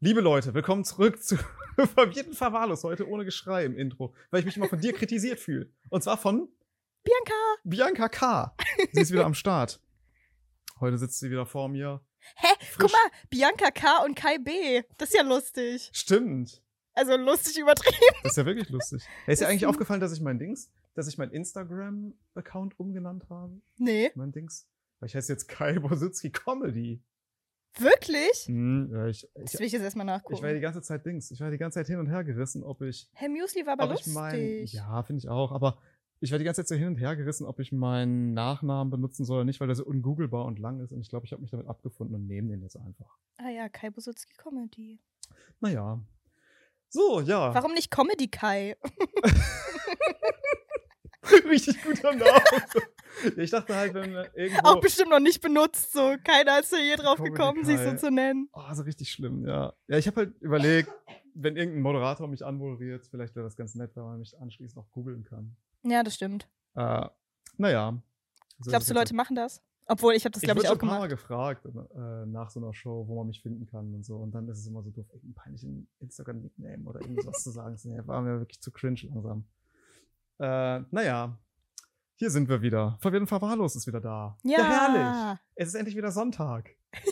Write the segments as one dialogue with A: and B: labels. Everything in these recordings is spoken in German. A: Liebe Leute, willkommen zurück zu verwirrten Verwahrlos heute ohne Geschrei im Intro, weil ich mich immer von dir kritisiert fühle. Und zwar von
B: Bianca!
A: Bianca K. Sie ist wieder am Start. Heute sitzt sie wieder vor mir.
B: Hä? Guck mal, Bianca K. und Kai B. Das ist ja lustig.
A: Stimmt.
B: Also lustig übertrieben.
A: Das ist ja wirklich lustig. Ja, Ist dir eigentlich aufgefallen, dass ich mein Dings, dass ich mein Instagram-Account umgenannt habe?
B: Nee,
A: Mein Dings? Weil ich heiße jetzt Kai Bosicki Comedy.
B: wirklich?
A: Hm, ja, ich,
B: Das
A: ich,
B: will ich jetzt erstmal
A: ich war die
B: nachgucken.
A: ganze Zeit Dings. Ich war die ganze Zeit hin und her gerissen, ob ich
B: Herr Muesli war aber
A: ob ich
B: lustig.
A: mein, ja, finde ich auch, aber ich werde die ganze Zeit so hin und her gerissen, ob ich meinen Nachnamen benutzen soll oder nicht, weil der so ungooglebar und lang ist und ich glaube, ich habe mich damit abgefunden und nehme den jetzt einfach.
B: Ah ja, Kai Bosutzki Comedy.
A: Naja. So, ja.
B: Warum nicht Comedy Kai?
A: Richtig guter Name. Ja, ich dachte halt, wenn wir
B: Auch
A: irgendwo.
B: bestimmt noch nicht benutzt, so. Keiner ist hier drauf
A: Comedy
B: gekommen, sich so
A: Kai.
B: zu nennen.
A: Oh, so richtig schlimm, ja. Ja, ich habe halt überlegt, wenn irgendein Moderator mich anmoderiert, vielleicht wäre das ganz nett, weil man mich anschließend noch googeln kann.
B: Ja, das stimmt.
A: Äh, naja. So
B: Glaubst du,
A: ist es jetzt.
B: Leute machen das? Obwohl, ich habe das, glaube ich,
A: wurde
B: auch
A: schon ein paar
B: gemacht.
A: Mal gefragt äh, nach so einer Show, wo man mich finden kann und so. Und dann ist es immer so doof, irgendeinen peinlichen Instagram-Nickname oder irgendwas zu sagen. Das war mir wirklich zu cringe langsam. Äh, naja, hier sind wir wieder. Verwirrend verwahrlos ist wieder da.
B: Ja,
A: herrlich. Es ist endlich wieder Sonntag.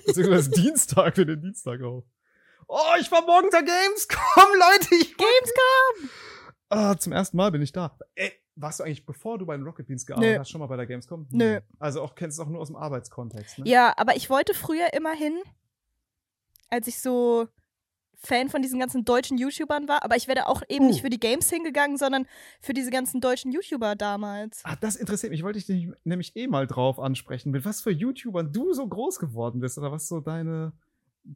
A: Beziehungsweise Dienstag für den Dienstag auch. Oh, ich war morgen zur Gamescom, Leute. Ich
B: Gamescom!
A: Ah, zum ersten Mal bin ich da. Ey, warst du eigentlich, bevor du bei den Rocket Beans gearbeitet
B: Nö.
A: hast, schon mal bei der Gamescom?
B: Nö.
A: Also auch kennst du es auch nur aus dem Arbeitskontext, ne?
B: Ja, aber ich wollte früher immer hin, als ich so Fan von diesen ganzen deutschen YouTubern war. Aber ich wäre da auch eben
A: Uh.
B: nicht für die Games hingegangen, sondern für diese ganzen deutschen YouTuber damals.
A: Ah, das interessiert mich. Wollte ich dich nämlich eh mal drauf ansprechen. Mit was für YouTubern du so groß geworden bist oder was so deine,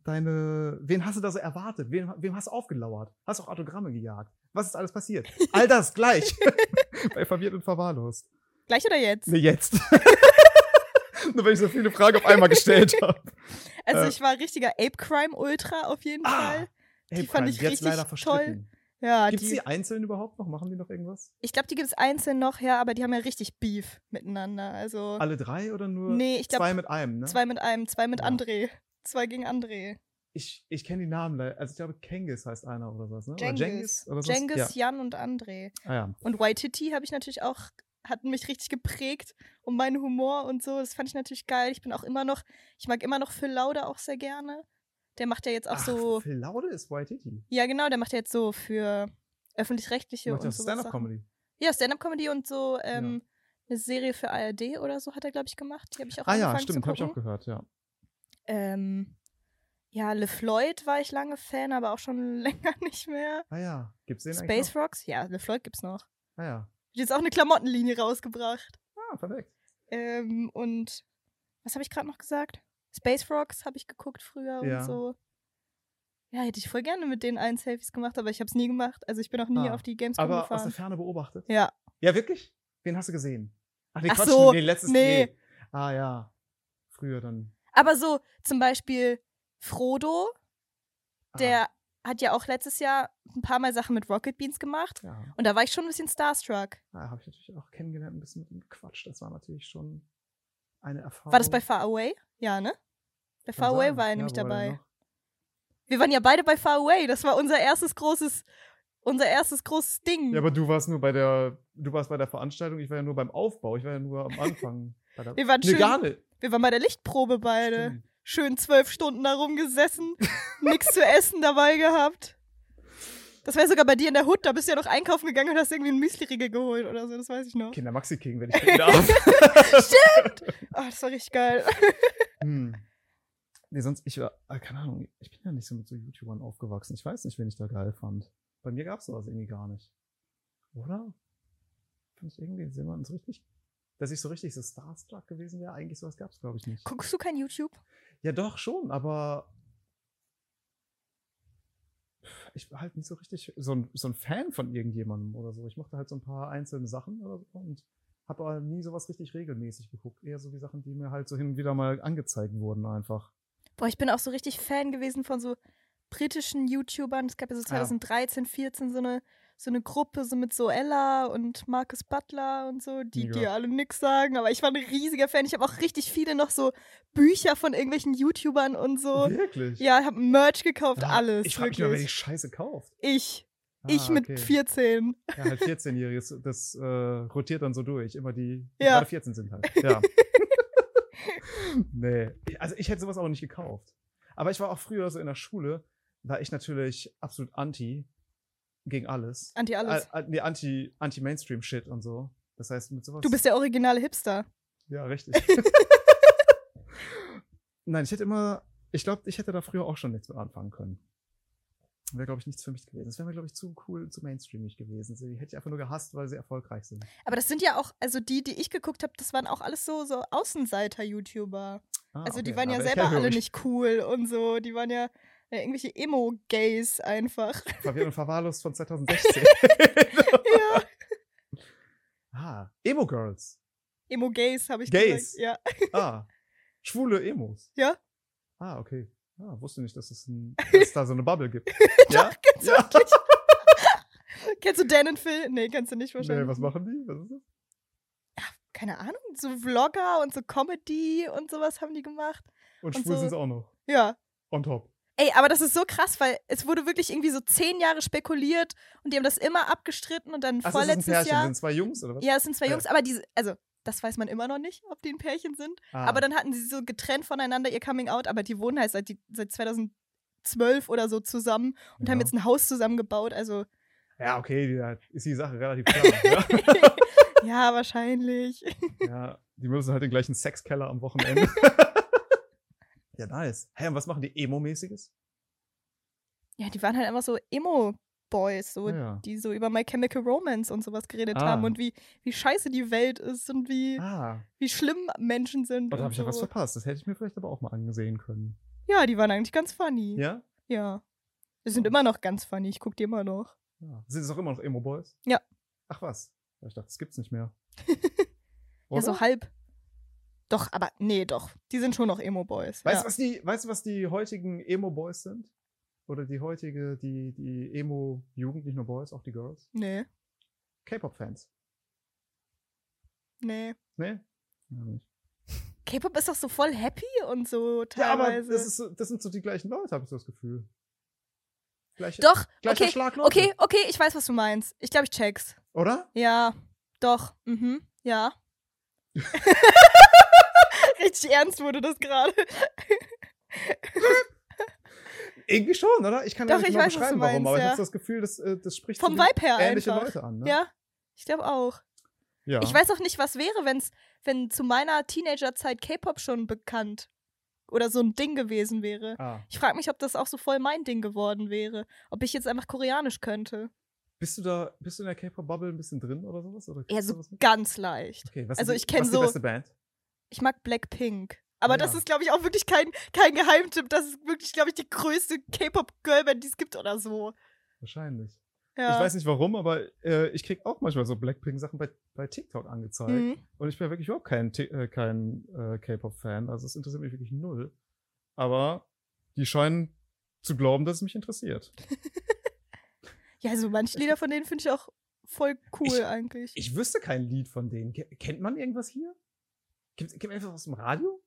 A: deine, wen hast du da so erwartet? Wen, wem hast du aufgelauert? Hast auch Autogramme gejagt? Was ist alles passiert? All das gleich. Bei verwirrt und verwahrlost.
B: Gleich oder jetzt?
A: Ne, jetzt. Nur weil ich so viele Fragen auf einmal gestellt habe.
B: Also
A: äh. Ah,
B: ich war richtiger Ape Crime Ultra auf jeden Fall. Die fand ich
A: jetzt
B: richtig
A: leider
B: toll.
A: verstritten.
B: Ja,
A: Gibt's
B: die,
A: die einzeln überhaupt noch? Machen die noch irgendwas?
B: ich glaube, die gibt es einzeln noch, ja, aber die haben ja richtig Beef miteinander. Also
A: Alle drei oder nur
B: nee, ich glaube
A: zwei mit einem, ne?
B: zwei mit einem, zwei mit
A: Ja.
B: André, zwei gegen André.
A: Ich, ich kenne die Namen leider. Also ich glaube, Kengis heißt einer oder was, ne? Oder
B: Jengis,
A: Jengis oder so.
B: Jengis,
A: Ja.
B: Jan und André.
A: Ah, ja.
B: Und Waititi habe ich natürlich auch, hat mich richtig geprägt und meinen Humor und so. Das fand ich natürlich geil. Ich bin auch immer noch, ich mag immer noch Phil Lauder auch sehr gerne. Der macht ja jetzt auch
A: Ach,
B: so,
A: Phil Laude ist Waititi.
B: ja genau, der macht ja jetzt so für öffentlich-rechtliche
A: Macht
B: und
A: das
B: so.
A: Stand-Up-Comedy.
B: Ja, Stand-Up-Comedy und so ähm, eine Serie für ARD oder so hat er, glaube ich, gemacht. Die habe ich auch
A: Ah ja,
B: angefangen
A: stimmt,
B: zu
A: habe ich
B: gucken.
A: auch gehört, ja.
B: Ähm, ja, LeFloid war ich lange Fan, aber auch schon länger nicht mehr.
A: Ah ja, gibt's den
B: Space
A: eigentlich
B: Rocks? Ja, LeFloid gibt's noch.
A: noch? Ah ja.
B: Hat jetzt auch eine Klamottenlinie rausgebracht.
A: Ah, perfekt.
B: Ähm, und was habe ich gerade noch gesagt? Space Rocks habe ich geguckt früher
A: Ja.
B: und so. Ja, hätte ich voll gerne mit denen allen Selfies gemacht, aber ich habe es nie gemacht. Also ich bin auch nie
A: Ah,
B: auf die Gamescom
A: Aber aus der
B: gefahren.
A: Ferne beobachtet?
B: Ja.
A: Ja, wirklich? Wen hast du gesehen? Ach, nee,
B: Ach
A: Quatsch,
B: so,
A: nee, letztes
B: nee.
A: nee. Ah ja. Früher dann.
B: Aber so zum Beispiel Frodo,
A: Ah,
B: der hat ja auch letztes Jahr ein paar Mal Sachen mit Rocket Beans gemacht.
A: Ja,
B: Und da war ich schon ein bisschen starstruck.
A: ah, habe ich natürlich auch kennengelernt, ein bisschen mit ihm gequatscht. Das war natürlich schon eine Erfahrung.
B: War das bei Far Away? Ja, ne? Bei
A: Oh. Kann
B: Far Away
A: sein.
B: war er
A: Ja,
B: nämlich
A: wo war der
B: dabei.
A: noch?
B: Wir waren ja beide bei Far Away. Das war unser erstes großes, unser erstes großes Ding.
A: Ja, aber du warst nur bei der, du warst bei der Veranstaltung, ich war ja nur beim Aufbau, ich war ja nur am Anfang. Bei der,
B: Wir waren
A: nee,
B: schön-
A: gar nicht.
B: Wir waren bei der Lichtprobe beide.
A: Stimmt.
B: Schön zwölf Stunden da rumgesessen, nichts zu essen dabei gehabt. Das wäre sogar bei dir in der Hut, da bist du ja noch einkaufen gegangen und hast irgendwie einen Müsliriegel geholt oder so, das weiß ich noch.
A: Kinder Maxi King, wenn ich bitten darf.
B: Ah, das war richtig geil.
A: hm. Nee, sonst, ich war, ah, keine Ahnung, ich bin ja nicht so mit so YouTubern aufgewachsen. Ich weiß nicht, wen ich da geil fand. Bei mir gab's sowas irgendwie gar nicht. Oder? Fand ich irgendwie jemanden so richtig, dass ich so richtig so Starstruck gewesen wäre? Eigentlich sowas gab's, glaube ich, nicht.
B: Guckst du kein YouTube?
A: Ja, doch, schon, aber ich war halt nicht so richtig so ein, so ein Fan von irgendjemandem oder so. Ich mochte halt so ein paar einzelne Sachen oder so und habe aber nie sowas richtig regelmäßig geguckt. Eher so die Sachen, die mir halt so hin und wieder mal angezeigt wurden einfach.
B: Boah, ich bin auch so richtig Fan gewesen von so britischen YouTubern. Es gab ja so
A: Ah.
B: 2013, 14 so eine, so eine Gruppe so mit so Ella und Marcus Butler und so, die
A: Ja.
B: dir alle nix sagen. Aber ich war ein riesiger Fan. Ich habe auch richtig viele noch so Bücher von irgendwelchen YouTubern und so.
A: Wirklich?
B: Ja, ich habe Merch gekauft,
A: Ah,
B: alles.
A: Ich frage mich mal, wer die
B: wirklich.
A: Scheiße kauft.
B: Ich,
A: Ah,
B: ich mit
A: okay.
B: 14.
A: Ja, halt 14-Jähriges, das äh, rotiert dann so durch. Immer die, die
B: Ja.
A: gerade 14 sind halt. Ja. nee. Also ich hätte sowas auch nicht gekauft. Aber ich war auch früher so in der Schule, war ich natürlich absolut anti gegen alles.
B: Anti alles.
A: Äh, äh, nee, anti, anti-Mainstream-Shit und so. Das heißt, mit sowas.
B: Du bist der originale Hipster.
A: Ja, richtig. Nein, ich hätte immer, ich glaube, ich hätte da früher auch schon nichts mit anfangen können. Wäre, glaube ich, nichts für mich gewesen. Das wäre mir, glaube ich, zu cool, zu mainstreamig gewesen. Sie hätte ich einfach nur gehasst, weil sie erfolgreich sind.
B: Aber das sind ja auch, also die, die ich geguckt habe, das waren auch alles so, so Außenseiter-YouTuber.
A: Ah,
B: also die
A: okay.
B: waren ja
A: Aber
B: selber
A: ich-
B: alle nicht cool und so. Die waren ja äh, irgendwelche Emo-Gays einfach.
A: Verwirrt und verwahrlost von 2016.
B: ja.
A: ah, Emo-Girls.
B: Emo-Gays habe ich
A: Gays.
B: gesagt. Ja.
A: Ah, schwule Emos.
B: Ja.
A: Ah, okay. Ah, wusste nicht, dass es, ein, dass es da so eine Bubble gibt. ja?
B: Kennst, du,
A: ja.
B: kennst du Dan und Phil? Nee, kennst du nicht wahrscheinlich.
A: Nee, was machen die? Was ist das?
B: Keine Ahnung. So Vlogger und so Comedy und sowas haben die gemacht.
A: Und
B: Und
A: schwul
B: so-
A: sind sie auch noch.
B: Ja.
A: On top.
B: Ey, aber das ist so krass, weil es wurde wirklich irgendwie so zehn Jahre spekuliert und die haben das immer abgestritten und dann
A: Ach, das ist ein
B: vorletztes
A: Pärchen,
B: Jahr.
A: sind zwei Jungs oder was?
B: Ja, es sind zwei
A: Ja.
B: Jungs, aber diese, also das weiß man immer noch nicht, ob die ein Pärchen sind.
A: Ah.
B: Aber dann hatten sie so getrennt voneinander ihr Coming Out, aber die wohnen halt seit, die, seit 2012 oder so zusammen und haben
A: Ja.
B: jetzt ein Haus zusammengebaut. Also
A: Ja, okay, da ist die Sache relativ klar.
B: ja, wahrscheinlich.
A: ja. ja, die müssen halt den gleichen Sexkeller am Wochenende. ja, nice. Hä, und was machen die Emo-mäßiges?
B: Ja, die waren halt einfach so Emo-Boys, so,
A: Ah, ja.
B: die so über My Chemical Romance und sowas geredet
A: Ah.
B: haben und wie, wie scheiße die Welt ist und wie,
A: Ah,
B: wie schlimm Menschen sind.
A: da
B: und
A: habe ich ja was
B: so.
A: verpasst. Das hätte ich mir vielleicht aber auch mal angesehen können.
B: ja, die waren eigentlich ganz funny.
A: Ja?
B: Ja. Die sind immer noch ganz funny, ich guck die immer noch.
A: ja. Sind es auch immer noch Emo-Boys?
B: Ja.
A: Ach was. Ich dachte, das gibt's nicht mehr.
B: Ja,
A: Oder?
B: so halb. Doch, aber nee, doch. Die sind schon noch Emo-Boys.
A: weißt,
B: ja.
A: du, was die, weißt du, was die heutigen Emo-Boys sind? Oder die heutige, die, die Emo-Jugend, nicht nur Boys, auch die Girls?
B: Nee,
A: K-Pop-Fans.
B: nee.
A: Ne? Ja, nicht.
B: K-Pop ist doch so voll happy und so
A: Ja, aber
B: teilweise.
A: das, ist, so- das sind so die gleichen Leute, habe ich so das Gefühl. Gleiche,
B: doch,
A: gleicher
B: okay.
A: Schlag Leute,
B: Okay, okay, ich weiß, was du meinst. Ich glaube, ich check's.
A: Oder?
B: Ja, doch. Mhm, ja. Richtig ernst wurde das gerade.
A: Irgendwie schon, oder? Ich kann ja
B: Doch,
A: nicht
B: ich
A: genau
B: weiß, was
A: beschreiben,
B: du
A: warum,
B: meinst,
A: aber ich
B: ja.
A: habe so das Gefühl, das, äh, das spricht
B: Vom
A: so die
B: Vibe her
A: ähnliche
B: einfach.
A: Leute an. Ne?
B: Ja, ich glaube auch.
A: ja.
B: Ich weiß auch nicht, was wäre, wenn's, wenn zu meiner Teenagerzeit K-Pop schon bekannt oder so ein Ding gewesen wäre.
A: Ah.
B: Ich frage mich, ob das auch so voll mein Ding geworden wäre. Ob ich jetzt einfach Koreanisch könnte.
A: Bist du da, bist du in der K-Pop-Bubble ein bisschen drin oder sowas? Oder
B: Ja,
A: kriegst du
B: so
A: was mit?
B: ganz leicht.
A: Okay, was
B: also
A: ist
B: ich
A: die,
B: kenn
A: was ist
B: so-
A: die beste Band?
B: Ich mag Blackpink. Aber
A: Ah,
B: das
A: ja.
B: ist, glaube ich, auch wirklich kein, kein Geheimtipp. Das ist wirklich, glaube ich, die größte K-Pop-Girlband, die es gibt oder so.
A: Wahrscheinlich.
B: Ja.
A: Ich weiß nicht warum, aber äh, ich krieg auch manchmal so Blackpink-Sachen bei, bei TikTok angezeigt.
B: Mhm.
A: Und ich bin ja wirklich überhaupt kein, T- äh, kein äh, K-Pop-Fan. Also es interessiert mich wirklich null. Aber die scheinen zu glauben, dass es mich interessiert.
B: Ja, also manche Lieder von denen finde ich auch voll cool
A: Ich-
B: eigentlich.
A: Ich wüsste kein Lied von denen. Ke- Kennt man irgendwas hier? Gibt es etwas aus dem Radio?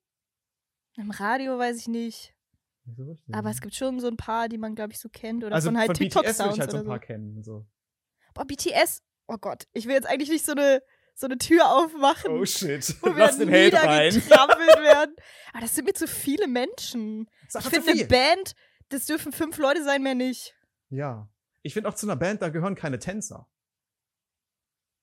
B: Im Radio weiß ich nicht.
A: Nicht so richtig.
B: Aber es gibt schon so ein paar, die man, glaube ich, so kennt. Oder
A: Mhm. also
B: von halt
A: von BTS würde
B: TikTok-Sounds
A: ich halt so
B: oder
A: ein paar
B: so.
A: kennen. und So.
B: Boah, BTS. Oh Gott, ich will jetzt eigentlich nicht so eine, so eine Tür aufmachen.
A: Oh shit,
B: wo wir
A: lass den Hate rein.
B: niedergetrampelt werden. Aber das sind mir zu viele Menschen.
A: Sag
B: ich
A: mal zu
B: finde, eine
A: viel.
B: Band, das dürfen fünf Leute sein, mehr nicht.
A: Ja. Ich finde auch zu einer Band, da gehören keine Tänzer.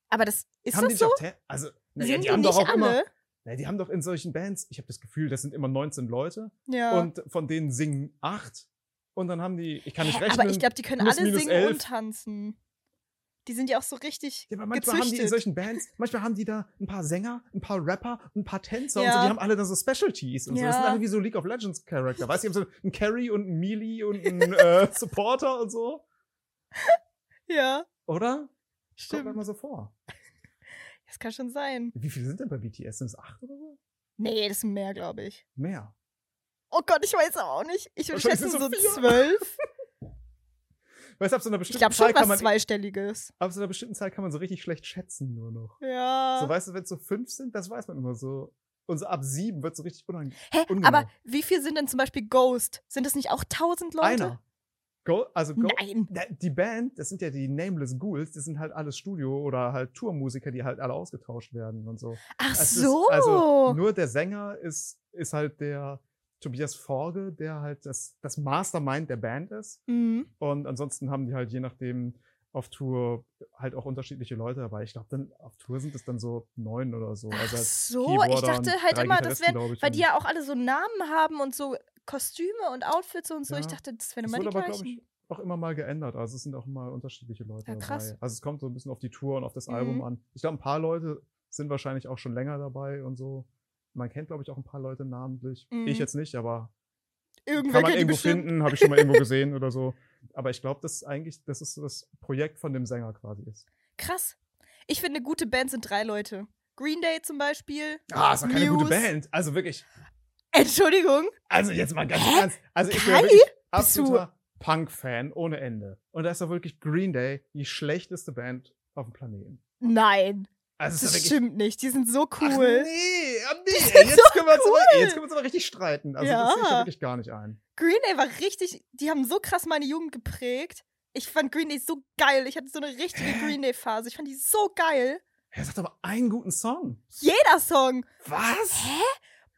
B: Aber das ist
A: haben die
B: das
A: nicht
B: so?
A: auch Tän- Also, naja,
B: Sind
A: die haben
B: nicht
A: doch auch immer.
B: alle?
A: Na, die haben doch in solchen Bands, ich habe das Gefühl, das sind immer 19 Leute
B: Ja.
A: und von denen singen acht. Und dann haben die, ich kann nicht
B: Hä,
A: rechnen.
B: aber ich glaube, die können
A: plus
B: alle
A: minus
B: singen
A: elf.
B: und tanzen. Die sind ja auch so richtig
A: Ja, aber manchmal haben die in
B: gezüchtet.
A: solchen Bands, manchmal haben die da ein paar Sänger, ein paar Rapper, ein paar Tänzer und so,
B: Ja.
A: die haben alle da so Specialties und so. Das
B: Ja.
A: sind alle wie so League of Legends Charakter. Weißt du, die haben so einen Carry und einen Melee und einen äh, Supporter und so.
B: ja,
A: Oder? Kommt mir
B: stimmt.
A: mal so vor.
B: Das kann schon sein.
A: Wie viele sind denn bei BTS? Sind es acht oder so?
B: Nee, das sind mehr, glaube ich.
A: Mehr.
B: Oh Gott, ich weiß aber auch nicht. Ich würde
A: Wahrscheinlich
B: schätzen
A: sind
B: so
A: es so vier.
B: zwölf.
A: Weißt du, ab so einer
B: Ich
A: bestimmten
B: glaube schon
A: Zahl kann
B: was
A: man,
B: Zweistelliges.
A: ab so einer bestimmten Zahl kann man so richtig schlecht schätzen nur noch.
B: Ja.
A: So, weißt du, wenn es so fünf sind, das weiß man immer so. Und so ab sieben wird so richtig unangenehm.
B: Hä,
A: ungenau.
B: aber wie viel sind denn zum Beispiel Ghost? Sind das nicht auch tausend Leute?
A: Einer. Go, also Go,
B: Nein.
A: Na, Die Band, das sind ja die Nameless Ghouls, das sind halt alles Studio- oder halt Tourmusiker, die halt alle ausgetauscht werden und so.
B: Ach
A: Es
B: so.
A: Ist, also nur der Sänger ist, ist halt der Tobias Forge, der halt das, das Mastermind der Band ist.
B: mhm.
A: Und ansonsten haben die halt je nachdem auf Tour halt auch unterschiedliche Leute dabei. Ich glaube, dann auf Tour sind es dann so neun oder so.
B: Ach
A: Also halt
B: so,
A: Keyboarder
B: ich dachte
A: und
B: halt
A: drei
B: immer, das
A: Gitarristen,
B: wären,
A: glaub ich,
B: weil
A: und-
B: die ja auch alle so Namen haben und so Kostüme und Outfits und so.
A: Ja.
B: Ich dachte, das wären
A: Es
B: immer die
A: wurde aber,
B: gleichen.
A: glaube ich, auch immer mal geändert. Also es sind auch immer unterschiedliche Leute
B: Ja, Ah, krass.
A: dabei. Also es kommt so ein bisschen auf die Tour und auf das
B: Mhm.
A: Album an. Ich glaube, ein paar Leute sind wahrscheinlich auch schon länger dabei und so. Man kennt, glaube ich, auch ein paar Leute namentlich.
B: Mhm.
A: Ich jetzt nicht, aber kann man
B: Irgendwer kennt die
A: irgendwo
B: bestimmt.
A: finden, habe ich schon mal irgendwo gesehen oder so. Aber ich glaube, das ist eigentlich, das ist so das Projekt von dem Sänger quasi ist.
B: Krass. Ich finde, gute Bands sind drei Leute. Green Day zum Beispiel.
A: Ah, ist doch keine gute
B: Muse.
A: Band. Also wirklich,
B: Entschuldigung.
A: also jetzt mal ganz
B: Hä?
A: ernst. Also ich bin
B: Kai?
A: wirklich
B: Bist du-
A: absoluter Punk-Fan ohne Ende. Und da ist doch wirklich Green Day die schlechteste Band auf dem Planeten.
B: Nein,
A: Also es
B: das,
A: ist doch wirklich
B: stimmt nicht. Die sind so
A: Ach
B: cool.
A: nee, ah, nee. Jetzt, können wir uns aber, jetzt können wir uns aber richtig streiten. Also das sehe ich
B: Ja.
A: ja wirklich gar nicht ein.
B: Green Day war richtig, die haben so krass meine Jugend geprägt. Ich fand Green Day so geil. Ich hatte so eine richtige Green Day Phase. Ich fand die so geil.
A: Er sagt aber einen guten Song.
B: Jeder Song.
A: Was?
B: Hä?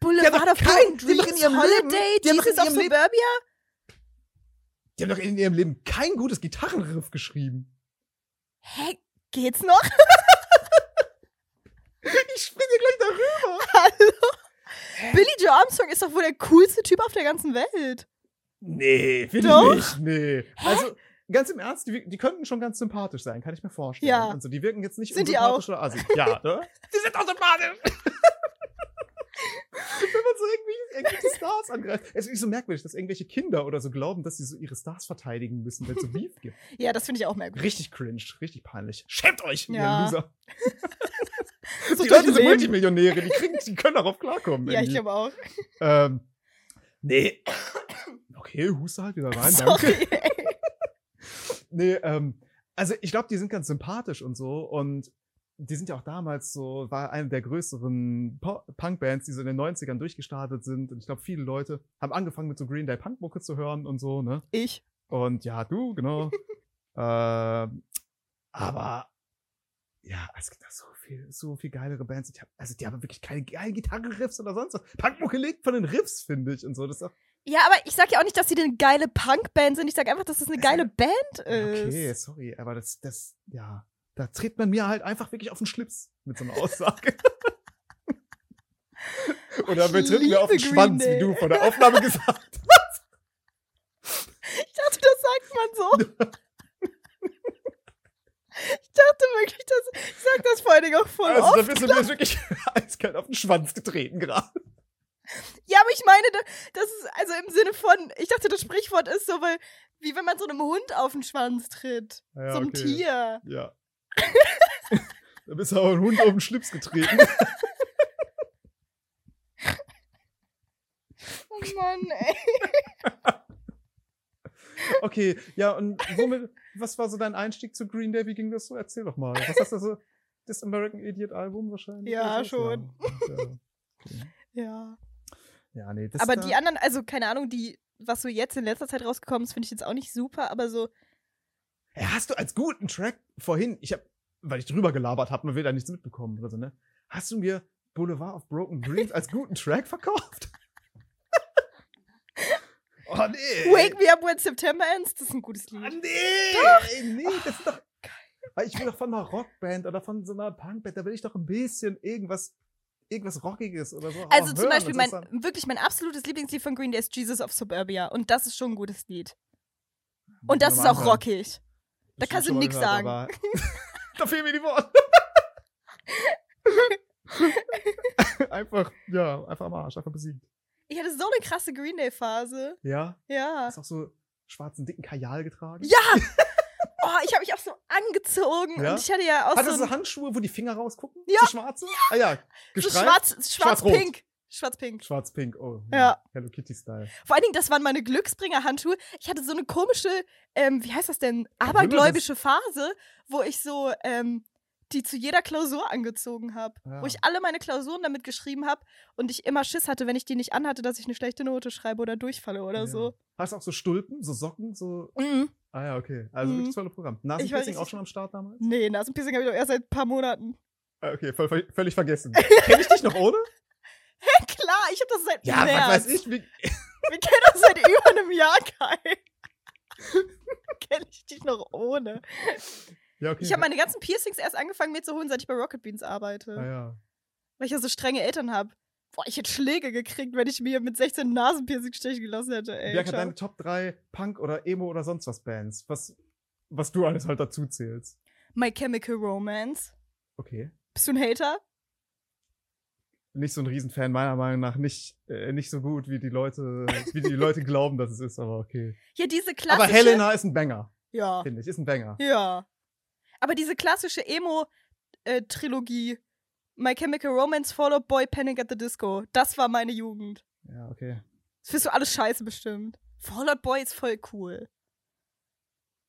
A: Die haben
B: Boulevard
A: doch
B: of
A: keinen-
B: Broken
A: die haben doch in
B: Dreams,
A: ihrem
B: Holiday,
A: Leben- die haben doch in
B: Jesus of
A: ihrem Leben-
B: Suburbia.
A: Die haben doch in ihrem Leben kein gutes Gitarrenriff geschrieben.
B: Hä? Geht's noch?
A: Ich springe gleich darüber.
B: Hallo? Billy Joe Armstrong ist doch wohl der coolste Typ auf der ganzen Welt.
A: Nee, finde
B: Doch.
A: ich nicht. Nee. Also, ganz im Ernst, die, die könnten schon ganz sympathisch sein, kann ich mir vorstellen.
B: Ja.
A: Also, die wirken jetzt nicht
B: Sind die
A: unsympathisch oder assi. Ja, ne? die sind auch sympathisch. Wenn man so irgendwie irgendwelche Stars angreift. Es ist irgendwie so merkwürdig, dass irgendwelche Kinder oder so glauben, dass sie so ihre Stars verteidigen müssen, wenn es so Beef gibt.
B: Ja, das finde ich auch merkwürdig.
A: Richtig cringe, richtig peinlich. Schämt euch, ihr
B: Ja.
A: Loser.
B: So
A: die
B: durch
A: Leute sind
B: Leben.
A: Multimillionäre, die, kriegen, die können darauf klarkommen.
B: Ja, ich
A: irgendwie.
B: glaube auch.
A: Ähm, nee. Okay, huste halt wieder rein, danke.
B: Sorry. ey.
A: Nee, ähm, also ich glaube, die sind ganz sympathisch und so und die sind ja auch damals so, war eine der größeren Po- Punk-Bands, die so in den 90ern durchgestartet sind. Und ich glaube, viele Leute haben angefangen mit so Green Day Punk-Mucke zu hören und so, ne?
B: Ich.
A: Und ja, du, genau. ähm, aber ja, es gibt da so viel, so viel geilere Bands. Ich hab, also die haben wirklich keine geilen Gitarrenriffs oder sonst was. Punk-Mucke lebt von den Riffs, finde ich und so. Das ist auch,
B: Ja, aber ich sag ja auch nicht, dass sie eine geile Punkband sind. Ich sag einfach, dass das eine
A: Es-
B: geile Band ist.
A: Okay, sorry, aber das, das, ja, da tritt man mir halt einfach wirklich auf den Schlips mit so einer Aussage. Oder
B: ich
A: man tritt mir auf den
B: liebe Green
A: Schwanz,
B: Day.
A: wie du vor der Aufnahme gesagt
B: Ich dachte, das sagt man so. ich dachte wirklich, dass ich sag das vor allen Dingen auch voll
A: hast. Also, da
B: oft.
A: bist du mir jetzt wirklich eiskalt auf den Schwanz getreten gerade.
B: Ja, aber ich meine, da- das ist also im Sinne von, ich dachte, das Sprichwort ist so, weil, wie wenn man so einem Hund auf den Schwanz tritt.
A: Ja,
B: so einem Tier.
A: Ja. da bist du aber ein Hund auf den Schlips getreten.
B: Oh Mann, ey.
A: Okay, ja, und womit, was war so dein Einstieg zu Green Day? Wie ging das so? Erzähl doch mal. Was hast du so? Das American Idiot Album wahrscheinlich?
B: Ja,
A: oder so?
B: schon.
A: Ja. genau. Ja.
B: Ja.
A: Ja, nee, das
B: Aber
A: da-
B: die anderen, also keine Ahnung, die, was so jetzt in letzter Zeit rausgekommen ist, finde ich jetzt auch nicht super, aber so,
A: Hey, hast du als guten Track vorhin, ich habe, weil ich drüber gelabert habe, man will da nichts mitbekommen oder so, ne? Hast du mir Boulevard of Broken Dreams als guten Track verkauft? oh nee.
B: Wake Me Up When September Ends, das ist ein gutes
A: Ah,
B: Lied.
A: nee. Ey, nee, das ist
B: Oh,
A: doch Weil ich will doch von einer Rockband oder von so einer Punkband, da will ich doch ein bisschen irgendwas irgendwas rockiges oder so.
B: Also
A: auch
B: zum
A: Oh, hören.
B: Beispiel
A: Das
B: mein,
A: ist dann-
B: wirklich mein absolutes Lieblingslied von Green Day ist Jesus of Suburbia und das ist schon ein gutes Lied. Und das ist auch rockig. da kannst du
A: Bestimmt schon mal
B: nix
A: gehört,
B: sagen.
A: aber- da fehlen mir die Worte. einfach, ja, einfach am Arsch, einfach besiegt.
B: Ich hatte so eine krasse Green Day Phase.
A: Ja,
B: Ja.
A: hast auch so schwarzen, dicken Kajal getragen.
B: Ja! Oh, ich habe mich auch so angezogen
A: Ja?
B: und ich hatte ja auch
A: Hat er
B: so,
A: so
B: ein-
A: Handschuhe, wo die Finger rausgucken?
B: Ja.
A: So schwarze? Ah ja,
B: so
A: gestreift.
B: schwarz schwarz-pink. Schwarz-pink.
A: Schwarz-pink, oh.
B: Ja.
A: Hello Kitty-Style.
B: Vor allen Dingen, das waren meine Glücksbringer-Handschuhe. Ich hatte so eine komische, ähm, wie heißt das denn, abergläubische Phase, wo ich so ähm, die zu jeder Klausur angezogen habe.
A: Ja.
B: Wo ich alle meine Klausuren damit geschrieben habe und ich immer Schiss hatte, wenn ich die nicht anhatte, dass ich eine schlechte Note schreibe oder durchfalle oder
A: Ja.
B: so.
A: Hast du auch so Stulpen, so Socken, so.
B: Mhm.
A: Ah ja, okay. Also
B: Mhm.
A: wirklich tolles Programm. Nasenpiercing
B: richtig-
A: auch schon am Start damals?
B: Nee, Nasenpiercing habe ich doch erst seit ein paar Monaten.
A: Ah, okay, voll, voll, völlig vergessen. Kenn ich dich noch ohne?
B: Klar, ich habe das seit
A: Ja,
B: März.
A: was weiß ich. Wie,
B: Wir kennen uns seit über einem Jahr, Kai. Kenne ich dich noch ohne.
A: ja, okay.
B: Ich habe meine ganzen Piercings erst angefangen mir zu holen, seit ich bei Rocket Beans arbeite.
A: Ah, ja.
B: Weil ich ja so strenge Eltern habe. Boah, ich hätte Schläge gekriegt, wenn ich mir mit 16 ein Nasenpiercing stechen gelassen hätte, ey.
A: Bianca,
B: Ciao.
A: deine Top 3 Punk oder Emo oder sonst was Bands, was, was du alles halt dazu zählst.
B: My Chemical Romance.
A: Okay.
B: Bist du ein Hater?
A: Nicht so ein Riesenfan, meiner Meinung nach nicht, äh, nicht so gut, wie die Leute, wie die Leute glauben, dass es ist, aber okay.
B: Ja, diese klassische.
A: Aber Helena ist ein Banger,
B: Ja.
A: finde ich, ist ein Banger.
B: Ja. Aber diese klassische Emo-Trilogie. My Chemical Romance, Fall Out Boy, Panic at the Disco. Das war meine Jugend.
A: Ja, okay.
B: Das findest du alles scheiße bestimmt. Fallout Boy ist voll cool.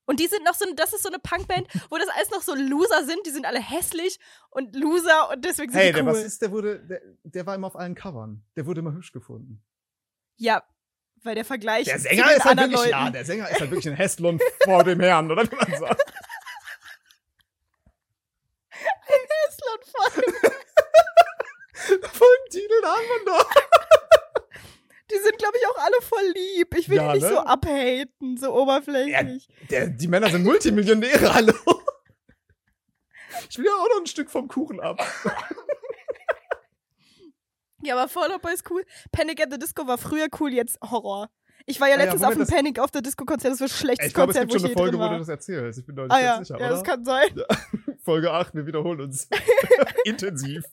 B: Und die sind noch so, das ist so eine Punkband, wo das alles noch so Loser sind. Die sind alle hässlich und Loser und deswegen sind
A: Hey,
B: die
A: der
B: cool.
A: Bassist, der wurde, der, der war immer auf allen Covern. Der wurde immer hübsch gefunden.
B: ja, weil der Vergleich.
A: Der
B: zu
A: Sänger
B: den
A: ist halt
B: anderen
A: wirklich, ja,
B: Leuten-
A: der Sänger ist halt wirklich ein Hässlon vor dem Herrn, oder wie man sagt.
B: Hässler und halt voll.
A: Von Titel haben wir doch.
B: Die sind, glaube ich, auch alle voll lieb. Ich will
A: Ja,
B: die nicht
A: ne?
B: so abhaten, so oberflächlich.
A: Der, die Männer sind Multimillionäre, hallo. Ich will ja auch noch ein Stück vom Kuchen ab.
B: Ja, aber Fallout Boy ist cool. Panic at the Disco war früher cool, jetzt Horror. Ich war ja
A: Ah ja,
B: letztens
A: Moment,
B: auf
A: das-
B: dem Panic auf der Disco-Konzert, das war das schlechteste
A: Ich glaube, es
B: Konzert,
A: gibt schon
B: wo ich
A: eine Folge,
B: je drin
A: wo
B: war.
A: du das erzählst. Ich bin deutlich
B: ah ja,
A: sicher,
B: ja, das
A: oder?
B: kann sein.
A: Folge 8, wir wiederholen uns. Intensiv.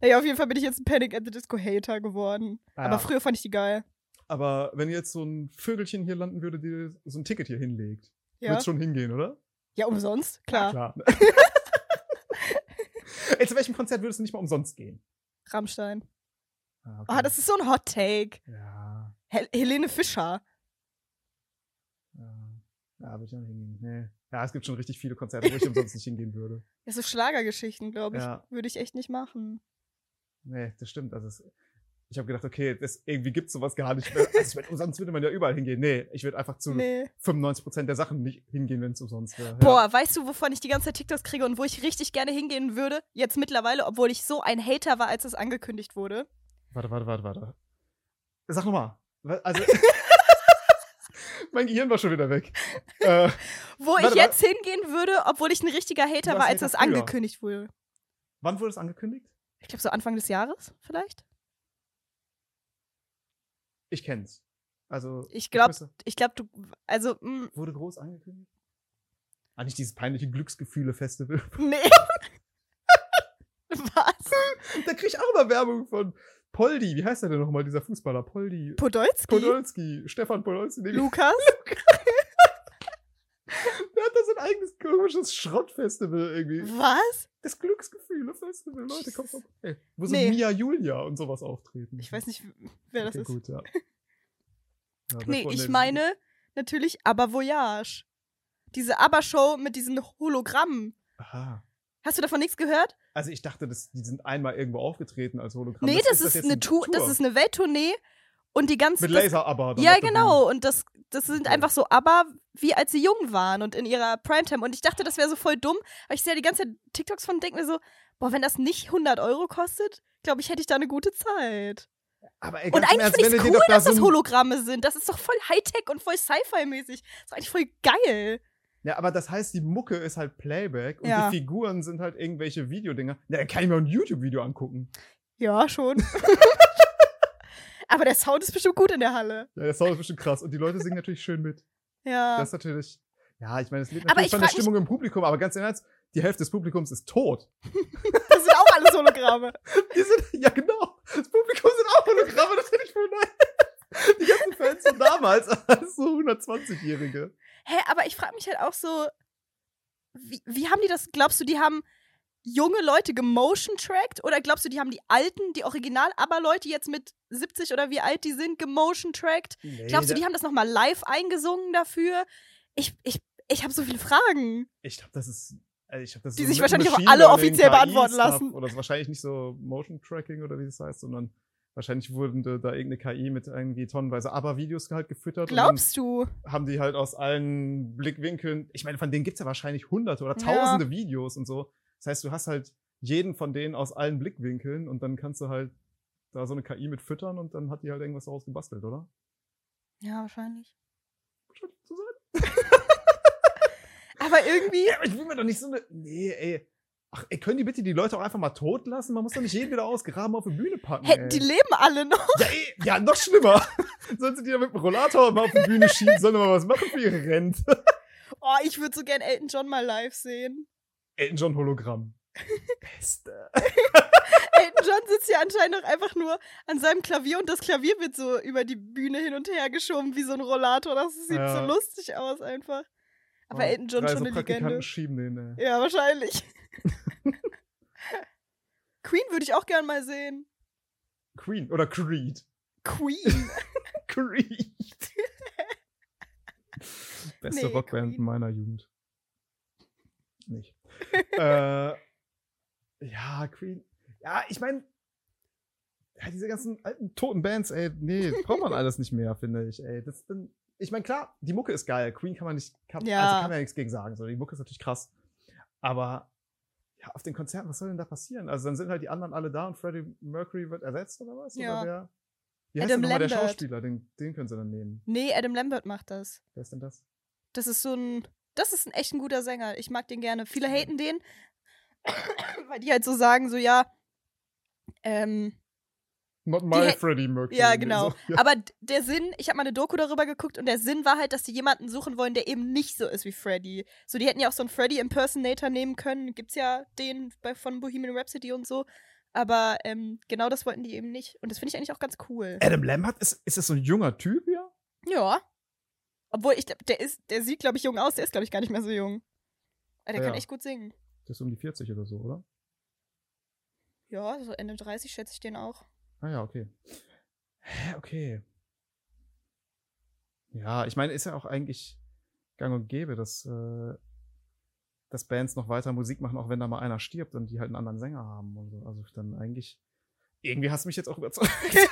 B: Naja, auf jeden Fall bin ich jetzt ein Panic at the Disco Hater geworden.
A: Ah,
B: Aber
A: ja.
B: früher fand ich die geil.
A: Aber wenn jetzt so ein Vögelchen hier landen würde, die so ein Ticket hier hinlegt,
B: Ja,
A: wird's schon hingehen, oder?
B: ja umsonst, klar.
A: Klar. Ey, zu welchem Konzert würdest du nicht mal umsonst gehen?
B: Rammstein.
A: Ah, okay.
B: Ah, das ist so ein Hot Take.
A: ja.
B: Hel Helene Fischer.
A: Ja, ja würde ich auch nicht hingehen. Nee. Ja, es gibt schon richtig viele Konzerte, wo ich umsonst nicht hingehen würde.
B: Ja, so Schlagergeschichten, glaube ich,
A: Ja.
B: würde ich echt nicht machen.
A: Nee, das stimmt. Also es, ich habe gedacht, okay, das, irgendwie gibt's sowas gar nicht mehr. Also ich würd, umsonst würde man ja überall hingehen. Nee, ich würde einfach zu
B: Nee.
A: 95% der Sachen nicht hingehen, wenn es umsonst wäre.
B: Boah, weißt du, wovon ich die ganze Zeit TikToks kriege und wo ich richtig gerne hingehen würde? Jetzt mittlerweile, obwohl ich so ein Hater war, als es angekündigt wurde.
A: Ja. Warte, warte, warte, warte. Sag nochmal. Also. mein Gehirn war schon wieder weg. Äh,
B: Wo ich
A: Warte,
B: jetzt hingehen würde, obwohl ich ein richtiger Hater
A: warst
B: war, als
A: Hater
B: es
A: früher.
B: angekündigt wurde.
A: wann wurde es angekündigt?
B: Ich glaube, so Anfang des Jahres vielleicht.
A: Ich kenn's. Also.
B: Ich glaube,
A: wüsste,
B: ich glaube, du, also, mh,
A: Wurde groß angekündigt? Ah, nicht dieses peinliche Glücksgefühle-Festival.
B: Nee. Was?
A: Da krieg ich auch immer Werbung von Poldi. Wie heißt der denn nochmal, dieser Fußballer? Poldi.
B: Podolski?
A: Podolski. Stefan Podolski. Nee, der
B: Lukas?
A: hat da sein eigenes komisches Schrottfestival irgendwie.
B: Was?
A: Das Glücksgefühle-Festival. Leute, kommt vorbei. Ey, Wo so
B: Nee.
A: Mia Julia und sowas auftreten.
B: Ich weiß nicht, wer das
A: okay,
B: ist.
A: Gut, ja. Ja, wer
B: Nee,
A: vorne
B: ich
A: ist-
B: meine natürlich Aber Voyage. Diese Aber-Show mit diesen Hologrammen.
A: Aha.
B: Hast du davon nichts gehört?
A: Also ich dachte, das, die sind einmal irgendwo aufgetreten als Hologramm.
B: nee, das, ist,
A: jetzt
B: eine Tour, das ist eine Welttournee und die ganze
A: Mit
B: das-
A: Laser aber.
B: Ja, genau. Und das, das sind
A: Okay.
B: einfach so Aber, wie als sie jung waren und in ihrer Primetime. Und ich dachte, das wäre so voll dumm. Aber ich sehe ja die ganze Zeit TikToks von und denke mir so, boah, wenn das nicht 100 Euro kostet, glaube ich, hätte ich da eine gute Zeit.
A: Aber ey,
B: und
A: ganz im
B: eigentlich
A: Ernst,
B: finde ich
A: wenn
B: es
A: du dir
B: cool,
A: doch da
B: dass
A: so
B: das
A: ein-
B: Hologramme sind. Das ist doch voll Hightech und voll Sci-Fi-mäßig. Das ist eigentlich voll geil.
A: Ja, aber das heißt, die Mucke ist halt Playback und
B: Ja.
A: die Figuren sind halt irgendwelche Videodinger. Na, dann kann ich mir auch ein YouTube-Video angucken.
B: Ja, schon. Aber der Sound ist bestimmt gut in der Halle.
A: Ja, der Sound ist bestimmt krass. Und die Leute singen natürlich schön mit.
B: Ja.
A: Das ist natürlich. Ja, ich meine, es liegt
B: Aber
A: natürlich
B: ich
A: von der
B: frag mich-
A: Stimmung im Publikum, aber ganz im Ernst, die Hälfte des Publikums ist tot.
B: Das sind auch alles Hologramme.
A: Die sind, ja genau, das Publikum sind auch Hologramme, das hätte ich wohl nein. Die ganzen Fans von damals, als so 120-Jährige.
B: Hä, aber ich frage mich halt auch so, wie, wie haben die das, glaubst du, die haben junge Leute gemotion-tracked? Oder glaubst du, die haben die alten, die Original-Aber-Leute jetzt mit 70 oder wie alt die sind, gemotion-tracked?
A: Nee,
B: Glaubst du,
A: da-
B: die haben das nochmal live eingesungen dafür? Ich, ich, ich habe so viele Fragen.
A: Ich glaube, das ist. Also ich glaub, das ist
B: Die
A: so
B: sich
A: mit
B: wahrscheinlich auch
A: Machine
B: alle
A: Learning,
B: offiziell beantworten
A: KI-Stuff
B: lassen.
A: Oder es ist wahrscheinlich nicht so Motion Tracking oder wie das heißt, sondern wahrscheinlich wurden da, da irgendeine KI mit irgendwie tonnenweise Aber-Videos halt gefüttert.
B: Glaubst du?
A: Und dann haben die halt aus allen Blickwinkeln. Ich meine, von denen gibt's ja wahrscheinlich hunderte oder
B: Ja.
A: tausende Videos und so. Das heißt, du hast halt jeden von denen aus allen Blickwinkeln und dann kannst du halt da so eine KI mit füttern und dann hat die halt irgendwas daraus gebastelt, oder?
B: Ja, wahrscheinlich.
A: Wahrscheinlich so sein.
B: Aber irgendwie.
A: Ja, aber ich will mir doch nicht so eine. Nee, ey. Ach, ey, können die bitte die Leute auch einfach mal tot lassen? Man muss doch nicht jeden wieder ausgraben auf die Bühne packen.
B: Hey,
A: ey.
B: die leben alle noch.
A: ja, ey, ja, noch schlimmer. Sollen sie die da mit dem Rollator mal auf die Bühne schieben? Sollen die mal was machen für ihre Rente?
B: Oh, ich würde so gern Elton John mal live sehen.
A: Elton John Hologramm. Beste.
B: Elton John sitzt ja anscheinend auch einfach nur an seinem Klavier und das Klavier wird so über die Bühne hin und her geschoben wie so ein Rollator. Das sieht
A: Ja. Oh,
B: so lustig aus einfach. Aber Elton John
A: Drei
B: schon
A: so
B: eine
A: Praktikanten
B: Legende.
A: schieben den, äh, ey.
B: Ja, wahrscheinlich. Queen würde ich auch gern mal sehen.
A: Queen oder Creed.
B: Queen.
A: Creed. Beste
B: Nee,
A: Rockband
B: Queen.
A: meiner Jugend. Nicht. äh, ja, Queen. Ja, ich meine, ja, diese ganzen alten toten Bands, ey, nee, das braucht man alles nicht mehr, finde ich, ey. Das, dann, ich meine, klar, die Mucke ist geil. Queen kann man nicht, kann,
B: Ja.
A: also kann man ja nichts gegen sagen. So, die Mucke ist natürlich krass. Aber ja, auf den Konzerten, was soll denn da passieren? Also dann sind halt die anderen alle da und Freddie Mercury wird ersetzt oder was?
B: Ja.
A: Oder wer? Wie heißt
B: Adam
A: denn nochmal der
B: Lambert.
A: Schauspieler? Den, den können sie dann nehmen.
B: nee, Adam Lambert macht das.
A: Wer ist denn das?
B: Das ist so ein. Das ist ein echt ein guter Sänger. Ich mag den gerne. Viele haten den, weil die halt so sagen, so ja. Ähm,
A: Not
B: Die
A: my
B: hä-
A: Freddie Mercury.
B: ja, genau.
A: So, ja.
B: Aber d- der Sinn, ich habe mal eine Doku darüber geguckt und der Sinn war halt, dass die jemanden suchen wollen, der eben nicht so ist wie Freddy. So, die hätten ja auch so einen Freddy-Impersonator nehmen können. Gibt's ja den bei, von Bohemian Rhapsody und so. Aber ähm, genau das wollten die eben nicht. Und das finde ich eigentlich auch ganz cool.
A: Adam Lambert, ist, ist das so ein junger Typ hier?
B: Ja. Obwohl, ich glaub, der ist, der sieht, glaube ich, jung aus, der ist, glaube ich, gar nicht mehr so jung. Aber der
A: Ja.
B: kann echt gut singen.
A: Der ist um die 40 oder so, oder?
B: Ja, so Ende 30 schätze ich den auch.
A: Ah ja, okay. Hä, okay. Ja, ich meine, ist ja auch eigentlich gang und gäbe, dass, äh, dass Bands noch weiter Musik machen, auch wenn da mal einer stirbt und die halt einen anderen Sänger haben und so. Also dann eigentlich. Irgendwie hast du mich jetzt auch überzeugt.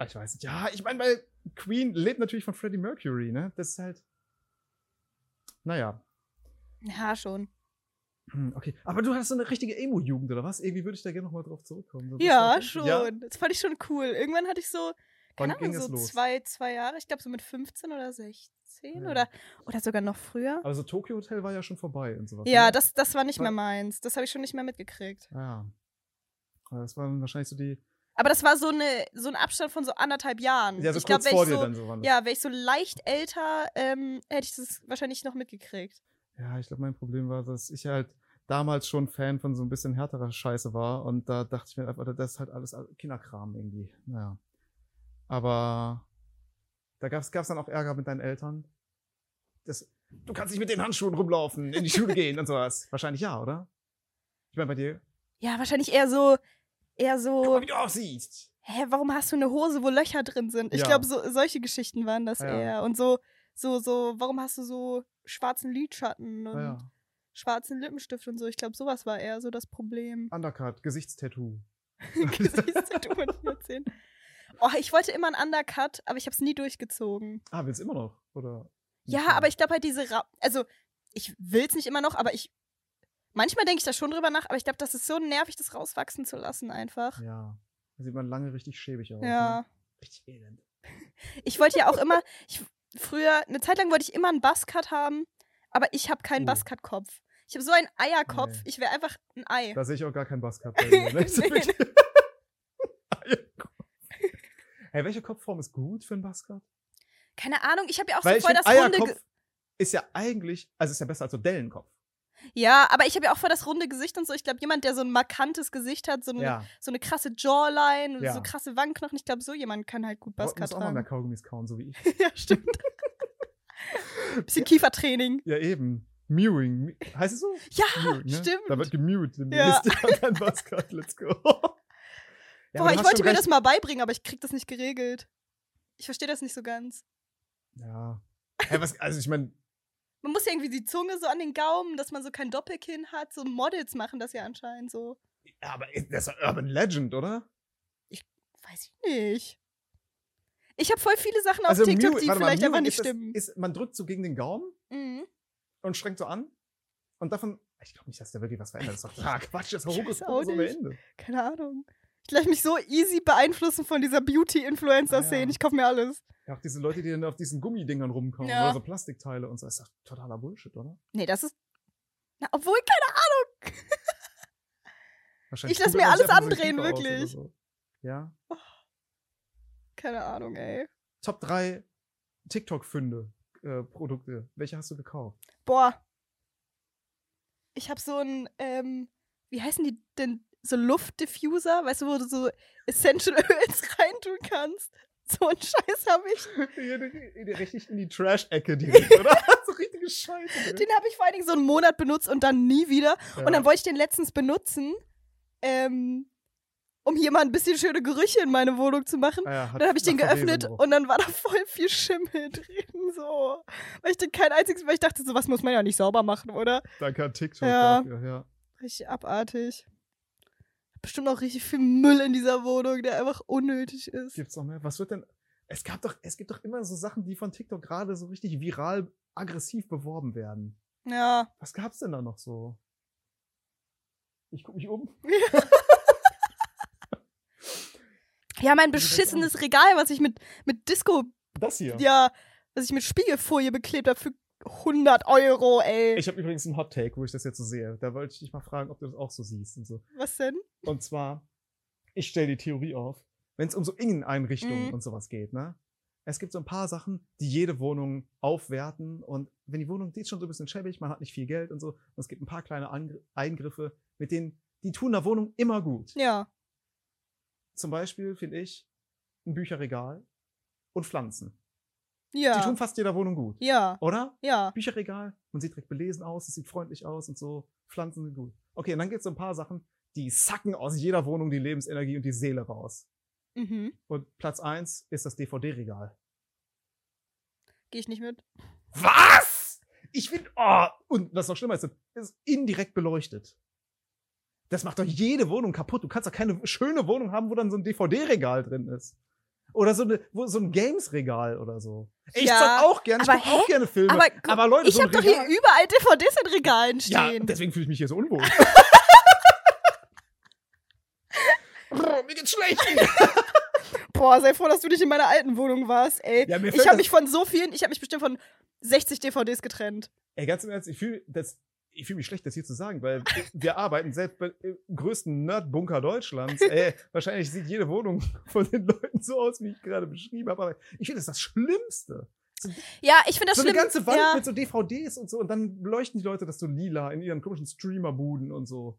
A: Ah, ich weiß nicht. Ja, ich meine, weil Queen lebt natürlich von Freddie Mercury, ne? Das ist halt. Naja.
B: Ja, schon.
A: Hm, Okay. Aber du hast so eine richtige Emo-Jugend, oder was? Irgendwie würde ich da gerne nochmal drauf zurückkommen. So,
B: Ja,
A: bist du-
B: schon. Das fand ich schon cool. Irgendwann hatte ich so, keine
A: Wann ging
B: Ahnung, so
A: es los?
B: zwei, zwei Jahre, ich glaube so mit 15 oder 16
A: Ja.
B: oder, oder sogar noch früher.
A: Aber so Tokyo Hotel war ja schon vorbei und sowas.
B: Ja,
A: ne?
B: das, das war nicht
A: Wa-
B: mehr meins. Das habe ich schon nicht mehr mitgekriegt.
A: Ja. Aber Das waren wahrscheinlich so die.
B: Aber das war so, eine, so ein Abstand von so anderthalb Jahren.
A: Ja, so
B: Mhm. ich glaube,
A: kurz
B: wäre
A: vor
B: ich,
A: dir
B: so,
A: dann so waren. das.
B: ja, wär ich so leicht älter, ähm, hätte ich das wahrscheinlich noch mitgekriegt.
A: ja ich glaube, mein Problem war, dass ich halt damals schon Fan von so ein bisschen härterer Scheiße war und da dachte ich mir einfach, das ist halt alles Kinderkram irgendwie. Naja. Aber da gab's gab's dann auch Ärger mit deinen Eltern. Das, du kannst nicht mit den Handschuhen rumlaufen, in die Schule gehen und sowas. Wahrscheinlich ja, oder? Ich meine, bei dir.
B: Ja, wahrscheinlich eher so, eher
A: Guck
B: so,
A: mal, wie du aussiehst.
B: hä, warum hast du eine Hose, wo Löcher drin sind? Ich
A: Ja.
B: glaube, so, solche Geschichten waren das
A: Ja.
B: eher. Und so, so, so, warum hast du so schwarzen Lidschatten und
A: Ja.
B: schwarzen Lippenstift und so? Ich glaube, sowas war eher so das
A: Ah.
B: Problem.
A: Undercut, Gesichtstattoo.
B: Gesichtstattoo mit 14. Oh, ich wollte immer einen Undercut, aber ich habe es nie durchgezogen.
A: Ah, willst du immer noch? Oder?
B: Ja, aber ich glaube halt diese, Ra also ich will's nicht immer noch, aber ich, manchmal denke ich da schon drüber nach, aber ich glaube, das ist so nervig, das rauswachsen zu lassen einfach.
A: Ja. Da sieht man lange richtig schäbig aus.
B: ja.
A: Ne? Richtig elend.
B: Ich wollte ja auch immer, ich, früher, eine Zeit lang wollte ich immer einen Buzzcut haben, aber ich habe keinen
A: Oh.
B: Buzzcut-Kopf. Ich habe so einen Eierkopf,
A: Nee.
B: ich wäre einfach ein Ei.
A: Da sehe ich auch gar keinen Buzzcut bei mir. Ne?
B: Nee.
A: Eierkopf. hey, welche Kopfform ist gut für einen Buzzcut?
B: Keine Ahnung, ich habe ja auch
A: Weil
B: so
A: ich
B: voll
A: finde,
B: das runde
A: Eierkopf
B: Ge
A: ist ja eigentlich, also ist ja besser als so Dellenkopf.
B: Ja, aber ich habe ja auch voll das runde Gesicht und so. Ich glaube, jemand, der so ein markantes Gesicht hat, so eine,
A: Ja.
B: so eine krasse Jawline,
A: Ja.
B: so krasse Wangenknochen, ich glaube, so jemand kann halt gut
A: Du
B: Buzzcut
A: musst auch mal mehr
B: tragen.
A: Kaugummis kauen, so wie ich.
B: ja, stimmt. Bisschen Kiefertraining.
A: Ja, eben. Mewing. Mi- Heißt es so?
B: Ja,
A: Mewing, ne?
B: stimmt.
A: Da wird gemewt
B: Ja.
A: demnächst. Ja. Dann war's grad. Let's go. Ja, aber
B: Boah,
A: du
B: ich
A: hast
B: wollte
A: schon
B: mir
A: recht.
B: das mal beibringen, aber ich krieg das nicht geregelt. Ich verstehe das nicht so ganz.
A: Ja. Hä, was, also ich meine,
B: Man muss ja irgendwie die Zunge so an den Gaumen, dass man so kein Doppelkinn hat. So Models machen das ja anscheinend so.
A: aber das ist Urban Legend, oder?
B: Weiß ich nicht. Ich habe voll viele Sachen auf TikTok,
A: Mew- Also
B: die
A: warte mal,
B: vielleicht einfach
A: Mewing
B: nicht
A: ist das-
B: stimmen.
A: Ist, man drückt so gegen den Gaumen
B: mhm.
A: und strengt so an. Und davon, ich glaube nicht, dass da wirklich was verändert. Das ist doch total Quatsch, das ist
B: Ich
A: Hokus
B: weiß auch
A: Pokus ohne
B: nicht.
A: Ende.
B: Keine Ahnung. Ich lasse mich so easy beeinflussen von dieser Beauty-Influencer-Szene.
A: Ah, ja.
B: Ich kaufe mir alles.
A: Ja, auch diese Leute, die dann auf diesen Gummidingern rumkommen,
B: Ja.
A: oder so Plastikteile und so, ist doch totaler Bullshit, oder?
B: Nee, das ist. Na, obwohl, keine
A: Wahrscheinlich
B: Ich lass
A: spuckt
B: mir
A: er sich
B: alles
A: einfach nur den Kiefer
B: andrehen,
A: aus oder
B: wirklich.
A: so. Ja.
B: keine Ahnung, ey.
A: Top 3 TikTok-Fünde, äh, Produkte. Welche hast du gekauft?
B: Boah. Ich habe so ein, ähm, wie heißen die denn? So Luftdiffuser, weißt du, wo du so Essential Öls reintun kannst. So einen Scheiß habe ich.
A: Mhm. Richtig in die Trash-Ecke direkt, oder? so richtige Scheiße.
B: Den habe ich vor allen Dingen so einen Monat benutzt und dann nie wieder.
A: ja.
B: Und dann wollte ich den letztens benutzen, ähm, um hier mal ein bisschen schöne Gerüche in meine Wohnung zu machen.
A: Ah ja,
B: Und
A: hat-
B: dann habe ich den
A: nach Verwesung
B: geöffnet
A: gerochen.
B: und dann war da voll viel Schimmel drin, so. Weil ich den kein einziges, weil ich dachte, sowas muss man ja nicht sauber machen, oder?
A: Danke an TikTok
B: Ja.
A: dafür, ja.
B: Richtig abartig. Bestimmt auch richtig viel Müll in dieser Wohnung, der einfach unnötig ist.
A: Gibt's noch mehr? Was wird denn? Es gab doch, es gibt doch immer so Sachen, die von TikTok gerade so richtig viral aggressiv beworben werden.
B: Ja.
A: Was gab's denn da noch so? Ich guck mich um.
B: Ja, mein
A: das auch.
B: beschissenes Regal, was ich mit, mit Disco,
A: Das hier.
B: ja, was ich mit Spiegelfolie beklebt habe für 100 Euro, ey.
A: Ich habe übrigens einen Hot Take, wo ich das jetzt so sehe. Da wollte ich dich mal fragen, ob du das auch so siehst und so.
B: was denn?
A: Und zwar, ich stelle die Theorie auf, wenn es um so Inneneinrichtungen
B: Mhm.
A: und sowas geht, ne? Es gibt so ein paar Sachen, die jede Wohnung aufwerten. Und wenn die Wohnung, die ist schon so ein bisschen schäbig, man hat nicht viel Geld und so. Und es gibt ein paar kleine Angr Eingriffe, mit denen, die tun der Wohnung immer gut.
B: Ja.
A: Zum Beispiel, finde ich, ein Bücherregal und Pflanzen. Die
B: Ja.
A: tun fast jeder Wohnung gut.
B: Ja.
A: Oder?
B: Ja.
A: Bücherregal, man sieht direkt belesen aus, es sieht freundlich aus und so, Pflanzen sind gut. Okay, und dann gibt es so ein paar Sachen, die sacken aus jeder Wohnung die Lebensenergie und die Seele raus.
B: Mhm.
A: Und Platz eins ist das DVD-Regal.
B: Gehe ich nicht mit.
A: Was? Ich finde, oh, und was noch schlimmer ist, es ist indirekt beleuchtet. Das macht doch jede Wohnung kaputt. Du kannst doch keine schöne Wohnung haben, wo dann so ein DVD-Regal drin ist. Oder so, eine, wo, so ein Games-Regal oder so. Ich
B: Ja,
A: zock auch gerne, ich
B: aber
A: guck auch gerne Filme.
B: Aber,
A: Aber,
B: gu-
A: Leute,
B: ich
A: so ein
B: habe doch hier
A: Regal-
B: überall DVDs in Regalen
A: Ja,
B: stehen.
A: deswegen fühle ich mich hier so unwohl. Brr, mir geht's schlecht.
B: Boah, sei froh, dass du nicht in meiner alten Wohnung warst, ey.
A: Ja, mir
B: ich
A: fällt
B: habe
A: das-
B: mich von so vielen, ich habe mich bestimmt von 60 DVDs getrennt.
A: Ey, ganz im Ernst, ich fühle das. Ich fühle mich schlecht, das hier zu sagen, weil wir arbeiten selbst bei, im größten Nerdbunker Deutschlands. Ey, wahrscheinlich sieht jede Wohnung von den Leuten so aus, wie ich gerade beschrieben habe. Aber ich finde, das ist das Schlimmste.
B: Ja, ich finde das
A: so
B: schlimm.
A: eine ganze Wand
B: ja.
A: mit so DVDs und so. Und dann leuchten die Leute das so lila in ihren komischen Streamerbuden und so.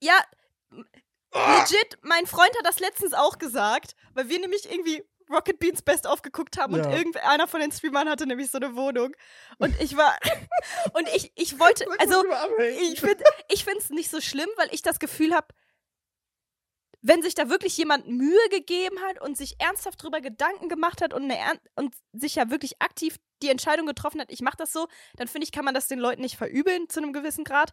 B: ja, legit, mein Freund hat das letztens auch gesagt, weil wir nämlich irgendwie Rocket Beans Best aufgeguckt haben und
A: Ja.
B: irgendeiner von den Streamern hatte nämlich so eine Wohnung. Und ich war. und ich, ich wollte. Also, ich finde ich find's nicht so schlimm, weil ich das Gefühl habe, wenn sich da wirklich jemand Mühe gegeben hat und sich ernsthaft drüber Gedanken gemacht hat und, eine, ern- und sich ja wirklich aktiv die Entscheidung getroffen hat, ich mache das so, dann finde ich, kann man das den Leuten nicht verübeln zu einem gewissen Grad.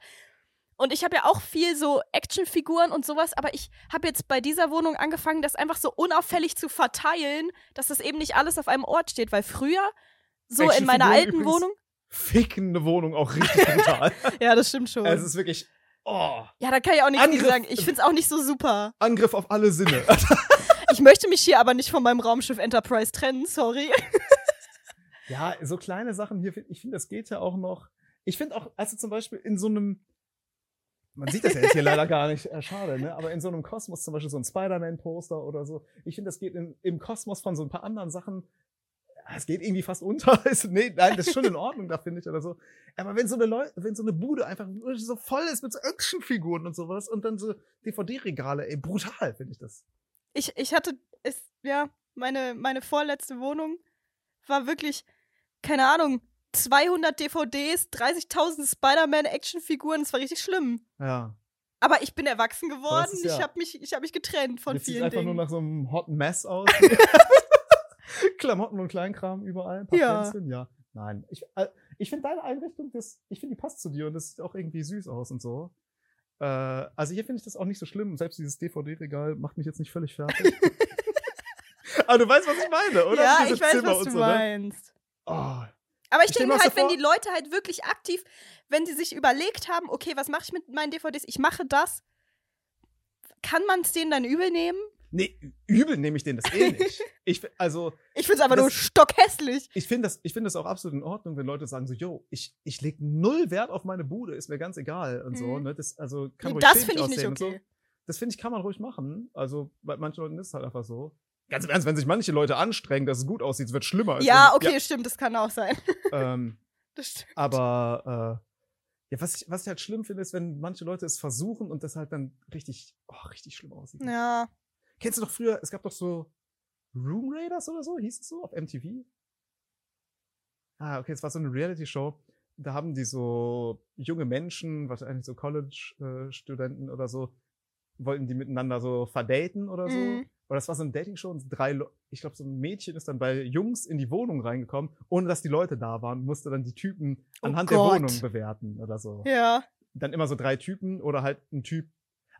B: Und ich habe ja auch viel so Actionfiguren und sowas, aber ich habe jetzt bei dieser Wohnung angefangen, das einfach so unauffällig zu verteilen, dass das eben nicht alles auf einem Ort steht, weil früher, so in meiner
A: Actionfiguren
B: alten
A: übrigens-
B: Wohnung.
A: fickende Wohnung auch richtig brutal.
B: Ja, das stimmt schon.
A: es ist wirklich, oh,
B: ja, da kann ich auch nichts gegen
A: Angriff-
B: sagen. Ich finde es auch nicht so super.
A: Angriff auf alle Sinne.
B: Ich möchte mich hier aber nicht von meinem Raumschiff Enterprise trennen, sorry.
A: ja, so kleine Sachen hier, find- ich finde, das geht ja auch noch. Ich finde auch, also zum Beispiel in so einem, man sieht das ja jetzt hier leider gar nicht, äh, schade, ne? aber in so einem Kosmos, zum Beispiel so ein Spider-Man-Poster oder so, ich finde, das geht in, im Kosmos von so ein paar anderen Sachen, ah, es geht irgendwie fast unter. Ist- nee, nein, das ist schon in Ordnung, da finde ich oder so. Aber wenn so eine Leu wenn so eine Bude einfach wirklich so voll ist mit so Actionfiguren und sowas und dann so DVD-Regale, ey, brutal finde ich das.
B: Ich, ich hatte, es, ja, meine, meine vorletzte Wohnung war wirklich, keine Ahnung, 200 DVDs, 30.000 Spider-Man-Actionfiguren. Das war richtig schlimm.
A: Ja.
B: Aber ich bin erwachsen geworden.
A: ist ja-
B: Ich habe mich, ich hab mich getrennt von
A: Jetzt sieht's
B: vielen
A: einfach
B: Dingen.
A: nur nach so einem Hot Mess aus. Klamotten und Kleinkram überall. Ein paar
B: Ja.
A: Pflänzchen, ja. Nein. Ich, äh, ich finde deine Einrichtung, das, ich finde, die passt zu dir und das sieht auch irgendwie süß aus und so. Äh, also hier finde ich das auch nicht so schlimm. Selbst dieses DVD-Regal macht mich jetzt nicht völlig fertig. Aber du weißt, was ich meine, oder?
B: ja,
A: Diese
B: ich weiß,
A: Zimmer
B: was
A: und
B: du
A: so, ne?
B: meinst.
A: Oh,
B: Aber ich,
A: Ich stell mir
B: denke
A: auch so
B: halt, wenn
A: vor-
B: die Leute halt wirklich aktiv, wenn sie sich überlegt haben, okay, was mache ich mit meinen DVDs? Ich mache das. Kann man es denen dann übel nehmen?
A: Nee, übel nehme ich den das eh nicht. Ich, also,
B: Ich finde es einfach
A: Das-
B: nur stockhässlich.
A: ich finde das, ich finde das auch absolut in Ordnung, wenn Leute sagen so, yo, ich, ich leg null Wert auf meine Bude, ist mir ganz egal und so,
B: Mhm.
A: ne, das, also, kann
B: Nee,
A: ruhig
B: das
A: schäbig
B: finde ich nicht
A: aussehen und
B: okay.
A: So. Das finde ich, kann man ruhig machen. Also, bei manchen Leuten ist es halt einfach so. Ganz im Ernst, wenn sich manche Leute anstrengen, dass es gut aussieht, es wird schlimmer. als
B: Ja,
A: wenn-
B: okay, stimmt, das kann auch sein.
A: Ja, ähm,
B: Das stimmt.
A: aber, äh, ja, was ich, was ich halt schlimm finde, ist, wenn manche Leute es versuchen und das halt dann richtig, oh, richtig schlimm aussieht.
B: Ja.
A: Kennst du doch früher, es gab doch so Room Raiders oder so, hieß es so, auf MTV? Ah, okay, es war so eine Reality-Show. Da haben die so junge Menschen, wahrscheinlich so College-Studenten oder so, wollten die miteinander so verdaten oder so.
B: Mhm.
A: Oder das war so eine Dating-Show und drei, Le ich glaube, so ein Mädchen ist dann bei Jungs in die Wohnung reingekommen, ohne dass die Leute da waren, musste dann die Typen
B: Oh
A: anhand
B: Gott.
A: der Wohnung bewerten oder so
B: Ja.
A: dann immer so drei Typen oder halt ein Typ.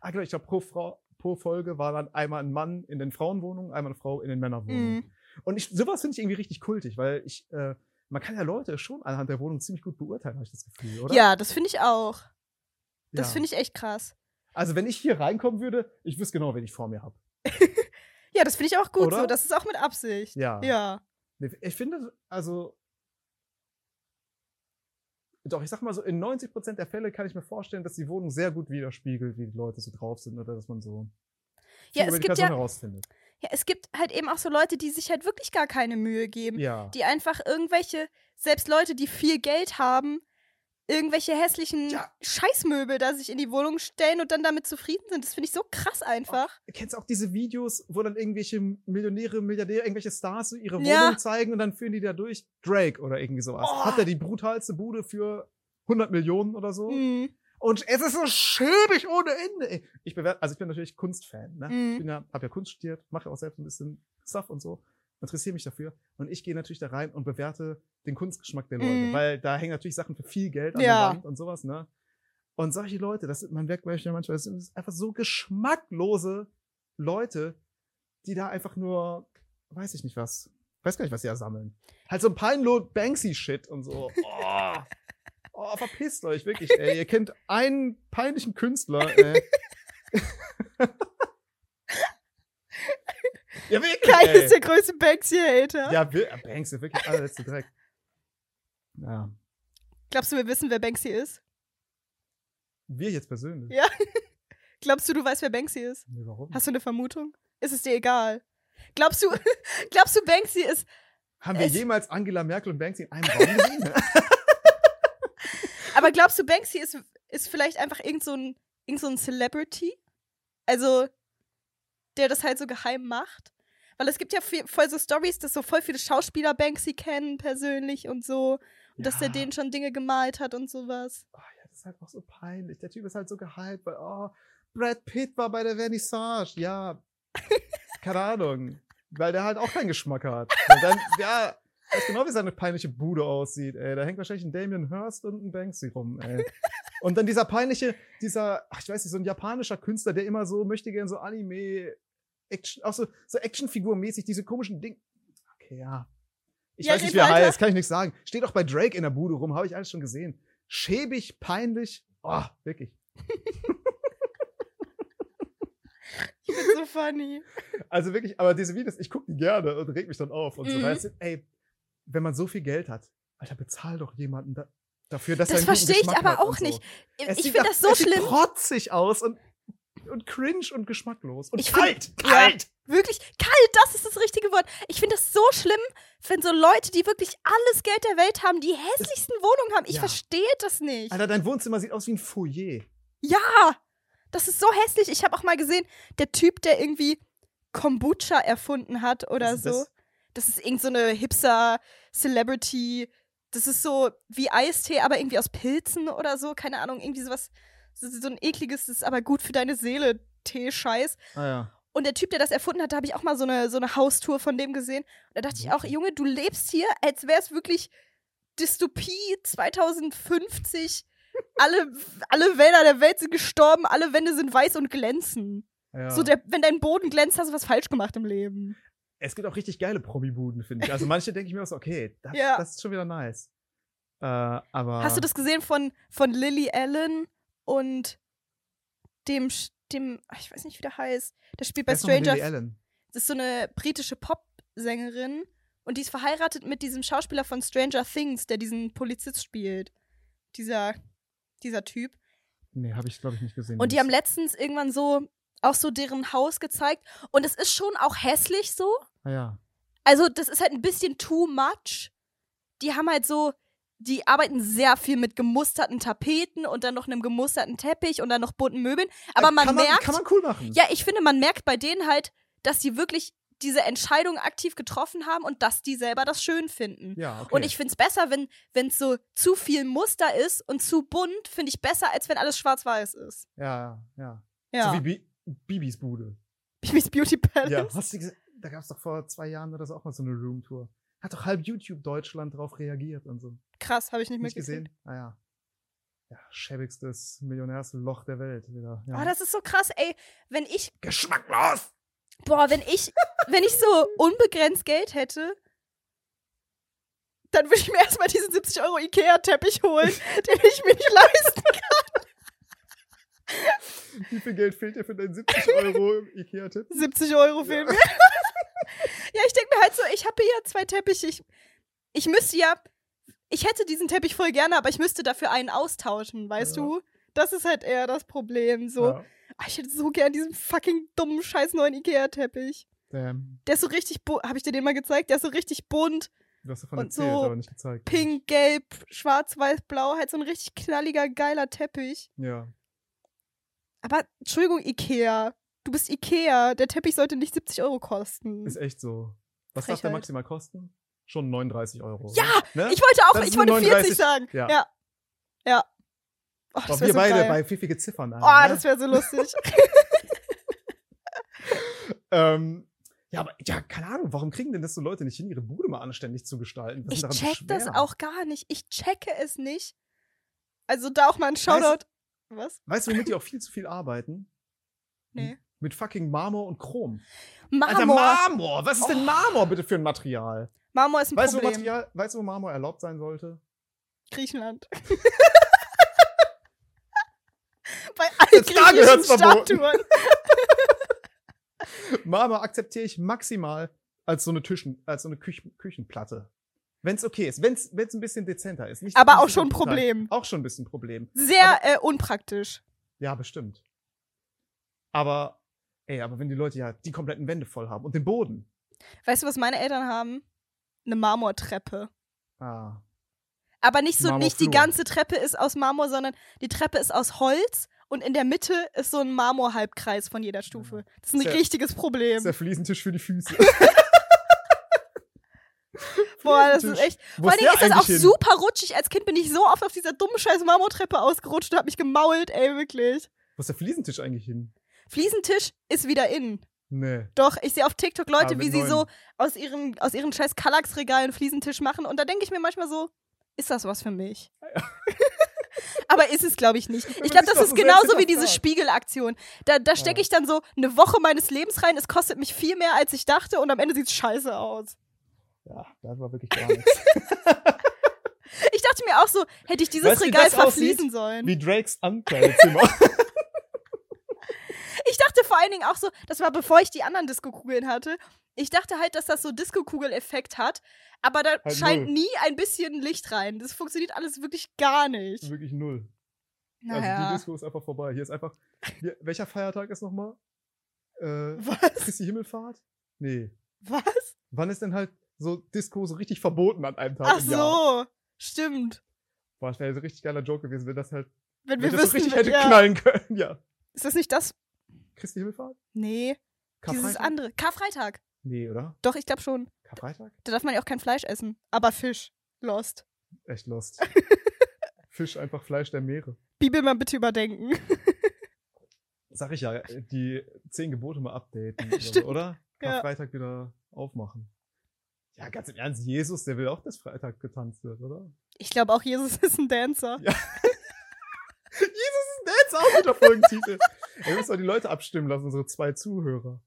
A: Ah, genau, ich glaube, pro, Frau- pro Folge war dann einmal ein Mann in den Frauenwohnungen, einmal eine Frau in den Männerwohnungen.
B: Mhm.
A: Und ich, sowas finde ich irgendwie richtig kultig, weil ich, äh, man kann ja Leute schon anhand der Wohnung ziemlich gut beurteilen, habe ich das Gefühl, oder?
B: Ja, das finde ich auch. Das finde ich echt krass.
A: Also, wenn ich hier reinkommen würde, ich wüsste genau, wen ich vor mir habe.
B: Ja, das finde ich auch gut
A: Oder?
B: so. Das ist auch mit Absicht.
A: Ja.
B: Ja.
A: Nee, Ich finde, also. Doch, ich sag mal so, in 90% der Fälle kann ich mir vorstellen, dass die Wohnung sehr gut widerspiegelt, wie die Leute so drauf sind oder dass man so viel
B: Ja,
A: über
B: es
A: die
B: gibt
A: Person
B: ja,
A: herausfindet.
B: ja, es gibt halt eben auch so Leute, die sich halt wirklich gar keine Mühe geben.
A: Ja.
B: Die einfach irgendwelche, selbst Leute, die viel Geld haben, irgendwelche hässlichen
A: Ja.
B: Scheißmöbel da sich in die Wohnung stellen und dann damit zufrieden sind. Das finde ich so krass einfach.
A: kennst du auch diese Videos, wo dann irgendwelche Millionäre, Milliardäre, irgendwelche Stars so ihre Wohnung
B: Ja.
A: zeigen und dann führen die da durch? Drake oder irgendwie sowas.
B: Oh.
A: Hat er die brutalste Bude für 100 Millionen oder so?
B: Mhm.
A: Und es ist so schäbig ohne Ende. Ey. Ich bewerte, also ich bin natürlich Kunstfan, ne?
B: Mhm.
A: Ich bin ja, habe ja Kunst studiert, mache auch selbst ein bisschen Stuff und so, interessiere mich dafür und ich gehe natürlich da rein und bewerte den Kunstgeschmack der Leute,
B: Mhm.
A: weil da hängen natürlich Sachen für viel Geld an
B: Ja.
A: der Wand und sowas, ne? Und solche Leute, das sind, man merkt manchmal, manchmal das sind einfach so geschmacklose Leute, die da einfach nur, weiß ich nicht was, weiß gar nicht, was sie da sammeln. Halt so ein Pineload Banksy-Shit und so. Oh. Oh, verpisst euch, wirklich, ey. Ihr kennt einen peinlichen Künstler, ey. ja, wirklich,
B: Kai
A: ey.
B: ist der größte Banksy-Hater.
A: Ja, wir- Banksy, wirklich allerletzte Dreck. Ja.
B: Glaubst du, wir wissen, wer Banksy ist?
A: Wir jetzt persönlich.
B: Ja. Glaubst du, du weißt, wer Banksy ist?
A: Nee, warum?
B: Hast du eine Vermutung? Ist es dir egal? Glaubst du, glaubst du Banksy ist.
A: Haben wir
B: es-
A: jemals Angela Merkel und Banksy in einem Raum gesehen?
B: Aber glaubst du, Banksy ist, ist vielleicht einfach irgend so, ein, irgend so ein Celebrity? Also, der das halt so geheim macht? Weil es gibt ja viel, voll so Stories, dass so voll viele Schauspieler Banksy kennen persönlich und so. Und dass der
A: Ja.
B: denen schon Dinge gemalt hat und sowas.
A: Oh, ja, das ist halt auch so peinlich. Der Typ ist halt so gehypt, weil, oh, Brad Pitt war bei der Vernissage. Ja. Keine Ahnung. Weil der halt auch keinen Geschmack hat. Und dann, ja, weiß genau, wie seine peinliche Bude aussieht, ey. Da hängt wahrscheinlich ein Damien Hirst und ein Banksy rum, ey. Und dann dieser peinliche, dieser, ach, ich weiß nicht, so ein japanischer Künstler, der immer so möchte gern so Anime, Action, auch so, so Actionfigur-mäßig, diese komischen Ding. Okay, ja. Ich
B: Ja,
A: weiß nicht,
B: red
A: wer
B: weiter.
A: heißt, kann ich nichts sagen. Steht auch bei Drake in der Bude rum, habe ich alles schon gesehen. Schäbig, peinlich, oh, wirklich.
B: Ich bin so funny.
A: Also wirklich, aber diese Videos, ich gucke die gerne und reg mich dann auf und
B: Mhm.
A: so. Weißt du, ey, wenn man so viel Geld hat, Alter, bezahl doch jemanden da, dafür, dass er
B: Das
A: einen guten
B: versteh ich
A: Geschmack
B: aber
A: hat und
B: auch
A: so.
B: nicht.
A: Es
B: ich
A: sieht
B: finde
A: nach-
B: das so
A: es Sieht
B: schlimm.
A: protzig aus und, und cringe und geschmacklos und
B: Ich find-
A: kalt,
B: ja.
A: kalt.
B: Wirklich, kalt, das ist das richtige Wort. Ich finde das so schlimm, wenn so Leute, die wirklich alles Geld der Welt haben, die hässlichsten Wohnungen haben. Ich
A: Ja.
B: verstehe das nicht.
A: Alter, dein Wohnzimmer sieht aus wie ein Foyer.
B: Ja, das ist so hässlich. Ich habe auch mal gesehen, der Typ, der irgendwie Kombucha erfunden hat oder
A: Was ist
B: so.
A: das?
B: Das ist irgend so eine hipster Celebrity Das ist so wie Eistee, aber irgendwie aus Pilzen oder so. Keine Ahnung, irgendwie sowas. So so ein ekliges, das ist aber gut für deine Seele, Tee-Scheiß.
A: Ah ja.
B: Und der Typ, der das erfunden hat, da habe ich auch mal so eine, so eine Haustour von dem gesehen. Und da dachte ich auch, Junge, du lebst hier, als wäre es wirklich Dystopie 2050. Alle, alle Wälder der Welt sind gestorben, alle Wände sind weiß und glänzen.
A: ja.
B: So der, wenn dein Boden glänzt, hast du was falsch gemacht im Leben.
A: es gibt auch richtig geile Promi-Buden, finde ich. Also manche denke ich mir auch so, okay, das,
B: Ja.
A: das ist schon wieder nice. Äh, aber
B: Hast du das gesehen von, von Lily Allen und dem, Sch- dem, ach, ich weiß nicht, wie der heißt. Der spielt bei
A: Wer ist nochmal
B: Stranger
A: Lily Allen.
B: Das ist so eine britische Popsängerin und die ist verheiratet mit diesem Schauspieler von Stranger Things, der diesen Polizist spielt. Dieser, dieser Typ.
A: Nee, habe ich, glaube ich, nicht gesehen.
B: Und die haben letztens irgendwann so auch so deren Haus gezeigt. Und es ist schon auch hässlich so.
A: ah, ja.
B: Also, das ist halt ein bisschen too much. Die haben halt so, die arbeiten sehr viel mit gemusterten Tapeten und dann noch einem gemusterten Teppich und dann noch bunten Möbeln. Aber
A: Äh,
B: man
A: kann
B: merkt.
A: Kann man cool machen.
B: Ja, ich finde, man merkt bei denen halt, dass die wirklich diese Entscheidung aktiv getroffen haben und dass die selber das schön finden.
A: ja okay.
B: Und ich find's besser, wenn wenn's so zu viel Muster ist und zu bunt, finde ich besser, als wenn alles schwarz-weiß ist.
A: Ja, ja, ja. So
B: Ja.
A: wie Bi Bibis Bude.
B: Bibis Beauty
A: Ja.
B: Palace.
A: Hast du gesehen? Da gab es doch vor zwei Jahren oder so auch mal so eine Roomtour. Hat doch halb YouTube Deutschland drauf reagiert und so.
B: Krass, habe ich nicht
A: Nicht
B: mitgesehen.
A: gesehen? Ah ja. Ja, schäbigstes Millionärsloch der Welt wieder. Ja.
B: Oh, das ist so krass, ey. Wenn ich
A: Geschmacklos!
B: Boah, wenn ich, wenn ich so unbegrenzt Geld hätte, dann würde ich mir erstmal diesen 70 Euro Ikea-Teppich holen, den ich mir nicht leisten kann.
A: Wie viel Geld fehlt dir für deinen 70 Euro Ikea-Tipp?
B: 70 Euro fehlen mir. ja, ich denke mir halt so, ich habe hier zwei Teppiche. Ich, ich müsste ja, ich hätte diesen Teppich voll gerne, aber ich müsste dafür einen austauschen, weißt
A: Ja.
B: du? Das ist halt eher das Problem. So,
A: Ja.
B: Ah, ich hätte so gern diesen fucking dummen, scheiß neuen Ikea-Teppich.
A: Ähm,
B: Der ist so richtig, bu- habe ich dir den mal gezeigt? Der ist so richtig bunt.
A: du hast davon
B: Und
A: erzählt,
B: so
A: aber nicht gezeigt.
B: pink, gelb, schwarz, weiß, blau, halt so ein richtig knalliger, geiler Teppich.
A: Ja.
B: Aber Entschuldigung, Ikea. Du bist Ikea. Der Teppich sollte nicht 70 Euro kosten.
A: Ist echt so. Was darf der
B: Frechheit.
A: maximal kosten? Schon 39 Euro.
B: Ja,
A: ne?
B: Ich wollte auch,
A: Das ist
B: ich wollte
A: nur 39.
B: 40 sagen. Ja.
A: Ja.
B: Ja. Oh,
A: Auch
B: das
A: wir
B: wäre so
A: beide
B: geil.
A: bei pfiffige Ziffern. An,
B: oh,
A: ne?
B: das wäre so lustig.
A: ähm, ja, aber ja, keine Ahnung, warum kriegen denn das so Leute nicht hin, ihre Bude mal anständig zu gestalten? Was
B: ich
A: ist daran so
B: check das
A: schwer?
B: auch gar nicht. Ich checke es nicht. Also da auch mal ein Shoutout. Was?
A: Weißt du, womit die auch viel zu viel arbeiten?
B: Nee.
A: Mit fucking Marmor und Chrom. Alter,
B: Marmor.
A: Marmor! Was ist denn Marmor bitte für ein Material?
B: Marmor ist ein
A: Weißt du, wo
B: Problem.
A: Material, weißt du, wo Marmor erlaubt sein sollte?
B: Griechenland. bei allen
A: Jetzt da
B: griechischen
A: gehört's verboten.
B: Statuen.
A: Marmor akzeptiere ich maximal als so eine Tischen, als so eine Küchen, Küchenplatte. Wenn es okay ist, wenn es ein bisschen dezenter ist. Nicht
B: Aber
A: nicht
B: auch
A: so
B: schon ein
A: total.
B: Problem.
A: Auch schon ein bisschen ein Problem.
B: Sehr äh, unpraktisch.
A: Ja, bestimmt. Aber, ey, aber wenn die Leute ja die kompletten Wände voll haben und den Boden.
B: Weißt du, was meine Eltern haben? Eine Marmortreppe.
A: Ah,
B: Aber nicht so, nicht die
A: Marmorflur.
B: ganze Treppe ist aus Marmor, sondern die Treppe ist aus Holz und in der Mitte ist so ein Marmorhalbkreis von jeder Stufe. Das ist ein
A: Sehr-
B: richtiges Problem.
A: ist der Fliesentisch für die Füße.
B: Boah, das ist
A: Fliesentisch.
B: echt.
A: Wo
B: Vor allen Dingen ist das
A: eigentlich
B: auch super rutschig. Als Kind bin ich so oft auf dieser dummen scheiß Marmortreppe ausgerutscht und hab mich gemault, ey, wirklich.
A: Wo ist der Fliesentisch eigentlich hin?
B: Fliesentisch ist wieder in.
A: Nee.
B: Doch, ich sehe auf TikTok
A: Ah,
B: Leute,
A: mit
B: wie sie
A: neuen.
B: so aus ihren, aus ihren scheiß Kallax-Regalen Fliesentisch machen. Und da denke ich mir manchmal so, ist das was für mich? Aber ist es, glaube ich, nicht. Ich
A: wird
B: glaube,
A: sich
B: das
A: doch
B: ist
A: so
B: genauso
A: selbst
B: wie diese
A: hinterfragt.
B: Spiegelaktion. Da, da stecke
A: Ja.
B: ich dann so eine Woche meines Lebens rein, es kostet mich viel mehr, als ich dachte und am Ende sieht es scheiße aus.
A: Ja, das war wirklich gar nichts.
B: Ich dachte mir auch so, hätte ich dieses
A: Weißt du, wie
B: Regal
A: das aussieht?
B: verfließen sollen.
A: Wie Drakes Ankleidezimmer.
B: Ich dachte vor allen Dingen auch so, das war bevor ich die anderen Disco-Kugeln hatte. Ich dachte halt, dass das so Disco-Kugel-Effekt hat, aber da
A: Halt
B: scheint
A: null.
B: nie ein bisschen Licht rein. Das funktioniert alles wirklich gar nicht.
A: wirklich null. Also die
B: Naja.
A: Disco ist einfach vorbei. Hier ist einfach. Hier, welcher Feiertag ist nochmal? Äh,
B: Was?
A: Christi Himmelfahrt? Nee.
B: Was?
A: Wann ist denn halt so Disco so richtig verboten an einem Tag
B: Ach
A: im Jahr?
B: so. Stimmt.
A: Boah, das wäre so ein richtig geiler Joke gewesen, wenn das halt
B: Wenn
A: wenn
B: wir
A: ich das so
B: wissen,
A: richtig
B: wenn-
A: hätte
B: ja.
A: knallen können. Ja.
B: ist das nicht das?
A: Christi Himmelfahrt?
B: Nee, dieses
A: Karfreitag?
B: andere. Karfreitag.
A: Nee, oder?
B: Doch, ich glaube schon.
A: Karfreitag?
B: Da darf man ja auch kein Fleisch essen, aber Fisch. Lost.
A: Echt lost. Fisch einfach Fleisch der Meere.
B: Bibel mal bitte überdenken.
A: Sag ich ja, äh, die zehn Gebote mal updaten, oder so,
B: Stimmt.
A: oder?
B: Ja.
A: Karfreitag wieder aufmachen. Ja, ganz im Ernst, Jesus, der will auch, dass Freitag getanzt wird, oder?
B: Ich glaube auch Jesus ist ein Dancer.
A: Jetzt auch wieder Folgentitel. Wir müssen doch die Leute abstimmen lassen, unsere zwei Zuhörer.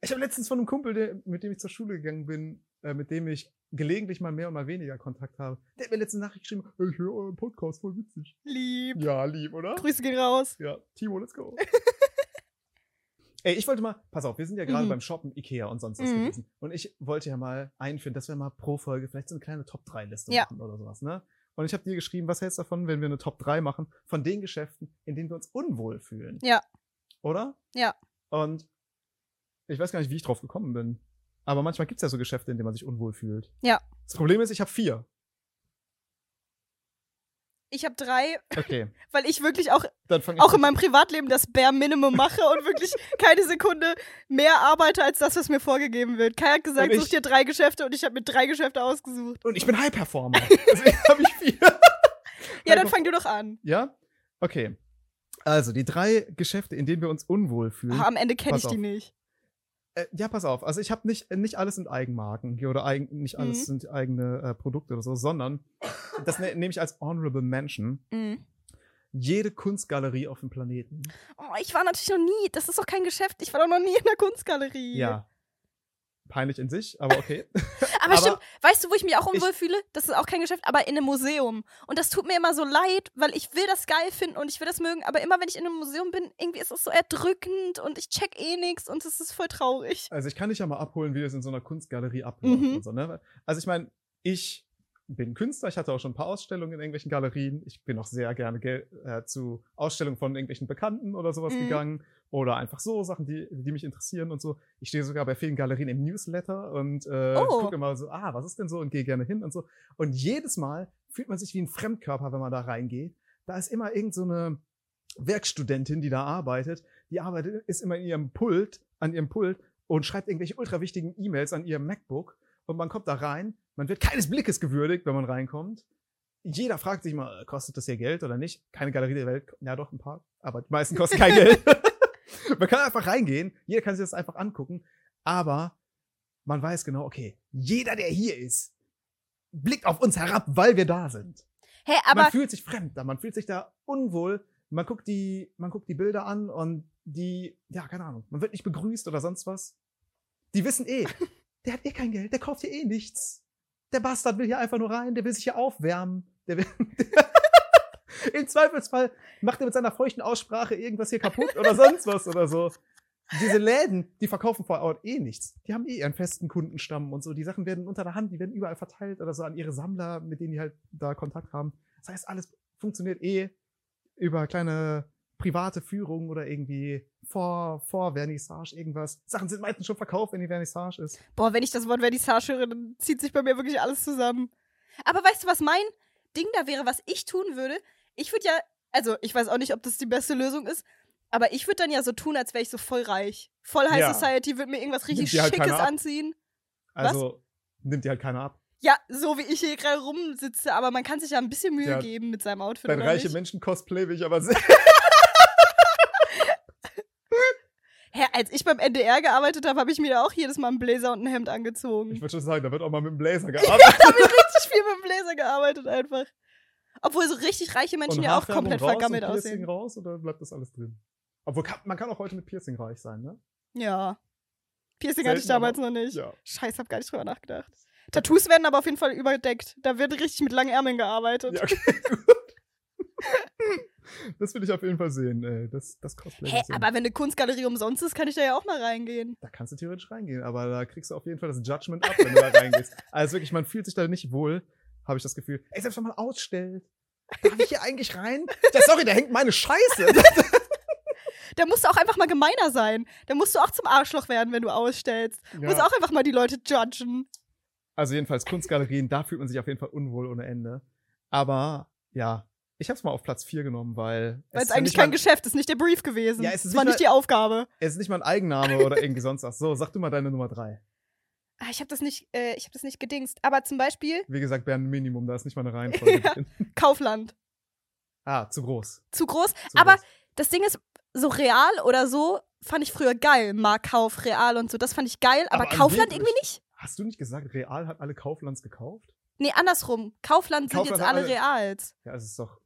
A: Ich habe letztens von einem Kumpel, der, mit dem ich zur Schule gegangen bin, äh, mit dem ich gelegentlich mal mehr und mal weniger Kontakt habe, der hat mir letzte Nachricht geschrieben, ich höre euren Podcast, voll witzig.
B: Lieb.
A: Ja, lieb, oder?
B: Grüße gehen raus.
A: Ja, Timo, let's go. Ey, ich wollte mal, pass auf, wir sind ja gerade
B: Mhm.
A: beim Shoppen, Ikea und sonst was
B: Mhm.
A: gewesen. Und ich wollte ja mal einführen, dass wir mal pro Folge vielleicht so eine kleine Top-3-Liste
B: Ja.
A: machen oder sowas, ne? Und ich habe dir geschrieben, was hältst du davon, wenn wir eine Top 3 machen, von den Geschäften, in denen wir uns unwohl fühlen?
B: Ja.
A: Oder?
B: Ja.
A: Und ich weiß gar nicht, wie ich drauf gekommen bin. Aber manchmal gibt es ja so Geschäfte, in denen man sich unwohl fühlt.
B: Ja.
A: Das Problem ist, ich habe vier.
B: Ich habe drei,
A: Okay.
B: weil ich wirklich auch,
A: Dann fange ich
B: auch
A: mit-
B: in meinem Privatleben das Bare Minimum mache und wirklich keine Sekunde mehr arbeite als das, was mir vorgegeben wird. Kai hat gesagt,
A: Und ich-
B: such dir drei Geschäfte und ich habe mir drei Geschäfte ausgesucht.
A: Und ich bin High Performer. Deswegen habe ich vier.
B: Ja, dann
A: Einfach-
B: fang du doch an.
A: Ja? Okay. Also, die drei Geschäfte, in denen wir uns unwohl fühlen.
B: Ach, am Ende kenne
A: Mhm. Pass
B: ich die
A: auf.
B: nicht.
A: Äh, ja, pass auf. Also, ich habe nicht, nicht alles sind Eigenmarken hier oder eigen, nicht alles
B: Mhm.
A: sind eigene äh, Produkte oder so, sondern das ne, nehme ich als Honorable Mention.
B: Mhm.
A: Jede Kunstgalerie auf dem Planeten.
B: Oh, ich war natürlich noch nie, das ist doch kein Geschäft. Ich war doch noch nie in der Kunstgalerie.
A: Ja. Peinlich in sich, aber okay.
B: Aber,
A: Aber-
B: stimmt, weißt du, wo ich mich auch
A: Ich-
B: unwohl fühle? Das ist auch kein Geschäft, aber in einem Museum. Und das tut mir immer so leid, weil ich will das geil finden und ich will das mögen. Aber immer, wenn ich in einem Museum bin, irgendwie ist es so erdrückend und ich check eh nix und es ist voll traurig.
A: Also ich kann dich ja mal abholen, wie das in so einer Kunstgalerie abläuft
B: Mhm.
A: und so, ne? Also ich meine, ich bin Künstler, ich hatte auch schon ein paar Ausstellungen in irgendwelchen Galerien. Ich bin auch sehr gerne ge äh, zu Ausstellungen von irgendwelchen Bekannten oder sowas
B: Mhm.
A: gegangen. Oder einfach so Sachen, die, die mich interessieren und so. Ich stehe sogar bei vielen Galerien im Newsletter und äh,
B: Oh.
A: gucke immer so, ah, was ist denn so und gehe gerne hin und so. Und jedes Mal fühlt man sich wie ein Fremdkörper, wenn man da reingeht. Da ist immer irgend so eine Werkstudentin, die da arbeitet. Die arbeitet, ist immer in ihrem Pult, an ihrem Pult und schreibt irgendwelche ultra wichtigen E-Mails an ihrem MacBook. Und man kommt da rein. Man wird keines Blickes gewürdigt, wenn man reinkommt. Jeder fragt sich mal, äh, kostet das hier Geld oder nicht? Keine Galerie der Welt, ja doch, ein paar, aber die meisten kosten kein Geld. man kann einfach reingehen, jeder kann sich das einfach angucken, aber man weiß genau, okay, jeder, der hier ist, blickt auf uns herab, weil wir da sind
B: Hä, aber
A: man fühlt sich fremd da, man fühlt sich da unwohl. Man guckt die, man guckt die Bilder an und die, ja, keine Ahnung, man wird nicht begrüßt oder sonst was. Die wissen eh, der hat eh kein Geld, der kauft hier eh nichts. Der Bastard will hier einfach nur rein, der will sich hier aufwärmen. Der will, Im Zweifelsfall macht er mit seiner feuchten Aussprache irgendwas hier kaputt oder sonst was oder so. Diese Läden, die verkaufen vor Ort eh nichts. Die haben eh ihren festen Kundenstamm und so. Die Sachen werden unter der Hand, die werden überall verteilt oder so an ihre Sammler, mit denen die halt da Kontakt haben. Das heißt, alles funktioniert eh über kleine private Führungen oder irgendwie vor, vor Vernissage irgendwas. Sachen sind meistens schon verkauft, wenn die Vernissage ist.
B: boah, wenn ich das Wort Vernissage höre, dann zieht sich bei mir wirklich alles zusammen. Aber weißt du, was mein Ding da wäre, was ich tun würde? Ich würde ja, also ich weiß auch nicht, ob das die beste Lösung ist, aber ich würde dann ja so tun, als wäre ich so voll reich. Voll High
A: Ja.
B: Society, würde mir irgendwas
A: Nimmt
B: richtig
A: dir halt
B: Schickes
A: keiner ab.
B: anziehen.
A: Also nimmt dir halt keiner ab.
B: Ja, so wie ich hier gerade rumsitze, aber man kann sich ja ein bisschen Mühe
A: Ja.
B: geben mit seinem Outfit.
A: Dein
B: Oder
A: reiche
B: nicht?
A: Menschen-Cosplay will ich aber sehen.
B: Hä, als ich beim NDR gearbeitet habe, habe ich mir da auch jedes Mal einen Bläser und ein Hemd angezogen.
A: Ich
B: Ich
A: würde schon sagen, da wird auch mal mit dem Blazer gearbeitet.
B: habe richtig viel mit dem Bläser gearbeitet einfach. Obwohl so richtig reiche Menschen
A: Und
B: ja auch
A: Haarfärbung
B: komplett
A: raus
B: vergammelt
A: und Piercing
B: aussehen.
A: raus oder bleibt das alles drin? Obwohl, kann, man kann auch heute mit Piercing reich sein, ne?
B: Ja. Piercing hatte ich
A: Selten, aber-
B: damals noch nicht.
A: Ja.
B: Scheiße, hab gar nicht drüber nachgedacht. Tattoos werden aber auf jeden Fall überdeckt. Da wird richtig mit langen Ärmeln gearbeitet.
A: Ja, okay, gut. Das will ich auf jeden Fall sehen, ey. Das, das Cosplay.
B: Hä,
A: will ich sehen.
B: aber wenn eine Kunstgalerie umsonst ist, kann ich da ja auch mal reingehen.
A: da kannst du theoretisch reingehen, aber da kriegst du auf jeden Fall das Judgment ab, wenn du da reingehst. Also wirklich, man fühlt sich da nicht wohl, habe ich das Gefühl. Ey, selbst wenn man ausstellt, darf ich hier eigentlich rein? Ja, sorry, da hängt meine Scheiße.
B: Da musst du auch einfach mal gemeiner sein. Da musst du auch zum Arschloch werden, wenn du ausstellst.
A: Ja.
B: Muss auch einfach mal die Leute judgen.
A: Also jedenfalls Kunstgalerien, da fühlt man sich auf jeden Fall unwohl ohne Ende. Aber ja, ich habe es mal auf Platz 4 genommen, weil
B: Weil es
A: ist ja
B: eigentlich
A: nicht
B: kein
A: mal,
B: Geschäft ist, nicht der Brief gewesen.
A: Ja, es ist
B: das war
A: nicht
B: nicht die Aufgabe.
A: es ist nicht mal ein Eigenname oder irgendwie sonst was. So, sag du mal deine Nummer 3.
B: Ah, ich habe das nicht, äh, ich habe das nicht gedingst. Aber zum Beispiel
A: Wie gesagt, Bern Minimum, da ist nicht mal eine Reihenfolge
B: Ja.
A: drin.
B: Kaufland.
A: Ah, zu groß.
B: Zu groß.
A: Zu
B: aber
A: groß.
B: das Ding ist, so real oder so fand ich früher geil. Markauf, real und so. Das fand ich geil. Aber,
A: Aber
B: Kaufland
A: angeblich-
B: irgendwie nicht.
A: Hast du nicht gesagt, Real hat alle Kauflands gekauft?
B: Nee, andersrum. Kaufland sind
A: Kaufland
B: jetzt
A: hat
B: alle
A: alle-
B: Reals.
A: Ja, es ist doch.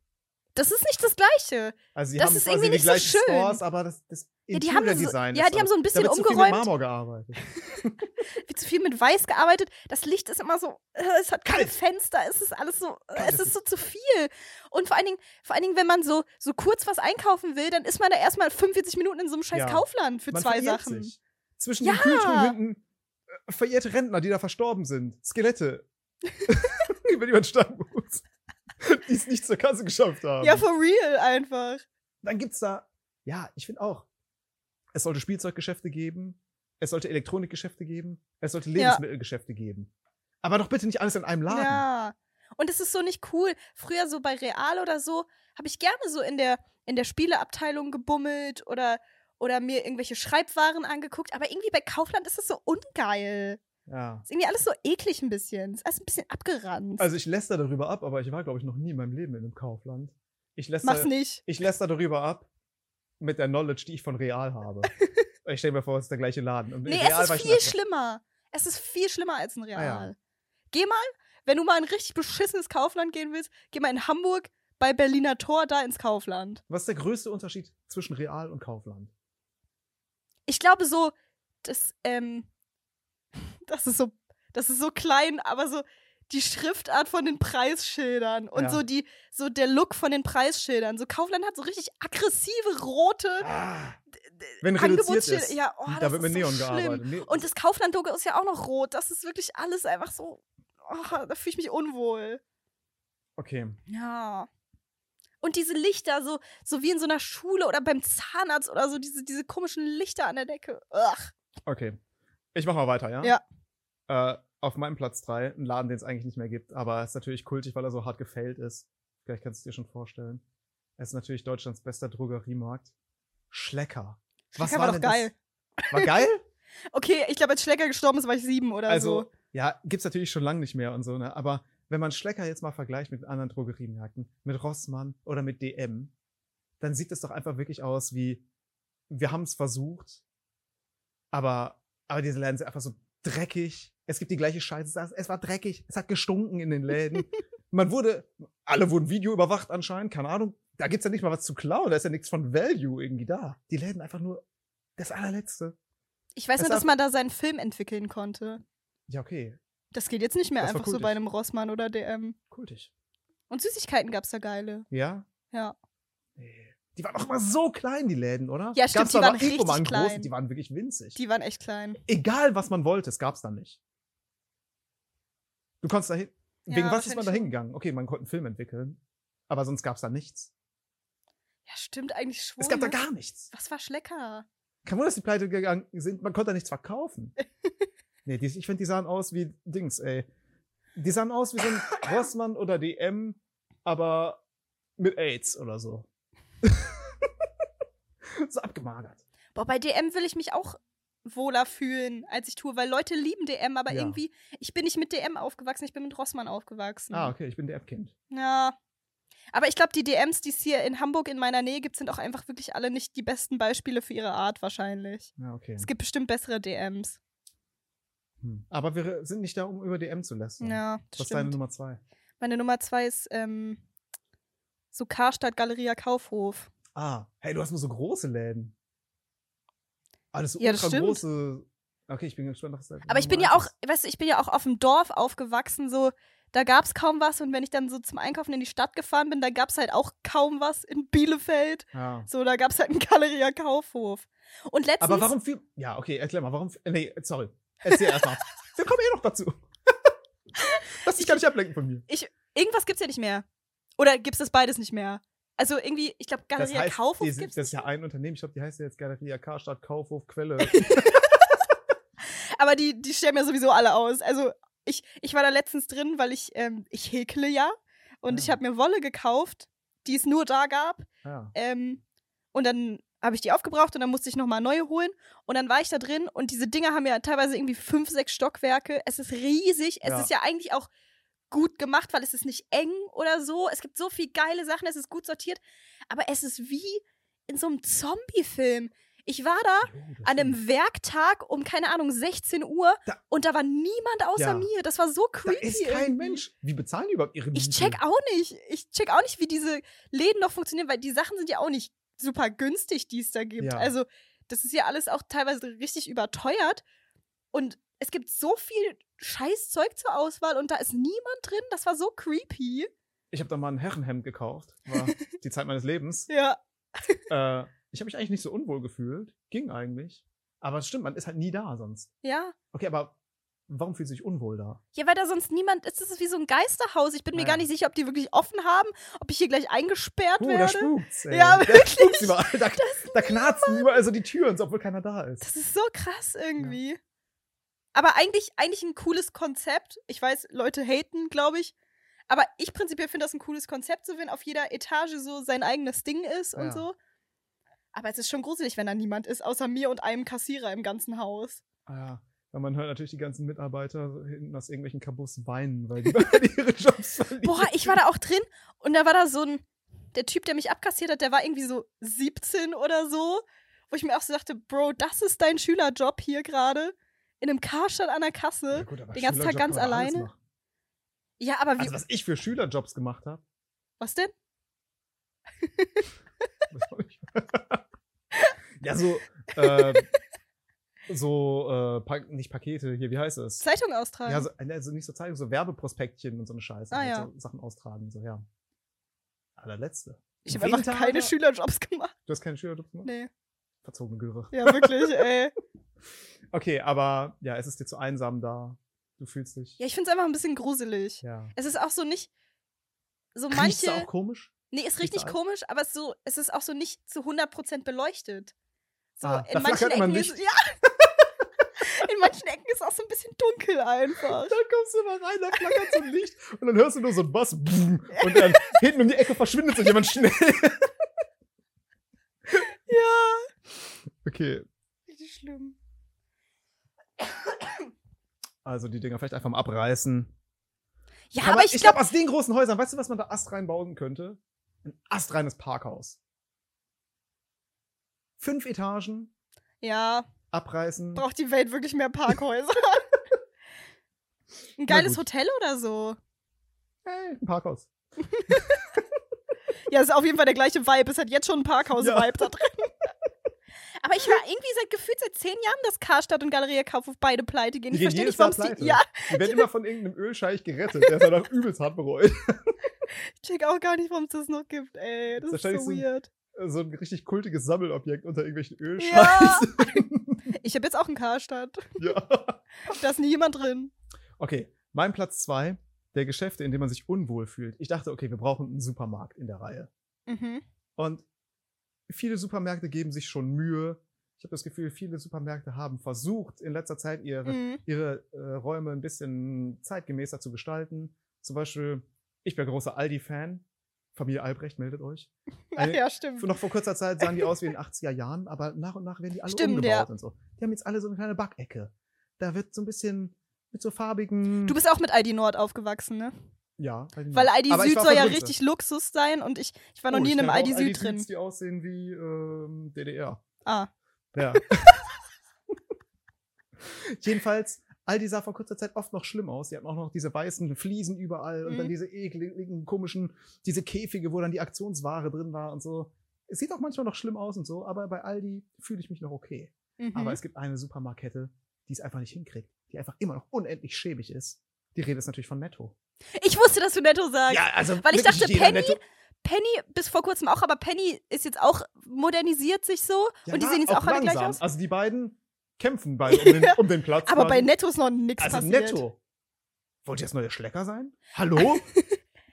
B: Das ist nicht das Gleiche.
A: Also sie
B: Das
A: haben
B: ist
A: quasi
B: irgendwie
A: die
B: nicht so
A: gleichen
B: schön.
A: Stores, aber das, das
B: Ja, die haben so-
A: Interior-Design
B: ja,
A: ist
B: die haben so ein bisschen
A: da wird Zu viel mit
B: umgeräumt.
A: Marmor gearbeitet.
B: Wie zu viel mit weiß gearbeitet. Das Licht ist immer so, äh, es hat keine Fenster. Es ist alles so, äh,
A: Kalt
B: es
A: ist
B: ist so zu viel. Und vor allen Dingen, vor allen Dingen wenn man so, so kurz was einkaufen will, dann ist man da erstmal 45 Minuten in so einem scheiß
A: Ja.
B: Kaufland für
A: Man
B: zwei
A: verirrt
B: Sachen.
A: Sich. Zwischen
B: Ja.
A: den Kühlschränken hinten äh, verirrte Rentner, die da verstorben sind. Skelette. Über die man steigen muss. Die es nicht zur Kasse geschafft haben.
B: Ja, for real einfach.
A: dann gibt's da, ja, ich finde auch, es sollte Spielzeuggeschäfte geben, es sollte Elektronikgeschäfte geben, es sollte Lebensmittelgeschäfte geben. Aber doch bitte nicht alles in einem Laden.
B: Ja. Und es ist so nicht cool. Früher so bei Real oder so habe ich gerne so in der, in der Spieleabteilung gebummelt oder, oder mir irgendwelche Schreibwaren angeguckt. Aber irgendwie bei Kaufland ist das so ungeil.
A: Ja.
B: Ist irgendwie alles so eklig ein bisschen. Ist alles ein bisschen abgeranzt.
A: Also ich lässt da darüber ab, aber ich war, glaube ich, noch nie in meinem Leben in einem Kaufland. Ich lässt
B: Mach's
A: da,
B: nicht.
A: ich lässt da darüber ab mit der Knowledge, die ich von Real habe. ich stelle mir vor, es ist der gleiche Laden. Und in
B: Nee,
A: Real
B: es
A: war
B: ist
A: ich
B: viel
A: öfter.
B: schlimmer. Es ist viel schlimmer als ein Real.
A: ja.
B: Geh mal, wenn du mal in ein richtig beschissenes Kaufland gehen willst, geh mal in Hamburg bei Berliner Tor da ins Kaufland.
A: Was ist der größte Unterschied zwischen Real und Kaufland?
B: ich glaube so, das, ähm, das ist so, das ist so klein, aber so die Schriftart von den Preisschildern und
A: Ja.
B: so die, so der Look von den Preisschildern. So Kaufland hat so richtig aggressive rote
A: Ah,
B: d-
A: wenn reduziert
B: Angebotsschilder.
A: ist,
B: Ja, oh,
A: da
B: das
A: wird mit
B: ist so
A: Neon
B: schlimm.
A: gearbeitet. Ne-
B: Und das Kaufland-Logo ist ja auch noch rot. Das ist wirklich alles einfach so. Oh, da fühle ich mich unwohl.
A: okay.
B: Ja. Und diese Lichter, so, so wie in so einer Schule oder beim Zahnarzt oder so, diese, diese komischen Lichter an der Decke. Ugh.
A: Okay. Ich mach mal weiter, ja? Äh, auf meinem Platz 3, ein Laden, den es eigentlich nicht mehr gibt, aber ist natürlich kultig, weil er so hart gefällt ist. Vielleicht kannst du es dir schon vorstellen. Es ist natürlich Deutschlands bester Drogeriemarkt. Schlecker. Was
B: Schlecker
A: war
B: war doch
A: denn das?
B: geil.
A: War geil?
B: Okay, ich glaube, als Schlecker gestorben ist, war ich sieben oder
A: also,
B: so.
A: ja, gibt's natürlich schon lange nicht mehr und so, ne? Aber wenn man Schlecker jetzt mal vergleicht mit anderen Drogeriemärkten, mit Rossmann oder mit DM, dann sieht es doch einfach wirklich aus wie, wir haben es versucht, aber, aber diese Läden sind einfach so dreckig. Es gibt die gleiche Scheiße. Es- Es war dreckig. Es hat gestunken in den Läden. Man wurde, alle wurden Video überwacht anscheinend, keine Ahnung. Da gibt's ja nicht mal was zu klauen. Da ist ja nichts von Value irgendwie da. Die Läden einfach nur das allerletzte.
B: Ich weiß
A: es
B: nur, dass
A: hat-
B: man da seinen Film entwickeln konnte.
A: Ja, okay.
B: Das geht jetzt nicht mehr
A: Das war
B: einfach so
A: kultig.
B: bei einem Rossmann oder DM.
A: Kultig.
B: Und Süßigkeiten gab's da geile.
A: Ja?
B: Ja.
A: Nee. Die waren auch immer so klein, die Läden, oder?
B: Ja, stimmt,
A: Gab's
B: die
A: da
B: waren
A: mal irgendwo
B: richtig
A: mal einen
B: klein.
A: Großen, die waren wirklich winzig.
B: Die waren echt klein.
A: Egal, was man wollte, es gab's da nicht. Du konntest da hin.
B: Ja,
A: Wegen was ist man da
B: wahrscheinlich schon.
A: hingegangen? Okay, man konnte einen Film entwickeln, aber sonst gab's da nichts.
B: Ja, stimmt eigentlich schon.
A: Es gab da
B: ne?
A: gar nichts.
B: Was war Schlecker?
A: Kein Wunder, dass die pleite gegangen sind. Man konnte da nichts verkaufen. nee, die, ich finde, die sahen aus wie Dings, ey. Die sahen aus wie so ein Rossmann oder DM, aber mit AIDS oder so. so abgemagert.
B: Boah, bei DM will ich mich auch wohler fühlen, als ich tue, weil Leute lieben DM, aber
A: Ja.
B: irgendwie, ich bin nicht mit DM aufgewachsen, ich bin mit Rossmann aufgewachsen.
A: Ah, okay, ich bin der App-Kind.
B: Ja. Aber ich glaube, die DMs, die es hier in Hamburg in meiner Nähe gibt, sind auch einfach wirklich alle nicht die besten Beispiele für ihre Art wahrscheinlich.
A: Ja, okay.
B: Es gibt bestimmt bessere DMs.
A: Hm. Aber wir sind nicht da, um über DM zu lästern.
B: Ja, das
A: Was ist deine
B: stimmt.
A: Nummer zwei?
B: Meine Nummer zwei ist ähm, so Karstadt Galeria Kaufhof.
A: Ah, hey, du hast nur so große Läden. Alles so
B: Ja, das
A: ultra
B: stimmt.
A: große. Okay, ich bin gespannt, was da. genau
B: Aber ich bin ja auch, weißt du, ich bin ja auch auf dem Dorf aufgewachsen, so da gab's kaum was und wenn ich dann so zum Einkaufen in die Stadt gefahren bin, da gab's halt auch kaum was in Bielefeld.
A: Ja.
B: So, da gab's halt einen Galeria Kaufhof. Und letztens
A: Aber warum viel. Ja, okay, erklär mal, warum. Nee, sorry. Erzähl erst mal. Wir kommen eh noch dazu. Lass dich gar nicht ablenken von mir.
B: irgendwas gibt's ja nicht mehr. Oder gibt's das beides nicht mehr? Also irgendwie, ich glaube
A: Das
B: Galeria
A: heißt,
B: Kaufhof
A: die sind-
B: gibt's
A: Das ist
B: nicht.
A: ja ein Unternehmen, ich glaube, die heißt ja jetzt Galeria Karstadt, Kaufhof, Quelle.
B: Aber die, die sterben ja sowieso alle aus. Also ich, ich war da letztens drin, weil ich, ähm, ich häkle ja. Und
A: Ah.
B: ich habe mir Wolle gekauft, die es nur da gab.
A: ja.
B: Ähm, und dann habe ich die aufgebraucht und dann musste ich nochmal neue holen. Und dann war ich da drin und diese Dinger haben ja teilweise irgendwie fünf, sechs Stockwerke. Es ist riesig. Es
A: Ja.
B: ist ja eigentlich auch gut gemacht, weil es ist nicht eng oder so. Es gibt so viel geile Sachen, es ist gut sortiert. Aber es ist wie in so einem Zombie-Film. Ich war da an einem Werktag um, keine Ahnung, 16 Uhr
A: Da-
B: und da war niemand außer
A: Ja.
B: mir. Das war so
A: Da
B: creepy.
A: ist kein
B: irgendwie.
A: Mensch. Wie bezahlen die überhaupt ihre
B: Ich
A: Miete?
B: check auch nicht. Ich check auch nicht, wie diese Läden noch funktionieren, weil die Sachen sind ja auch nicht super günstig, die es da gibt.
A: Ja.
B: Also, das ist ja alles auch teilweise richtig überteuert. Und es gibt so viel Scheißzeug zur Auswahl und da ist niemand drin. Das war so creepy.
A: Ich habe da mal ein Herrenhemd gekauft. War die Zeit meines Lebens.
B: Ja.
A: äh, ich habe mich eigentlich nicht so unwohl gefühlt. Ging eigentlich. Aber es stimmt, man ist halt nie da sonst.
B: Ja.
A: Okay, aber warum fühlt sich unwohl da?
B: Ja, weil da sonst niemand ist. Das ist wie so ein Geisterhaus. Ich bin mir
A: Ja.
B: gar nicht sicher, ob die wirklich offen haben, ob ich hier gleich eingesperrt
A: Oh, da
B: werde.
A: spukt's. Ey.
B: Ja,
A: da
B: wirklich.
A: spukt's überall. Da, da knarzen überall so die Türen, so, obwohl keiner da ist.
B: Das ist so krass irgendwie. Aber eigentlich, eigentlich ein cooles Konzept. Ich weiß, Leute haten, glaube ich. Aber ich prinzipiell finde das ein cooles Konzept, so wenn auf jeder Etage so sein eigenes Ding ist und
A: Ja.
B: so. Aber es ist schon gruselig, wenn da niemand ist, außer mir und einem Kassierer im ganzen Haus.
A: Ah, ja. Weil man hört natürlich die ganzen Mitarbeiter hinten aus irgendwelchen Kabus weinen, weil die weil die ihre Jobs verlieren.
B: Boah, ich war da auch drin und da war da so ein, der Typ, der mich abkassiert hat, der war irgendwie so 17 oder so, wo ich mir auch so dachte, Bro, das ist dein Schülerjob hier gerade. In einem Karstadt an der
A: Ja,
B: Kasse.
A: gut, aber
B: den ganzen Tag
A: Schülerjob
B: ganz
A: kann man alles
B: alleine.
A: machen.
B: Ja, aber wie,
A: Also, was ich für Schülerjobs gemacht habe,
B: was denn?
A: weiß auch nicht. ja, so, äh, so, äh, pa nicht Pakete, hier, wie heißt es?
B: Zeitung austragen.
A: Ja, so, also nicht so Zeitung, so Werbeprospektchen und so eine Scheiße.
B: Ah,
A: halt
B: ja.
A: so Sachen austragen, so, ja. Allerletzte.
B: ich habe
A: wen
B: einfach
A: da-
B: keine Schülerjobs gemacht.
A: Du hast keine Schülerjobs gemacht?
B: Nee.
A: Verzogene Göre.
B: Ja, wirklich, ey.
A: Okay, aber ja, es ist dir zu einsam da. Du fühlst dich.
B: Ja, ich finde es einfach ein bisschen gruselig.
A: Ja.
B: Es ist auch so nicht. So
A: Riecht's
B: manche.
A: auch komisch?
B: nee, ist richtig
A: auch?
B: komisch, aber es, ist so, es ist auch so nicht zu 100% beleuchtet. So,
A: Ah, da
B: in manchen
A: flackert immer
B: Ecken
A: ein
B: ist. Ja! in manchen Ecken ist auch so ein bisschen dunkel einfach.
A: Dann kommst du mal rein, da flackert so ein Licht und dann hörst du nur so einen Bass boom, und dann hinten um die Ecke verschwindet so jemand schnell.
B: Ja.
A: Okay,
B: Richtig schlimm.
A: also die Dinger vielleicht einfach mal abreißen.
B: Ja,
A: Kann
B: aber,
A: man-
B: ich
A: glaub,
B: glaube.
A: aus den großen Häusern, weißt du, was man da Ast reinbauen könnte? Ein astreines Parkhaus. Fünf Etagen,
B: Ja,
A: abreißen.
B: braucht die Welt wirklich mehr Parkhäuser.
A: Na
B: ein geiles
A: gut.
B: Hotel oder so.
A: Hey, ein Parkhaus.
B: Ja, ist auf jeden Fall der gleiche Vibe. Es hat jetzt schon ein Parkhaus-Vibe
A: Ja.
B: da drin. Aber ich höre irgendwie seit gefühlt seit zehn Jahren, dass Karstadt und Galeria Kaufhof beide pleite gehen. Ich verstehe
A: jedes
B: nicht, warum
A: Jahr
B: es
A: pleite.
B: die. Ja,
A: Die werden immer von irgendeinem Ölscheich gerettet, der es danach übelst hart bereut.
B: ich check auch gar nicht, warum es das noch gibt, ey. Das ist
A: Wahrscheinlich
B: so
A: sind-
B: weird.
A: So ein richtig kultiges Sammelobjekt unter irgendwelchen
B: Ja.
A: Ölscheichen.
B: Ich habe jetzt auch einen Karstadt.
A: Ja.
B: Da ist nie jemand drin.
A: Okay, mein Platz zwei, der Geschäfte, in denen man sich unwohl fühlt. Ich dachte, okay, wir brauchen einen Supermarkt in der Reihe.
B: Mhm.
A: Und viele Supermärkte geben sich schon Mühe. Ich habe das Gefühl, viele Supermärkte haben versucht, in letzter Zeit ihre,
B: Mhm.
A: ihre äh, Räume ein bisschen zeitgemäßer zu gestalten. Zum Beispiel, ich bin großer Aldi-Fan. Familie Albrecht meldet euch.
B: Ach
A: Eine-
B: ja, stimmt.
A: Noch vor kurzer Zeit sahen die aus wie in den 80er Jahren, aber nach und nach werden die alle
B: Stimmt,
A: umgebaut
B: ja.
A: und so. Die haben jetzt alle so eine kleine Backecke. Da wird so ein bisschen mit so farbigen.
B: Du bist auch mit ID Nord aufgewachsen, ne?
A: ja, Aldi
B: Weil
A: Nord.
B: ID
A: Aber ich
B: Süd
A: war
B: soll ja
A: verwöhnte.
B: richtig Luxus sein und ich, ich war noch
A: Oh,
B: nie
A: ich
B: in einem
A: kenne auch
B: ID Süd
A: Süds,
B: drin.
A: Die aussehen wie ähm, DDR.
B: Ah.
A: Ja. Jedenfalls, Aldi sah vor kurzer Zeit oft noch schlimm aus. Die hatten auch noch diese weißen Fliesen überall und
B: Mhm.
A: dann diese ekligen, komischen, diese Käfige, wo dann die Aktionsware drin war und so. Es sieht auch manchmal noch schlimm aus und so, aber bei Aldi fühle ich mich noch okay.
B: Mhm.
A: Aber es gibt eine Supermarktkette, die es einfach nicht hinkriegt, die einfach immer noch unendlich schäbig ist. Die Rede ist natürlich von Netto.
B: ich wusste, dass du netto sagst.
A: also
B: Weil ich
A: wirklich
B: dachte,
A: jeder
B: Penny- Penny bis vor kurzem auch, aber Penny ist jetzt auch modernisiert sich so
A: Ja,
B: und die sehen jetzt auch, alle gleich
A: langsam.
B: aus.
A: Also die beiden kämpfen beide um den, um den Platz.
B: Aber bei
A: quasi.
B: Netto ist noch nichts
A: Also
B: passiert.
A: netto. Wollt ihr jetzt neue Schlecker sein? Hallo?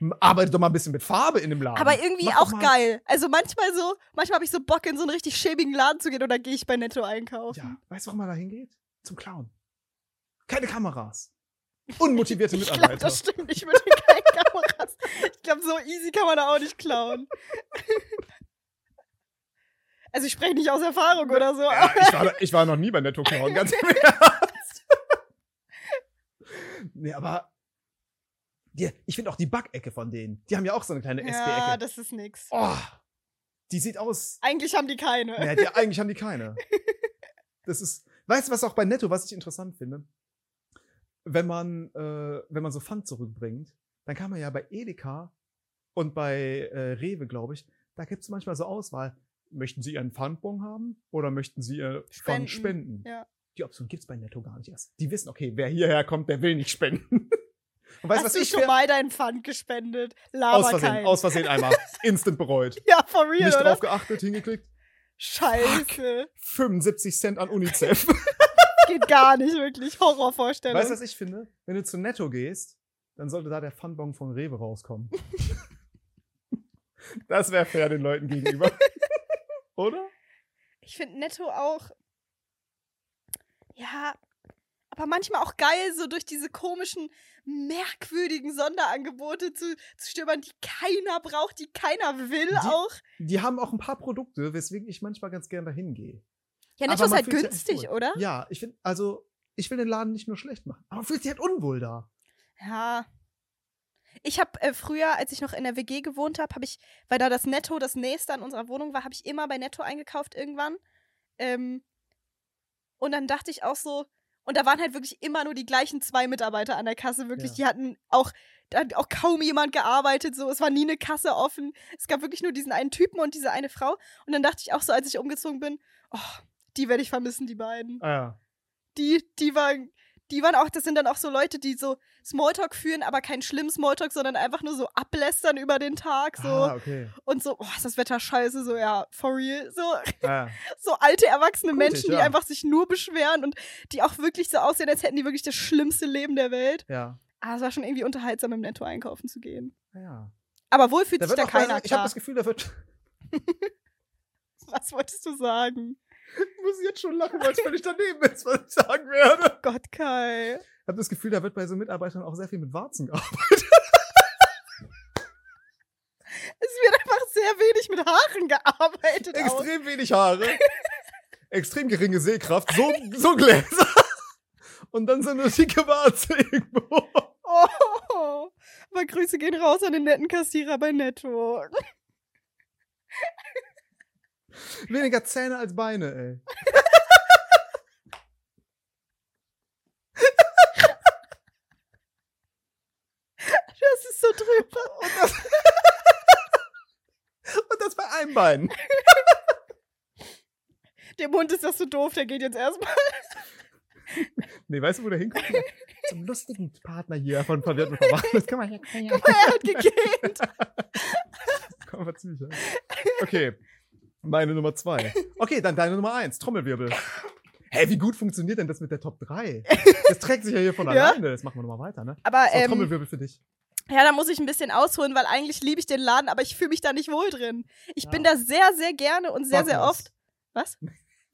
A: M- Arbeitet doch mal ein bisschen mit Farbe in dem Laden.
B: Aber irgendwie
A: Mach doch
B: auch
A: mal-
B: geil. Also manchmal so, manchmal habe ich so Bock in so einen richtig schäbigen Laden zu gehen oder gehe ich bei Netto einkaufen.
A: Ja, weißt du, warum man da hingeht? Zum Clown. Keine Kameras. Unmotivierte
B: ich glaube,
A: Mitarbeiter.
B: das stimmt nicht mit den geilen Kameras. Ich glaube, so easy kann man da auch nicht klauen. Also ich spreche nicht aus Erfahrung oder so.
A: Ja,
B: aber-
A: ich, war, ich war noch nie bei Netto-Clown, ganz im Ernst. nee, aber die, ich finde auch die Backecke von denen. Die haben ja auch so eine kleine
B: ja,
A: SB-Ecke.
B: das ist nix.
A: Oh, die sieht aus.
B: Eigentlich haben die keine.
A: Naja, die, eigentlich haben die keine. Das ist. Weißt du, was auch bei Netto, was ich interessant finde? Wenn man, äh, wenn man so Pfand zurückbringt, dann kann man ja bei Edeka und bei äh, Rewe, glaube ich, da gibt es manchmal so Auswahl. Möchten Sie Ihren Pfandbon haben oder möchten Sie Ihr
B: Spenden.
A: Pfand spenden?
B: Ja.
A: Die Option gibt es bei Netto gar nicht erst. Die wissen, okay, wer hierher kommt, der will nicht spenden. Und weißt du,
B: Hast
A: was
B: du
A: ich
B: schon
A: wär-
B: mal deinen Pfand gespendet?
A: aus
B: Laber
A: Versehen,
B: keinen.
A: aus Versehen einmal. Instant bereut.
B: ja, for real,
A: nicht
B: oder?
A: drauf geachtet, hingeklickt.
B: Scheiße.
A: 75 Cent an UNICEF.
B: Geht gar nicht, wirklich. Horrorvorstellung.
A: Weißt du, was ich finde? Wenn du zu Netto gehst, dann sollte da der Funbon von Rewe rauskommen. das wäre fair den Leuten gegenüber. Oder?
B: Ich finde Netto auch. Ja. Aber manchmal auch geil, so durch diese komischen, merkwürdigen Sonderangebote zu, zu stöbern, die keiner braucht, die keiner will
A: Die-
B: auch.
A: Die haben auch ein paar Produkte, weswegen ich manchmal ganz gern dahin gehe.
B: Ja,
A: Aber
B: Netto ist
A: man
B: halt
A: fühlt sich
B: günstig,
A: echt wohl.
B: oder?
A: Ja, ich finde, also, ich will den Laden nicht nur schlecht machen, aber man fühlt sich halt unwohl da.
B: Ja. Ich habe äh, früher, als ich noch in der WG gewohnt habe, habe ich, weil da das Netto das nächste an unserer Wohnung war, habe ich immer bei Netto eingekauft irgendwann. Ähm, und dann dachte ich auch so, und da waren halt wirklich immer nur die gleichen zwei Mitarbeiter an der Kasse, wirklich.
A: Ja.
B: Die hatten auch, da hat auch kaum jemand gearbeitet, so. Es war nie eine Kasse offen. Es gab wirklich nur diesen einen Typen und diese eine Frau. Und dann dachte ich auch so, als ich umgezogen bin, oh, die werde ich vermissen, die beiden
A: Ah, ja.
B: die, die waren, die waren auch, das sind dann auch so Leute, die so Smalltalk führen, aber keinen schlimmen Smalltalk, sondern einfach nur so ablästern über den Tag so
A: Ah, okay.
B: und so, oh, ist das Wetter scheiße, so ja, for real, so,
A: Ah, ja.
B: so alte erwachsene
A: Gut,
B: Menschen, die
A: ja.
B: einfach sich nur beschweren und die auch wirklich so aussehen, als hätten die wirklich das schlimmste Leben der Welt.
A: ja.
B: Aber es war schon irgendwie unterhaltsam, im Netto einkaufen zu gehen.
A: Ah, ja.
B: Aber wohl fühlt
A: Da
B: sich
A: wird
B: da
A: auch keiner,
B: keiner
A: ich habe
B: klar.
A: das Gefühl, da wird.
B: Was wolltest du sagen?
A: Ich muss jetzt schon lachen, weil es völlig daneben ist, was ich sagen werde.
B: Gott, Kai.
A: Ich habe das Gefühl, da wird bei so Mitarbeitern auch sehr viel mit Warzen gearbeitet.
B: Es wird einfach sehr wenig mit Haaren gearbeitet. auch.
A: Extrem wenig Haare. extrem geringe Sehkraft. So, so Gläser. Und dann so eine dicke Warze irgendwo.
B: Oh, aber Grüße gehen raus an den netten Kassierer bei Netto.
A: Weniger Zähne als Beine, ey.
B: Das ist so drüber.
A: Und das bei einem Bein.
B: Der Mund ist das so doof, der geht jetzt erstmal.
A: Nee, weißt du, wo der hinkommt? Zum lustigen Partner hier von Verwirrt und Verwandelt. Komm mal her, komm mal her.
B: Er hat gegähnt.
A: Komm mal zu mir. Okay. Meine Nummer zwei. Okay, dann deine Nummer eins. Trommelwirbel. Hä, wie gut funktioniert denn das mit der Top 3? Das trägt sich ja hier von
B: Ja.
A: alleine. Das machen wir nochmal weiter, ne?
B: Aber
A: So,
B: ähm,
A: Trommelwirbel für dich.
B: ja, da muss ich ein bisschen ausholen, weil eigentlich liebe ich den Laden, aber ich fühle mich da nicht wohl drin. Ich
A: Ja.
B: bin da sehr, sehr gerne und sehr, sehr
A: Butlers.
B: oft. Was?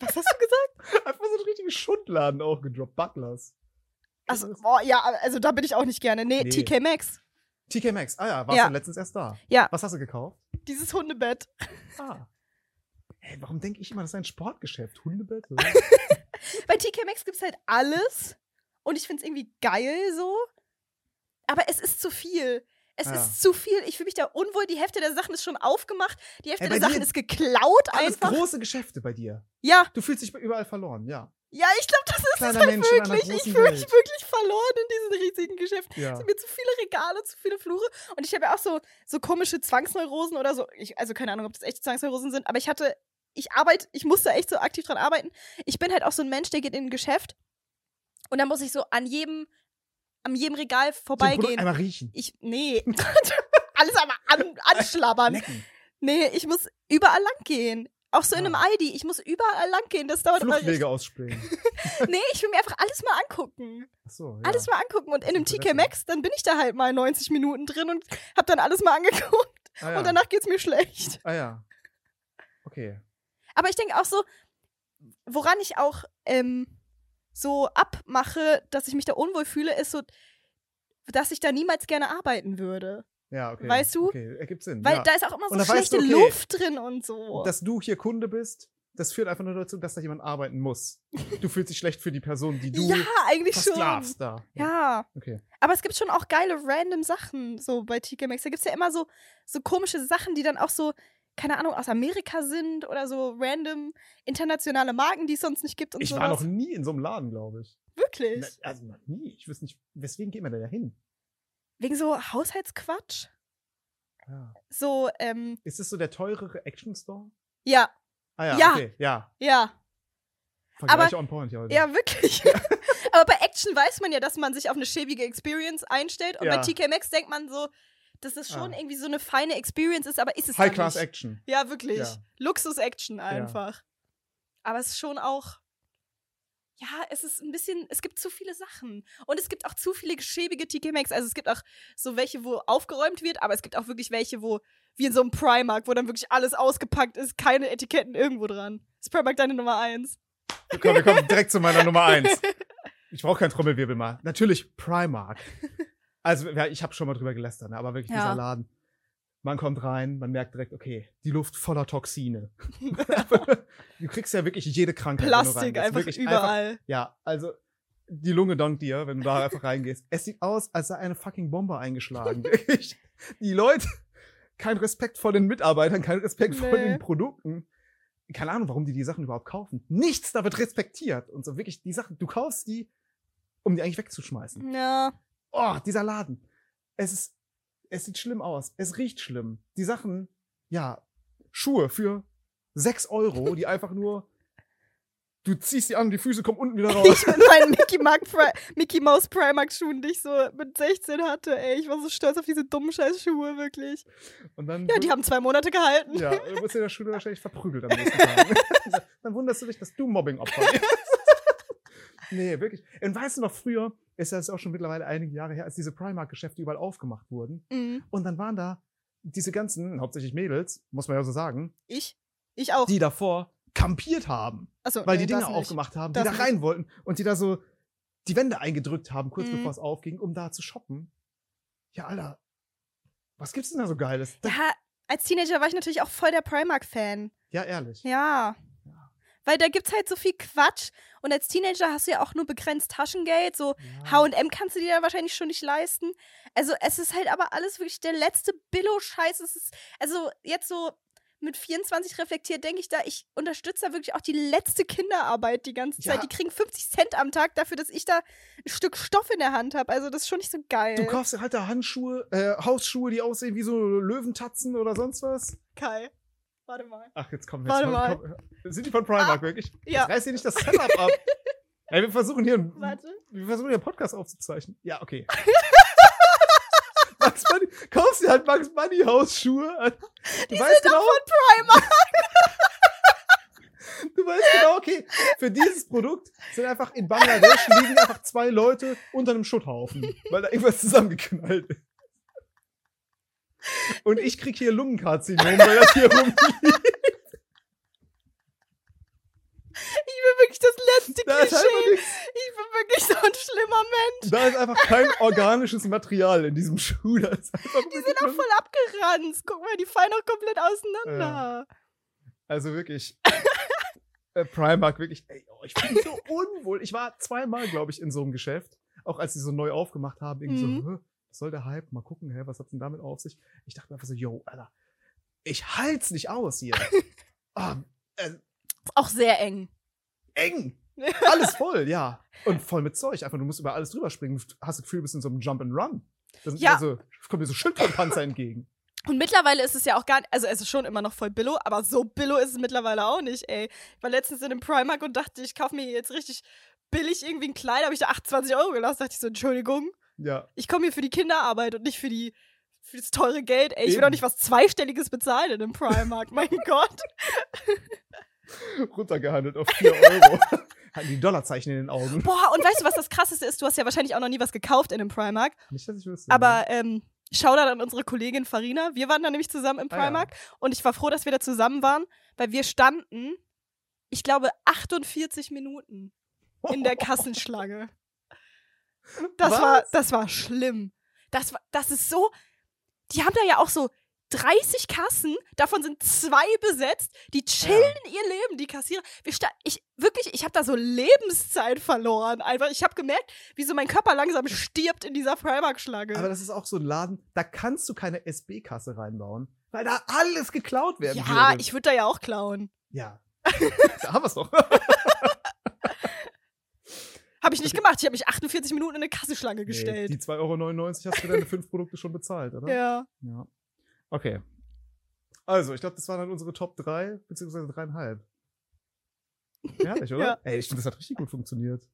B: Was hast du gesagt?
A: Einfach so einen richtigen Schundladen auch gedroppt. Butlers.
B: Also, boah, ja, also da bin ich auch nicht gerne. Nee,
A: Nee.
B: TK Maxx.
A: TK Maxx. Ah ja, warst
B: Ja.
A: du letztens erst da.
B: Ja.
A: Was hast du gekauft?
B: Dieses Hundebett.
A: Ah. Hey, warum denke ich immer, das ist ein Sportgeschäft? Hundebett?
B: Bei TK Maxx gibt's halt alles und ich find's irgendwie geil so. Aber es ist zu viel. Es
A: Ah.
B: ist zu viel. Ich fühle mich da unwohl. Die Hälfte der Sachen ist schon aufgemacht. Die Hälfte
A: Ey, bei
B: der Sachen
A: dir-
B: ist geklaut
A: Alles
B: einfach.
A: große Geschäfte bei dir.
B: Ja,
A: Du fühlst dich überall verloren, ja.
B: ja, ich glaube, das ist
A: Kleiner
B: es halt
A: Mensch in einer
B: wirklich. Ich
A: großen
B: fühle mich
A: Welt.
B: wirklich verloren in diesen riesigen Geschäften. Es
A: Ja.
B: sind mir zu viele Regale, zu viele Flure. Und ich habe ja auch so, so komische Zwangsneurosen oder so. Ich, also keine Ahnung, ob das echte Zwangsneurosen sind, aber ich hatte, ich arbeite, ich musste echt so aktiv dran arbeiten. Ich bin halt auch so ein Mensch, der geht in ein Geschäft und dann muss ich so an jedem, an jedem Regal
A: Den Produkt
B: vorbeigehen.
A: einmal riechen.
B: Ich, nee, alles einmal an, anschlabbern.
A: Lecken.
B: Nee, ich muss überall lang gehen. Auch so in einem
A: Ah.
B: ID. Ich muss überall lang gehen. Das dauert immer.
A: Fluchtwege ausspähen.
B: Nee, ich will mir einfach alles mal angucken
A: Achso, ja.
B: alles mal angucken. Und in einem
A: Das ist
B: TK Maxx, dann bin ich da halt mal 90 Minuten drin und hab dann alles mal angeguckt.
A: ah, ja.
B: Und danach geht's mir schlecht.
A: Ah ja. Okay.
B: Aber ich denke auch so, woran ich auch ähm, so abmache, dass ich mich da unwohl fühle, ist so, dass ich da niemals gerne arbeiten würde.
A: Ja, okay.
B: Weißt du?
A: Okay, ergibt Sinn.
B: Weil
A: ja.
B: da ist auch immer
A: Und
B: so
A: da weißt
B: schlechte
A: du, okay,
B: Luft drin und so.
A: Dass du hier Kunde bist, das führt einfach nur dazu, dass da jemand arbeiten muss. Du fühlst dich schlecht für die Person, die du
B: ja, eigentlich schon.
A: versklavst da.
B: Ja.
A: Okay.
B: Aber es gibt schon auch geile random Sachen so bei TK Maxx. Da gibt es ja immer so, so komische Sachen, die dann auch so, keine Ahnung, aus Amerika sind oder so random internationale Marken, die es sonst nicht gibt und
A: Ich
B: sowas.
A: war noch nie in so einem Laden, glaube ich.
B: Wirklich.
A: Na, also noch nie. Ich wüsste nicht, weswegen geht man denn da hin?
B: Wegen so Haushaltsquatsch.
A: Ja.
B: So, ähm,
A: Ist das so der teurere Action Store?
B: ja,
A: Ah ja,
B: Ja.
A: okay, ja.
B: ja.
A: Vergleich on point ja heute.
B: Ja, wirklich. Aber bei Action weiß man ja, dass man sich auf eine schäbige Experience einstellt. Und
A: Ja.
B: bei TK Maxx denkt man so, dass es schon
A: Ah.
B: irgendwie so eine feine Experience ist, aber ist es
A: High
B: dann
A: Class
B: nicht.
A: Action.
B: Ja, wirklich.
A: Ja.
B: Luxus-Action einfach. Aber es ist schon auch. Ja, es ist ein bisschen, es gibt zu viele Sachen. Und es gibt auch zu viele schäbige TK Maxx. Also es gibt auch so welche, wo aufgeräumt wird, aber es gibt auch wirklich welche, wo, wie in so einem Primark, wo dann wirklich alles ausgepackt ist, keine Etiketten irgendwo dran. Ist Primark deine Nummer eins?
A: Komm, wir kommen direkt zu meiner Nummer eins. Ich brauche keinen Trommelwirbel mal. Natürlich Primark. Also ja, ich habe schon mal drüber gelästert, ne, aber wirklich
B: Ja.
A: dieser Laden. Man kommt rein, man merkt direkt, okay, die Luft voller Toxine. du kriegst ja wirklich jede Krankheit. wenn du
B: Plastik
A: reingehst.
B: einfach
A: Wirklich
B: überall.
A: Ja, also die Lunge dankt dir, wenn du da einfach reingehst. Es sieht aus, als sei eine fucking Bombe eingeschlagen. Wirklich. Die Leute, kein Respekt vor den Mitarbeitern, kein Respekt vor
B: Nee.
A: den Produkten. Keine Ahnung, warum die die Sachen überhaupt kaufen. Nichts da wird respektiert. Und so wirklich, die Sachen, du kaufst die, um die eigentlich wegzuschmeißen.
B: Ja.
A: Oh, dieser Laden. Es ist, es sieht schlimm aus. Es riecht schlimm. Die Sachen, ja, Schuhe für 6 Euro, die einfach nur, du ziehst die an, die Füße kommen unten wieder raus.
B: Ich mit meinen Mickey, Mark Pri Mickey Mouse Primark Schuhen, die ich so mit 16 hatte, ey. Ich war so stolz auf diese dummen Scheißschuhe, wirklich.
A: Und dann
B: Ja, die haben zwei Monate gehalten.
A: Ja, du wirst in der Schule wahrscheinlich verprügelt am nächsten Tag. Dann wunderst du dich, dass du Mobbing-Opfer bist. nee, wirklich. Und weißt du noch, früher, ist das auch schon mittlerweile einige Jahre her, als diese Primark-Geschäfte überall aufgemacht wurden.
B: Mhm.
A: Und dann waren da diese ganzen, hauptsächlich Mädels, muss man ja so sagen,
B: Ich? Ich auch.
A: die davor kampiert haben,
B: Achso,
A: weil
B: nee,
A: die Dinger
B: das nicht.
A: aufgemacht haben,
B: Das
A: die da
B: nicht.
A: rein wollten und die da so die Wände eingedrückt haben, kurz
B: Mhm.
A: bevor es aufging, um da zu shoppen. Ja, Alter, was gibt's denn da so Geiles? Da,
B: Ja, als Teenager war ich natürlich auch voll der Primark-Fan.
A: ja, ehrlich.
B: Ja. Weil da gibt's halt so viel Quatsch. Und als Teenager hast du ja auch nur begrenzt Taschengeld. So
A: Ja.
B: HM kannst du dir ja wahrscheinlich schon nicht leisten. Also, es ist halt aber alles wirklich der letzte Billo-Scheiß. Es ist, also, jetzt so mit 24 reflektiert, denke ich da, ich unterstütze da wirklich auch die letzte Kinderarbeit die ganze
A: Ja.
B: Zeit. Die kriegen 50 Cent am Tag dafür, dass ich da ein Stück Stoff in der Hand habe. Also, das ist schon nicht so geil.
A: Du kaufst dir halt da Handschuhe, äh, Hausschuhe, die aussehen wie so Löwentatzen oder sonst was.
B: Kai. Warte mal.
A: Ach, jetzt kommen wir.
B: Warte
A: jetzt
B: mal. Ah,
A: komm, komm. Sind die von Primark, wirklich?
B: Ja.
A: Jetzt reiß dir nicht das Setup ab. Ey, wir versuchen hier, einen-
B: Warte.
A: wir versuchen hier einen Podcast aufzuzeichnen. Ja, okay. Max Bunny, kaufst dir halt Max Bunny Hausschuhe. Du
B: Die
A: weißt
B: sind
A: genau,
B: auch von Primark.
A: du weißt genau, okay, für dieses Produkt sind einfach in Bangladesch liegen einfach zwei Leute unter einem Schutthaufen, weil da irgendwas zusammengeknallt ist. Und ich krieg hier Lungenkarzinom, weil das hier rumliegt.
B: Ich bin wirklich das letzte
A: Da ist, einfach
B: Klischee.
A: nichts,
B: Ich bin wirklich so ein schlimmer Mensch.
A: da ist einfach kein organisches Material in diesem Schuh. Das ist einfach
B: Die
A: wirklich
B: sind auch
A: nur-
B: voll abgeranzt. Guck mal, die fallen auch komplett auseinander.
A: also wirklich. äh, Primark, wirklich. Ey, oh, ich bin so unwohl. Ich war zweimal, glaube ich, in so einem Geschäft. Auch als sie so neu aufgemacht haben, irgendwie so,
B: Mhm.
A: "Hä, was soll der Hype? Mal gucken, hä, was hat's denn damit auf sich? Ich dachte mir einfach so, yo, Alter, ich halt's nicht aus hier. Ah,
B: Ist auch sehr eng.
A: eng. Alles voll, ja. Und voll mit Zeug. Einfach, du musst über alles drüber springen. Du hast das Gefühl, du bist in so einem Jump and Run. Da sind
B: Ja.
A: also, kommen dir so Schildkrötenpanzer entgegen.
B: Und mittlerweile ist es ja auch gar nicht, also es ist schon immer noch voll Billo, aber so Billo ist es mittlerweile auch nicht, ey. Ich war letztens in einem Primark und dachte, ich kaufe mir hier jetzt richtig billig irgendwie ein Kleid, habe ich da 28 Euro gelassen, dachte ich so, Entschuldigung,
A: Ja.
B: ich komme hier für die Kinderarbeit und nicht für die für das teure Geld, ey. Ich will
A: Eben.
B: doch nicht was Zweistelliges bezahlen in einem Primark, mein Gott.
A: runtergehandelt auf 4 Euro. Hatten die Dollarzeichen in den Augen.
B: Boah, und weißt du, was das krasseste ist? Du hast ja wahrscheinlich auch noch nie was gekauft in einem Primark.
A: Nicht, dass ich wüsste.
B: Aber ähm, Shoutout an unsere Kollegin Farina. Wir waren da nämlich zusammen im
A: Ah, ja.
B: Primark und ich war froh, dass wir da zusammen waren, weil wir standen, ich glaube, 48 Minuten
A: ne?
B: in der Kassenschlange. Das
A: Was?
B: war, das war schlimm. Das, war, das ist so. die haben da ja auch so 30 Kassen, davon sind zwei besetzt, die chillen ihr Leben, die Kassierer. Wir sta- ich wirklich, ich habe da so Lebenszeit verloren. Einfach, ich habe gemerkt, wie so mein Körper langsam stirbt in dieser
A: Aber
B: Primark-Schlange.
A: das ist auch so ein Laden, da kannst du keine SB-Kasse reinbauen, weil da alles geklaut werden
B: Ja,
A: würde.
B: ich würde da ja auch klauen.
A: Ja. da haben wir's doch.
B: Habe ich nicht gemacht. Ich habe mich 48 Minuten in eine Kassenschlange gestellt.
A: Nee, die 2,99 Euro hast du für deine fünf Produkte schon bezahlt, oder?
B: ja.
A: Ja. Okay. Also, ich glaube, das waren dann unsere Top 3, beziehungsweise dreieinhalb. Herrlich, oder?
B: Ja.
A: Ey, ich finde, das hat richtig gut funktioniert.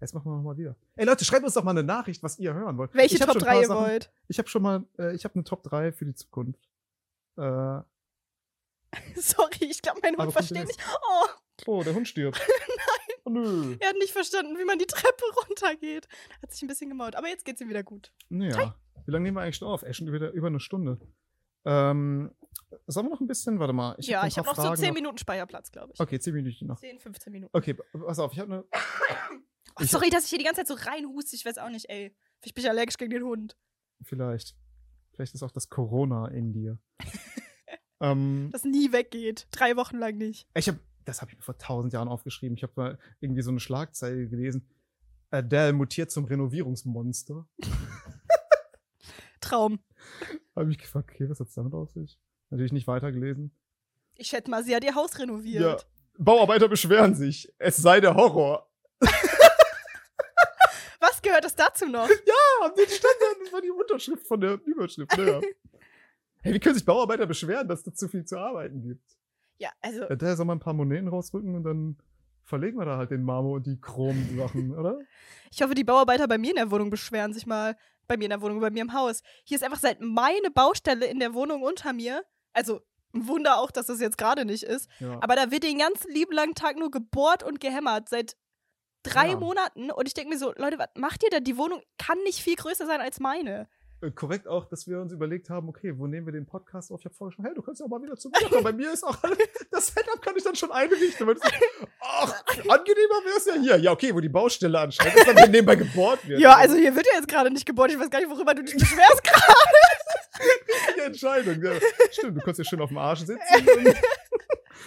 A: Jetzt machen wir nochmal wieder. Ey, Leute, schreibt uns doch mal eine Nachricht, was ihr hören wollt.
B: Welche
A: Ich hab
B: Top
A: schon ein paar
B: 3 ihr
A: Sachen-
B: wollt?
A: Ich habe schon mal, äh, ich habe eine Top 3 für die Zukunft. Äh, oh,
B: Sorry, ich glaube, mein Hund
A: Aber kommt
B: versteht
A: denn
B: nicht. Oh,
A: der Hund stirbt. Nein. Oh, nö.
B: er hat nicht verstanden, wie man die Treppe runtergeht. Hat sich ein bisschen gemaut. Aber jetzt geht's ihm wieder gut.
A: Naja. Wie lange nehmen wir eigentlich schon auf? Ey, schon über, über eine Stunde. Ähm, sollen wir noch ein bisschen? Warte mal. Ich
B: ja,
A: hab
B: ich habe noch so 10 Minuten Speicherplatz, glaube ich.
A: Okay, 10 Minuten noch.
B: 10, 15 Minuten.
A: Okay, pass auf, ich ne, habe eine
B: Oh,
A: Ich-
B: sorry, dass ich hier die ganze Zeit so reinhuste. Ich weiß auch nicht, ey. Ich bin allergisch gegen den Hund.
A: Vielleicht. Vielleicht ist auch das Corona in dir. ähm,
B: Das nie weggeht. Drei Wochen lang nicht.
A: ich habe, das habe ich mir vor tausend Jahren aufgeschrieben. Ich habe mal irgendwie so eine Schlagzeile gelesen. Adele mutiert zum Renovierungsmonster.
B: Traum.
A: Habe ich gefragt, okay, was hat's damit auf sich? Natürlich nicht weitergelesen.
B: Ich schätze mal, sie hat ihr Haus renoviert.
A: Bauarbeiter beschweren sich. Es sei der Horror.
B: Was gehört das dazu noch?
A: Ah, den Standard, das war die Unterschrift von der Überschrift. Naja. Hey, wie können sich Bauarbeiter beschweren, dass es zu viel zu arbeiten gibt?
B: ja, also,
A: Ja, da soll man ein paar Moneten rausrücken und dann verlegen wir da halt den Marmor und die Chrom-Sachen, oder?
B: ich hoffe, die Bauarbeiter bei mir in der Wohnung beschweren sich mal. Bei mir in der Wohnung, bei mir im Haus. Hier ist einfach seit meine Baustelle in der Wohnung unter mir. Also, ein Wunder auch, dass das jetzt gerade nicht ist.
A: Ja.
B: Aber da wird den ganzen lieben langen Tag nur gebohrt und gehämmert seit drei
A: Ja.
B: Monaten. Und ich denke mir so, Leute, was macht ihr denn? Die Wohnung kann nicht viel größer sein als meine.
A: Äh, korrekt auch, dass wir uns überlegt haben, okay, wo nehmen wir den Podcast auf? Ich habe vorgeschlagen, hey, du kannst ja auch mal wieder zu mir kommen. Bei mir ist auch alles, das Setup kann ich dann schon einrichten. Weil das, ach, angenehmer wäre es ja hier. Ja, okay, wo die Baustelle anscheinend ist, dann hier nebenbei gebohrt wird.
B: Ja, also hier wird ja jetzt gerade nicht gebohrt. Ich weiß gar nicht, worüber du dich beschwerst gerade.
A: Die Entscheidung. Ja, stimmt, du kannst ja schön auf dem Arsch sitzen. und-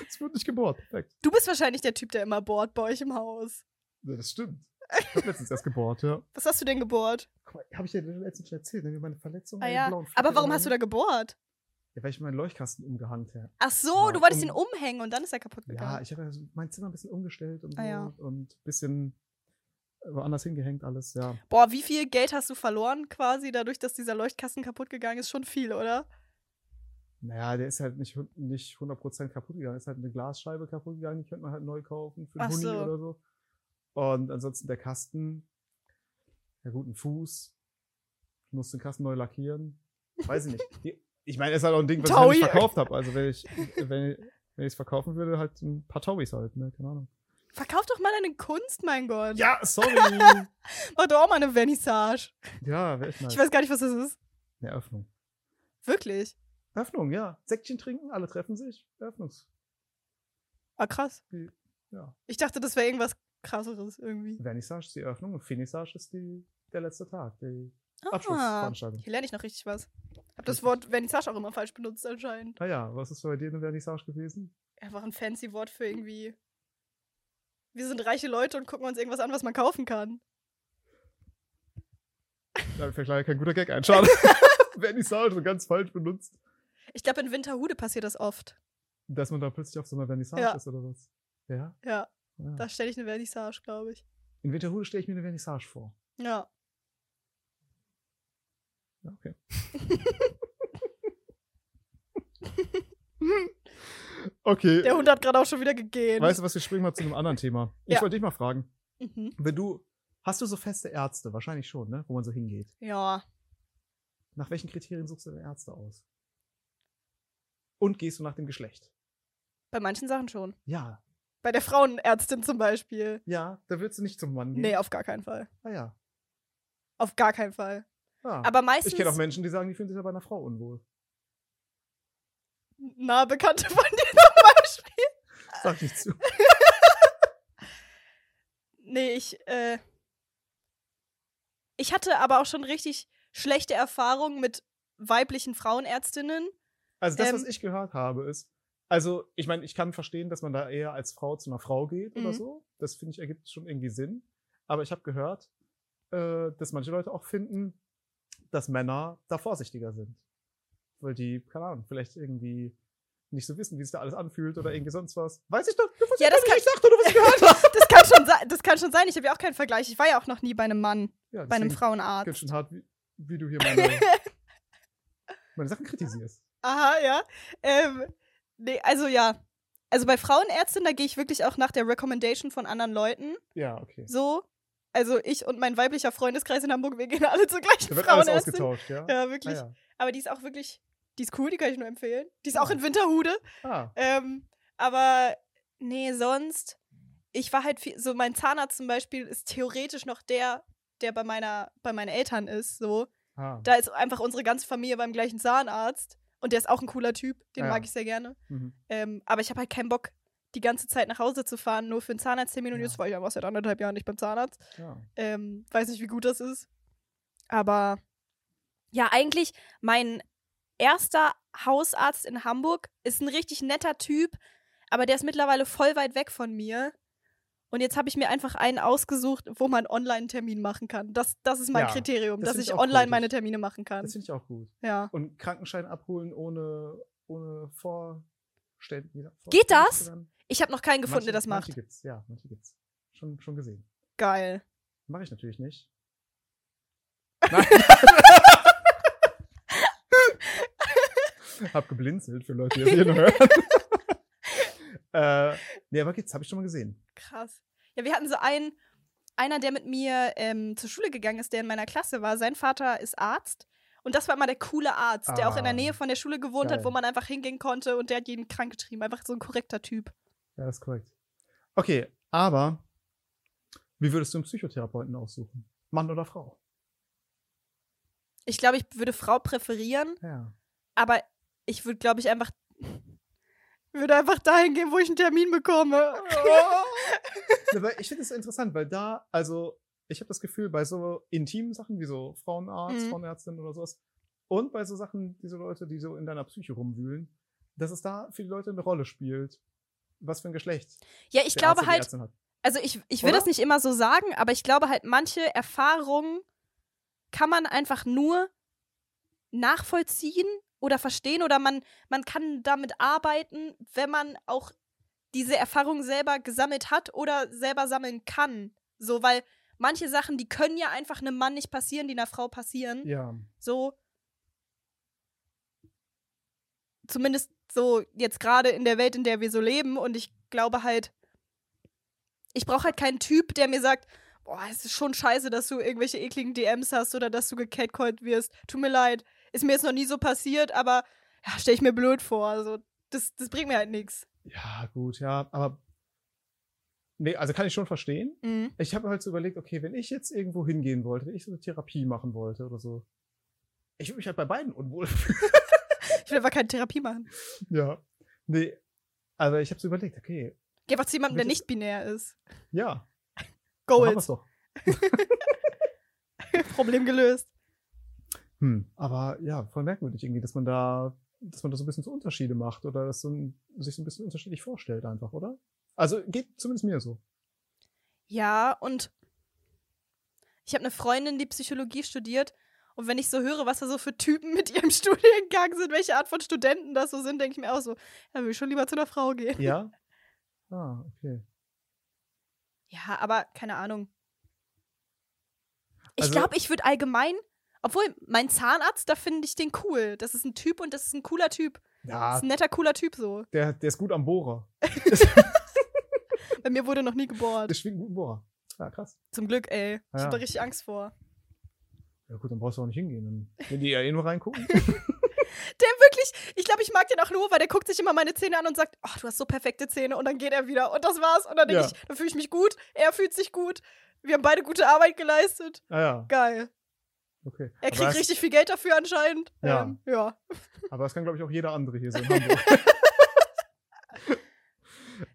A: Es wird nicht gebohrt. Perfekt.
B: Du bist wahrscheinlich der Typ, der immer bohrt bei euch im Haus.
A: Ja, das stimmt. Ich habe letztens erst gebohrt, ja.
B: Was hast du denn gebohrt?
A: Guck mal, habe ich dir letztens schon erzählt, ne, wie meine Verletzung
B: Ah
A: den
B: ja.
A: blauen Fleck
B: Aber warum
A: an
B: hast du
A: meinem-
B: da gebohrt?
A: Ja, weil ich meinen Leuchtkasten umgehangen habe.
B: Ach so,
A: Ja,
B: du wolltest
A: um-
B: ihn umhängen und dann ist er kaputt
A: Ja,
B: gegangen.
A: ich habe ja so mein Zimmer ein bisschen umgestellt und,
B: Ah,
A: so
B: ja.
A: und ein bisschen woanders hingehängt alles, ja.
B: Boah, wie viel Geld hast du verloren quasi dadurch, dass dieser Leuchtkasten kaputt gegangen ist? Schon viel, oder?
A: Naja, der ist halt nicht, hun- nicht 100% kaputt gegangen. Ist halt eine Glasscheibe kaputt gegangen, die könnte man halt neu kaufen für
B: Ach
A: einen Huni
B: so.
A: oder so. Und ansonsten der Kasten, ja gut, ein Fuß. Ich muss den Kasten neu lackieren. Weiß ich nicht. Die, ich meine, ist halt auch ein Ding, was ich
B: Taui.
A: nicht verkauft habe. Also wenn ich wenn ich wenn ich's verkaufen würde, halt ein paar Tauis halt, ne? Keine Ahnung.
B: Verkauf doch mal deine Kunst, mein Gott.
A: Ja, sorry.
B: Mach doch auch mal eine Vernissage.
A: ja, wäre echt nice.
B: Ich weiß gar nicht, was das ist.
A: Eine Öffnung.
B: Wirklich?
A: Öffnung, ja. Säckchen trinken, alle treffen sich. Öffnungs.
B: Ah, krass.
A: Hm. Ja.
B: Ich dachte, das wäre irgendwas krasseres irgendwie.
A: Vernissage ist die Öffnung und Finissage ist die, der letzte Tag, die
B: Ah,
A: Abschlussveranstaltung.
B: hier lerne ich noch richtig was. Hab das Wort Vernissage auch immer falsch benutzt anscheinend.
A: Naja, was ist bei dir eine Vernissage gewesen?
B: Einfach ein fancy Wort für irgendwie. Wir sind reiche Leute und gucken uns irgendwas an, was man kaufen kann.
A: Da fällt leider kein guter Gag ein. Schade. Vernissage, so ganz falsch benutzt.
B: Ich glaube, in Winterhude passiert das oft.
A: Dass man da plötzlich auf so einer Vernissage
B: Ja.
A: ist oder was? Ja.
B: Ja,
A: ja.
B: da stelle ich eine Vernissage, glaube ich.
A: In Winterhude stelle ich mir eine Vernissage vor.
B: Ja.
A: Ja, okay. okay.
B: Der Hund hat gerade auch schon wieder gegeben.
A: Weißt du was, wir springen mal zu einem anderen Thema. Ich
B: Ja.
A: wollte dich mal fragen.
B: Mhm.
A: Wenn du, hast du so feste Ärzte? Wahrscheinlich schon, ne? Wo man so hingeht.
B: Ja.
A: Nach welchen Kriterien suchst du deine Ärzte aus? Und gehst du nach dem Geschlecht?
B: Bei manchen Sachen schon.
A: Ja,
B: Bei der Frauenärztin zum Beispiel.
A: ja, da würdest du nicht zum Mann gehen.
B: Nee, auf gar keinen Fall.
A: Ah, ja.
B: Auf gar keinen Fall.
A: ja.
B: Aber meistens.
A: Ah. ich kenne auch Menschen, die sagen, die fühlen sich ja bei einer Frau unwohl.
B: nahe Bekannte von dir zum Beispiel.
A: Sag nicht zu.
B: Nee, ich, äh, ich hatte aber auch schon richtig schlechte Erfahrungen mit weiblichen Frauenärztinnen.
A: Also das,
B: Ähm,
A: was ich gehört habe, ist, also ich meine, ich kann verstehen, dass man da eher als Frau zu einer Frau geht
B: Mhm.
A: oder so. Das finde ich ergibt schon irgendwie Sinn. Aber ich habe gehört, äh, dass manche Leute auch finden, dass Männer da vorsichtiger sind. Weil die, keine Ahnung, vielleicht irgendwie nicht so wissen, wie sich da alles anfühlt oder irgendwie sonst was. Weiß ich doch, du wusstest
B: Ja, das
A: doch,
B: kann-
A: ich dachte, du wusstest gehört. hast.
B: Das kann schon sein. Das kann schon sein. Ich habe ja auch keinen Vergleich. Ich war ja auch noch nie bei einem Mann,
A: Ja,
B: bei
A: deswegen
B: einem
A: Ganz
B: Frauenarzt.
A: schön hart, wie, wie du hier meine, meine Sachen kritisierst.
B: Aha, ja. Ähm, nee, also ja. Also bei Frauenärztinnen, da gehe ich wirklich auch nach der Recommendation von anderen Leuten.
A: Ja, okay.
B: So. Also ich und mein weiblicher Freundeskreis in Hamburg, wir gehen alle zur gleichen
A: Da wird alles
B: Frauenärztin.
A: ausgetauscht, ja?
B: Ja, wirklich.
A: Ah,
B: Aber die ist auch wirklich, die ist cool, die kann ich nur empfehlen. Die ist auch
A: Ja.
B: in Winterhude.
A: ja. ah.
B: Ähm, aber nee, sonst, ich war halt viel, so mein Zahnarzt zum Beispiel ist theoretisch noch der, der bei meiner, bei meinen Eltern ist, so.
A: Ah.
B: Da ist einfach unsere ganze Familie beim gleichen Zahnarzt und der ist auch ein cooler Typ, den
A: Ja.
B: mag ich sehr gerne.
A: mhm.
B: Ähm, aber ich habe halt keinen Bock, die ganze Zeit nach Hause zu fahren, nur für einen Zahnarzttermin und
A: Ja.
B: jetzt war ich einfach seit anderthalb Jahren nicht beim Zahnarzt.
A: Ja.
B: Ähm, weiß nicht, wie gut das ist. Aber ja, eigentlich mein erster Hausarzt in Hamburg ist ein richtig netter Typ, aber der ist mittlerweile voll weit weg von mir. Und jetzt habe ich mir einfach einen ausgesucht, wo man online einen Termin machen kann. Das, das ist mein
A: Ja,
B: Kriterium,
A: das
B: dass
A: find
B: ich
A: ich auch
B: online
A: gut.
B: meine Termine machen kann.
A: Das finde ich auch gut.
B: Ja.
A: Und Krankenschein abholen ohne, ohne Vorstellen. wie sagt-
B: Geht
A: Vorstellen
B: das?
A: zu werden.
B: Ich habe noch keinen
A: manche,
B: gefunden, der das macht.
A: Manche gibt's, ja, manche gibt's. Schon, schon gesehen.
B: Geil.
A: Mache ich natürlich nicht. Nein. Hab geblinzelt für Leute, die das hier nur hören. äh, nee, aber gibt's, habe ich schon mal gesehen.
B: Krass. Ja, wir hatten so einen, einer, der mit mir ähm, zur Schule gegangen ist, der in meiner Klasse war. Sein Vater ist Arzt. Und das war immer der coole Arzt, der auch in der
A: Ah.
B: Nähe von der Schule gewohnt hat,
A: Geil.
B: wo man einfach hingehen konnte und der hat jeden krank getrieben. Einfach so ein korrekter Typ.
A: Ja, das ist korrekt. Okay, aber wie würdest du einen Psychotherapeuten aussuchen? Mann oder Frau?
B: Ich glaube, ich würde Frau präferieren,
A: Ja.
B: aber ich würde, glaube ich, einfach. würde einfach dahin gehen, wo ich einen Termin bekomme.
A: Aber ich finde es interessant, weil da, also ich habe das Gefühl, bei so intimen Sachen wie so Frauenarzt,
B: Mhm.
A: Frauenärztin oder sowas und bei so Sachen, diese Leute, die so in deiner Psyche rumwühlen, dass es da für die Leute eine Rolle spielt, was für ein Geschlecht
B: ja, ich
A: der Arzt
B: glaube
A: oder die
B: halt,
A: Ärztin hat.
B: Also ich, ich will
A: Oder?
B: das nicht immer so sagen, aber ich glaube halt, manche Erfahrungen kann man einfach nur nachvollziehen oder verstehen oder man, man kann damit arbeiten, wenn man auch diese Erfahrung selber gesammelt hat oder selber sammeln kann. So, weil manche Sachen, die können ja einfach einem Mann nicht passieren, die einer Frau passieren.
A: Ja,
B: So. Zumindest so jetzt gerade in der Welt, in der wir so leben. Und ich glaube halt, ich brauche halt keinen Typ, der mir sagt, boah, es ist schon scheiße, dass du irgendwelche ekligen DMs hast oder dass du gecatcalled wirst. Tut mir leid. Ist mir jetzt noch nie so passiert, aber ja, stelle ich mir blöd vor. Also, das, das bringt mir halt nichts.
A: ja, gut, ja, aber nee, also kann ich schon verstehen.
B: Mhm.
A: Ich habe halt so überlegt, okay, wenn ich jetzt irgendwo hingehen wollte, wenn ich so eine Therapie machen wollte oder so, ich würde mich halt bei beiden unwohl fühlen.
B: Ich will einfach keine Therapie machen.
A: ja. Nee, aber ich habe so überlegt, okay,
B: Geh einfach zu jemandem, der
A: Welches-
B: nicht binär ist.
A: ja, dann haben
B: Goals.
A: wir's doch.
B: Problem gelöst.
A: Hm. Aber ja, voll merkwürdig irgendwie, dass man da, dass man da so ein bisschen so Unterschiede macht oder dass so ein, sich so ein bisschen unterschiedlich vorstellt einfach, oder? Also geht zumindest mir so.
B: Ja, und ich habe eine Freundin, die Psychologie studiert. Und wenn ich so höre, was da so für Typen mit ihrem Studiengang sind, welche Art von Studenten das so sind, denke ich mir auch so, ja, will ich schon lieber zu einer Frau gehen.
A: Ja? ah, okay.
B: Ja, aber keine Ahnung. Ich
A: Also-
B: glaube, ich würde allgemein, obwohl mein Zahnarzt, da finde ich den cool. Das ist ein Typ und das ist ein cooler Typ. Das
A: Ja,
B: ist ein netter, cooler Typ so.
A: der, der ist gut am Bohrer.
B: Bei mir wurde noch nie
A: Der
B: gebohrt.
A: schwingt gut am Bohrer. Ja, krass.
B: Zum Glück, ey. Ich
A: Ja.
B: hab da richtig Angst vor.
A: Ja gut, dann brauchst du auch nicht hingehen. Dann, wenn die ja eh nur reingucken.
B: Der wirklich, ich glaube, ich mag den auch nur, weil der guckt sich immer meine Zähne an und sagt, ach, du hast so perfekte Zähne und dann geht er wieder und das war's und dann denk
A: Ja.
B: ich, dann fühle ich mich gut, er fühlt sich gut, wir haben beide gute Arbeit geleistet,
A: Ah ja,
B: geil.
A: okay.
B: Er
A: aber
B: kriegt
A: das,
B: richtig viel Geld dafür anscheinend.
A: Ja.
B: Ähm, ja.
A: Aber das kann, glaube ich, auch jeder andere hier so in Hamburg.
B: Nee,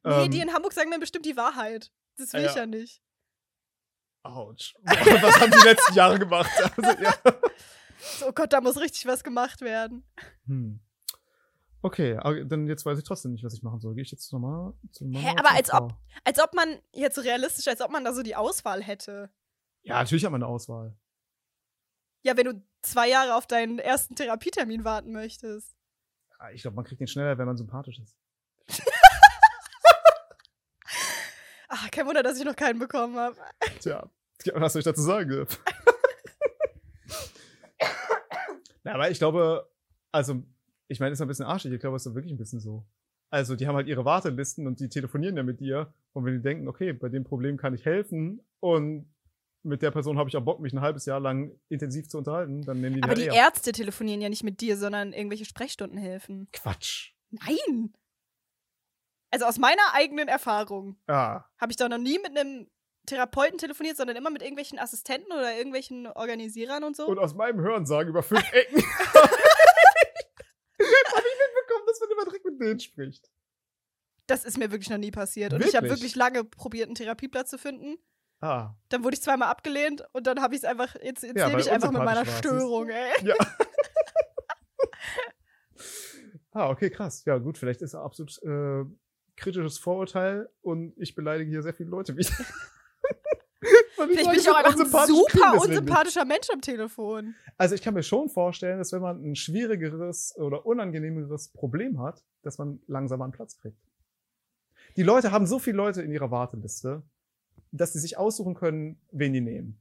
A: Ähm,
B: die in Hamburg sagen mir bestimmt die Wahrheit. Das will
A: Ja.
B: ich ja nicht.
A: Autsch. Was haben die letzten Jahre gemacht? Also, ja.
B: so, oh Gott, da muss richtig was gemacht werden.
A: Hm. Okay, aber dann jetzt weiß ich trotzdem nicht, was ich machen soll. Gehe ich jetzt zur Mama? Zur Mama
B: Hä,
A: oder
B: aber
A: zur
B: als
A: Frau?
B: Als ob man, jetzt realistisch, als ob man da so die Auswahl hätte.
A: Ja, natürlich hat man eine Auswahl.
B: Ja, wenn du zwei Jahre auf deinen ersten Therapietermin warten möchtest.
A: Ah, Ich glaube, man kriegt den schneller, wenn man sympathisch ist.
B: Ach, Ah, kein Wunder, dass ich noch keinen bekommen habe.
A: Tja, was soll ich dazu sagen? Na, aber ich glaube, also, ich meine, ist ein bisschen arschig. Ich glaube, es ist wirklich ein bisschen so. Also, die haben halt ihre Wartelisten und die telefonieren ja mit dir. Und wenn die denken, okay, bei dem Problem kann ich helfen und mit der Person habe ich auch Bock, mich ein halbes Jahr lang intensiv zu unterhalten, dann nehmen die
B: Aber
A: ja
B: die
A: eher.
B: Ärzte telefonieren ja nicht mit dir, sondern irgendwelche Sprechstunden helfen.
A: Quatsch.
B: Nein! Also aus meiner eigenen Erfahrung
A: Ah,
B: habe ich doch noch nie mit einem Therapeuten telefoniert, sondern immer mit irgendwelchen Assistenten oder irgendwelchen Organisierern und so.
A: und aus meinem Hörensagen über fünf Ecken habe ich mitbekommen, dass man immer direkt mit denen spricht.
B: das ist mir wirklich noch nie passiert. Und ich habe
A: Wirklich?
B: wirklich lange probiert, einen Therapieplatz zu finden.
A: Ah.
B: Dann wurde ich zweimal abgelehnt und dann habe ich es einfach, jetzt, jetzt
A: Ja,
B: lebe
A: weil
B: ich einfach mit meiner
A: unsympathisch warst du's.
B: Störung, ey.
A: Ah, okay, krass. Ja, gut, vielleicht ist er absolut äh, kritisches Vorurteil und ich beleidige hier sehr viele Leute wieder. Weil
B: Vielleicht
A: sage,
B: bin ich auch
A: bin
B: einfach ein
A: unsympathisch, ich bin
B: super
A: deswegen nicht.
B: unsympathischer Mensch am Telefon.
A: Also ich kann mir schon vorstellen, dass wenn man ein schwierigeres oder unangenehmeres Problem hat, dass man langsamer einen Platz kriegt. Die Leute haben so viele Leute in ihrer Warteliste, dass sie sich aussuchen können, wen die nehmen.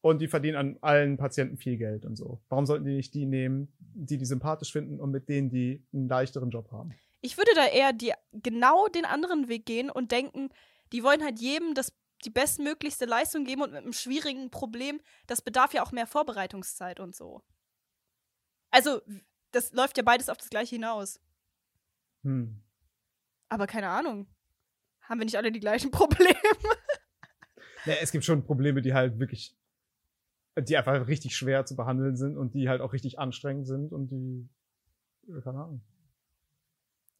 A: Und die verdienen an allen Patienten viel Geld und so. Warum sollten die nicht die nehmen, die die sympathisch finden und mit denen die einen leichteren Job haben?
B: Ich würde da eher die, genau den anderen Weg gehen und denken, die wollen halt jedem das, die bestmöglichste Leistung geben und mit einem schwierigen Problem, das bedarf ja auch mehr Vorbereitungszeit und so. Also, das läuft ja beides auf das gleiche hinaus.
A: Hm.
B: Aber keine Ahnung. Haben wir nicht alle die gleichen Probleme?
A: Ja, es gibt schon Probleme, die halt wirklich, die einfach richtig schwer zu behandeln sind und die halt auch richtig anstrengend sind und die, keine Ahnung.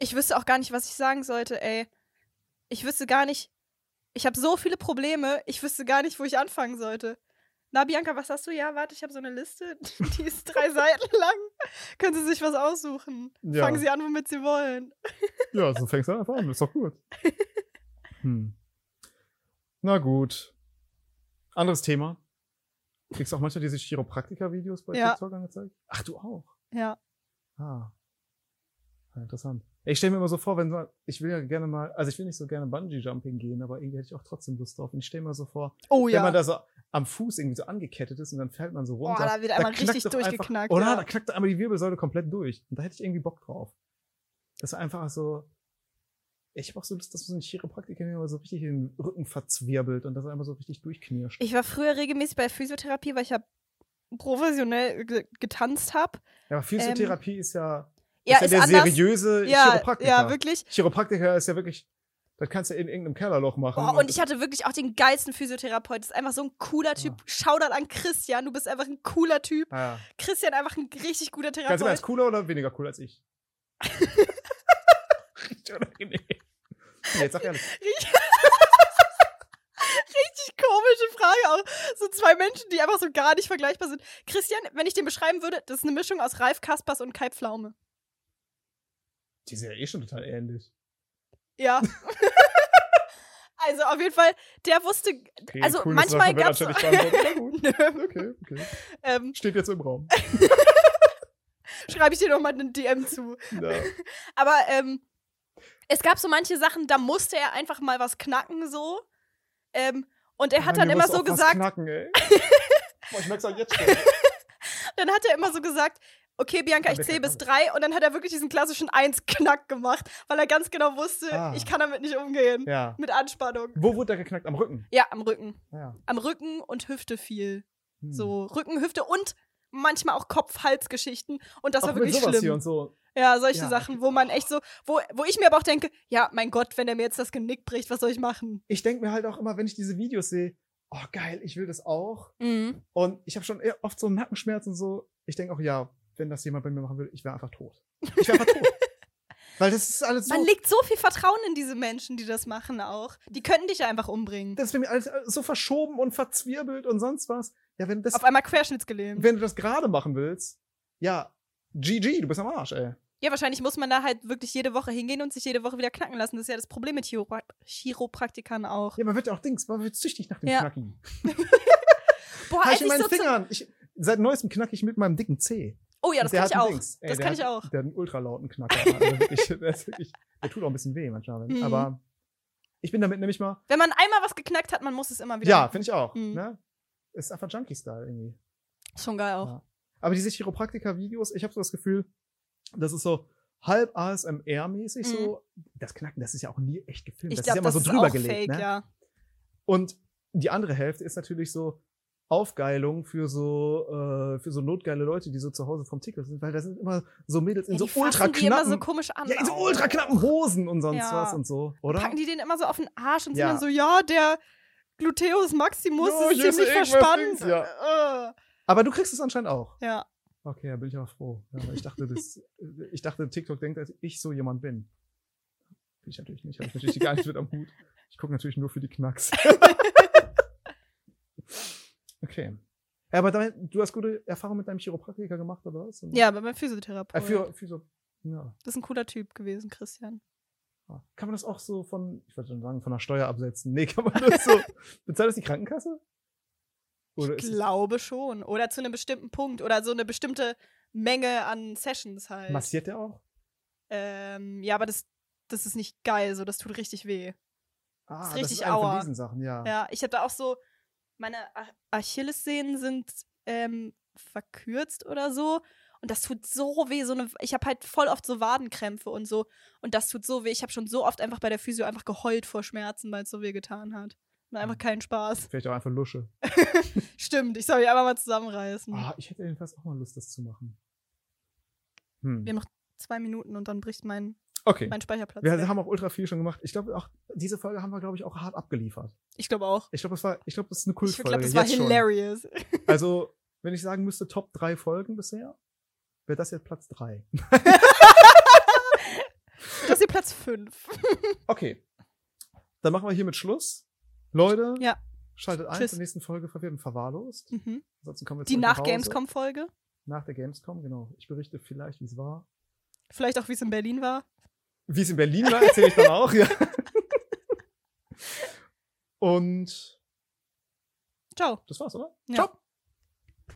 B: Ich wüsste auch gar nicht, was ich sagen sollte, ey. Ich wüsste gar nicht. Ich habe so viele Probleme, ich wüsste gar nicht, wo ich anfangen sollte. Na, Bianca, was hast du? Ja, warte, ich habe so eine Liste, die ist drei Seiten lang. Können Sie sich was aussuchen?
A: Ja.
B: Fangen Sie an, womit Sie wollen.
A: Ja, so fängst du einfach an, ist doch gut. Hm. Na gut. Anderes Thema. Kriegst du auch manchmal diese Chiropraktiker-Videos bei
B: Ja.
A: TikTok angezeigt? Ach, du auch?
B: Ja.
A: Ah. Ja, interessant. Ich stelle mir immer so vor, wenn man, ich will ja gerne mal, also ich will nicht so gerne Bungee-Jumping gehen, aber irgendwie hätte ich auch trotzdem Lust drauf. Und ich stelle mir so vor,
B: Oh
A: wenn
B: ja.
A: man da so am Fuß irgendwie so angekettet ist und dann fällt man so runter.
B: Boah, da wird einmal
A: knackt
B: richtig
A: doch
B: durchgeknackt,
A: Einfach, oder?
B: ja.
A: Da knackt einmal die Wirbelsäule komplett durch. Und da hätte ich irgendwie Bock drauf. Das ist einfach so. Ich habe auch so Lust, dass so ein Chiropraktiker mir mal so richtig den Rücken verzwirbelt und das einmal so richtig durchknirscht.
B: ich war früher regelmäßig bei Physiotherapie, weil ich ja professionell ge getanzt habe.
A: ja, aber Physiotherapie ist ja,
B: ähm, Ja,
A: ist ja
B: ist
A: der
B: anders.
A: seriöse
B: ja,
A: Chiropraktiker.
B: ja, wirklich.
A: Chiropraktiker ist ja wirklich, das kannst du in irgendeinem Kellerloch machen.
B: Boah, und ich hatte wirklich auch den geilsten Physiotherapeut. Das ist einfach so ein cooler Typ.
A: Ja.
B: Shoutout an Christian, du bist einfach ein cooler Typ.
A: Ah, ja.
B: Christian einfach ein richtig guter
A: Ganz im
B: Therapeut.
A: Ernst, cooler oder weniger cool als ich? richtig unangenehm. Nee, Jetzt sag ehrlich.
B: Richtig komische Frage auch. So zwei Menschen, die einfach so gar nicht vergleichbar sind. Christian, wenn ich den beschreiben würde, das ist eine Mischung aus Ralf Kaspers und Kai Pflaume.
A: Die sind ja eh schon total ähnlich.
B: Ja. also auf jeden Fall, der wusste,
A: Okay,
B: Also
A: cool, dass du
B: manchmal
A: dafür wettert,
B: gab's-
A: hätte ich beantwortet.
B: nö,
A: Na gut. Okay, okay.
B: ähm,
A: Steht jetzt im Raum.
B: schreibe ich dir nochmal einen DM zu.
A: Ja.
B: Aber ähm, es gab so manche Sachen, da musste er einfach mal was knacken so. Ähm, und er hat
A: Ah,
B: dann
A: mir
B: immer
A: musst du
B: so
A: auch was
B: gesagt,
A: Knacken, ey. Boah, ich merk's auch jetzt schon.
B: dann hat er immer so gesagt, okay, Bianca, ich
A: Rebecca
B: zähle bis
A: kann
B: drei. Und dann hat er wirklich diesen klassischen Eins-Knack gemacht, weil er ganz genau wusste,
A: Ah.
B: ich kann damit nicht umgehen.
A: Ja.
B: Mit Anspannung.
A: Wo wurde der geknackt? Am Rücken.
B: Ja, am Rücken.
A: Ja.
B: Am Rücken und Hüfte viel.
A: Hm.
B: So Rücken, Hüfte und manchmal auch Kopf-Hals-Geschichten. Und das
A: auch
B: war
A: mit
B: wirklich
A: sowas
B: schlimm.
A: hier und so.
B: Ja, solche
A: Ja,
B: Sachen,
A: okay.
B: wo man echt so, wo, wo ich mir aber auch denke, ja, mein Gott, wenn er mir jetzt das Genick bricht, was soll ich machen?
A: Ich denke mir halt auch immer, wenn ich diese Videos sehe, oh geil, ich will das auch.
B: Mhm.
A: Und ich habe schon eher oft so Nackenschmerzen und so. Ich denke auch, ja, wenn das jemand bei mir machen würde, ich wäre einfach tot. Ich wäre einfach tot. Weil das ist alles so.
B: Man legt so viel Vertrauen in diese Menschen, die das machen auch. Die könnten dich ja einfach umbringen.
A: das ist für mich alles so verschoben und verzwirbelt und sonst was. Ja, wenn, das,
B: Auf einmal querschnittsgelähmt.
A: wenn du das gerade machen willst, ja, GG, du bist am Arsch, ey.
B: Ja, wahrscheinlich muss man da halt wirklich jede Woche hingehen und sich jede Woche wieder knacken lassen. Das ist ja das Problem mit Chiropra Chiropraktikern auch.
A: Ja, man wird ja auch Dings, man wird süchtig nach dem Halt
B: Ja.
A: Knacken.
B: Boah,
A: Hab
B: als
A: ich in
B: ich
A: meinen
B: so zu-
A: Fingern. Ich, seit neuestem knacke ich mit meinem dicken Zeh.
B: Oh ja,
A: Und
B: das
A: der
B: kann ich
A: hat
B: auch.
A: einen Dings. Ey,
B: Das
A: der
B: kann ich
A: hat-
B: auch.
A: Der hat einen ultralauten Knacker. Also wirklich, der, ist wirklich, der tut auch ein bisschen weh manchmal.
B: Mhm.
A: Aber ich bin damit nämlich mal.
B: Wenn man einmal was geknackt hat, man muss es immer wieder.
A: Ja,
B: machen.
A: finde ich auch.
B: Mhm.
A: Ne? Ist einfach Junkie-Style irgendwie.
B: Schon geil auch.
A: Ja. Aber diese Chiropraktiker-Videos, ich habe so das Gefühl, das ist so halb ASMR-mäßig
B: Mhm. so.
A: so. Das Knacken, das ist ja auch nie echt gefilmt.
B: Ich
A: das
B: glaube,
A: ist ja immer
B: das
A: so
B: ist
A: drüber
B: auch
A: gelegt.
B: fake,
A: ne?
B: ja.
A: Und die andere Hälfte ist natürlich so Aufgeilung für so äh, für so notgeile Leute, die so zu Hause vom Ticker sind, weil da sind immer so Mädels in
B: ja
A: so
B: die fassen
A: ultra
B: die immer so
A: knappen,
B: komisch an.
A: ja, in so
B: auch.
A: ultra knappen Hosen und sonst
B: Ja.
A: was und so, oder?
B: Packen die den immer so auf den Arsch und
A: Ja.
B: sind dann so, ja, der Gluteus Maximus
A: Ja,
B: ist
A: hier ist
B: ziemlich
A: irgendwas
B: verspannt.
A: links, ja.
B: Äh,
A: Aber du kriegst es anscheinend auch.
B: ja.
A: Okay, da bin ich aber froh. Ja, weil ich dachte, das, ich dachte, TikTok denkt, dass ich so jemand bin. Bin ich natürlich nicht. Hab ich natürlich gar nichts mit am Hut. Ich gucke natürlich nur für die Knacks. okay. Ja, Aber dein, du hast gute Erfahrungen mit deinem Chiropraktiker gemacht, oder was? Und-
B: ja, bei meinem
A: Äh,
B: Physiotherapeut.
A: für, für so, ja.
B: das ist ein cooler Typ gewesen, Christian.
A: Ah. Kann man das auch so von, ich wollte schon sagen, von der Steuer absetzen? Nee, kann man das so. Bezahlt das die Krankenkasse? Oder ist es
B: Glaube schon. Oder zu einem bestimmten Punkt. Oder so eine bestimmte Menge an Sessions halt.
A: massiert der auch?
B: Ähm, ja, aber das, das ist nicht geil, so das tut richtig weh.
A: Ah,
B: Ist
A: das
B: richtig
A: ist eine von
B: Aua.
A: diesen Sachen, ja.
B: Ja, ich habe da auch so, meine Ach- Achillessehnen sind ähm, verkürzt oder so. Und das tut so weh. So eine, ich habe halt voll oft so Wadenkrämpfe und so. Und das tut so weh. Ich habe schon so oft einfach bei der Physio einfach geheult vor Schmerzen, weil es so weh getan hat. Und einfach
A: Mhm.
B: keinen Spaß.
A: Vielleicht auch einfach Lusche.
B: Stimmt, ich soll mich einfach mal zusammenreißen.
A: Ah, ich hätte jedenfalls auch mal Lust, das zu machen. Hm.
B: Wir- Zwei Minuten und dann bricht mein,
A: Okay.
B: mein Speicherplatz.
A: Wir
B: weg.
A: haben auch ultra viel schon gemacht. Ich glaube, auch diese Folge haben wir, glaube ich, auch hart abgeliefert.
B: Ich glaube auch.
A: Ich glaube, das war, ich glaube, das ist eine
B: Ich
A: Kultfolge.
B: glaube, das war
A: jetzt schon.
B: hilarious.
A: Also, wenn ich sagen müsste, Top 3 Folgen bisher, wäre das jetzt Platz 3.
B: Das ist hier Platz 5.
A: Okay. Dann machen wir hiermit Schluss. Leute,
B: Ja.
A: schaltet ein
B: Tschüss.
A: zur nächsten Folge verwirrt und verwahrlost.
B: Mhm.
A: Ansonsten kommen wir
B: Die
A: zurück nach Hause.
B: Nach-Gamescom-Folge.
A: Nach der Gamescom, genau. Ich berichte vielleicht, wie es war.
B: Vielleicht auch, wie es in Berlin war.
A: Wie es in Berlin war, erzähle ich dann auch, ja. Und
B: Ciao.
A: das war's, oder?
B: Ja.
A: Ciao.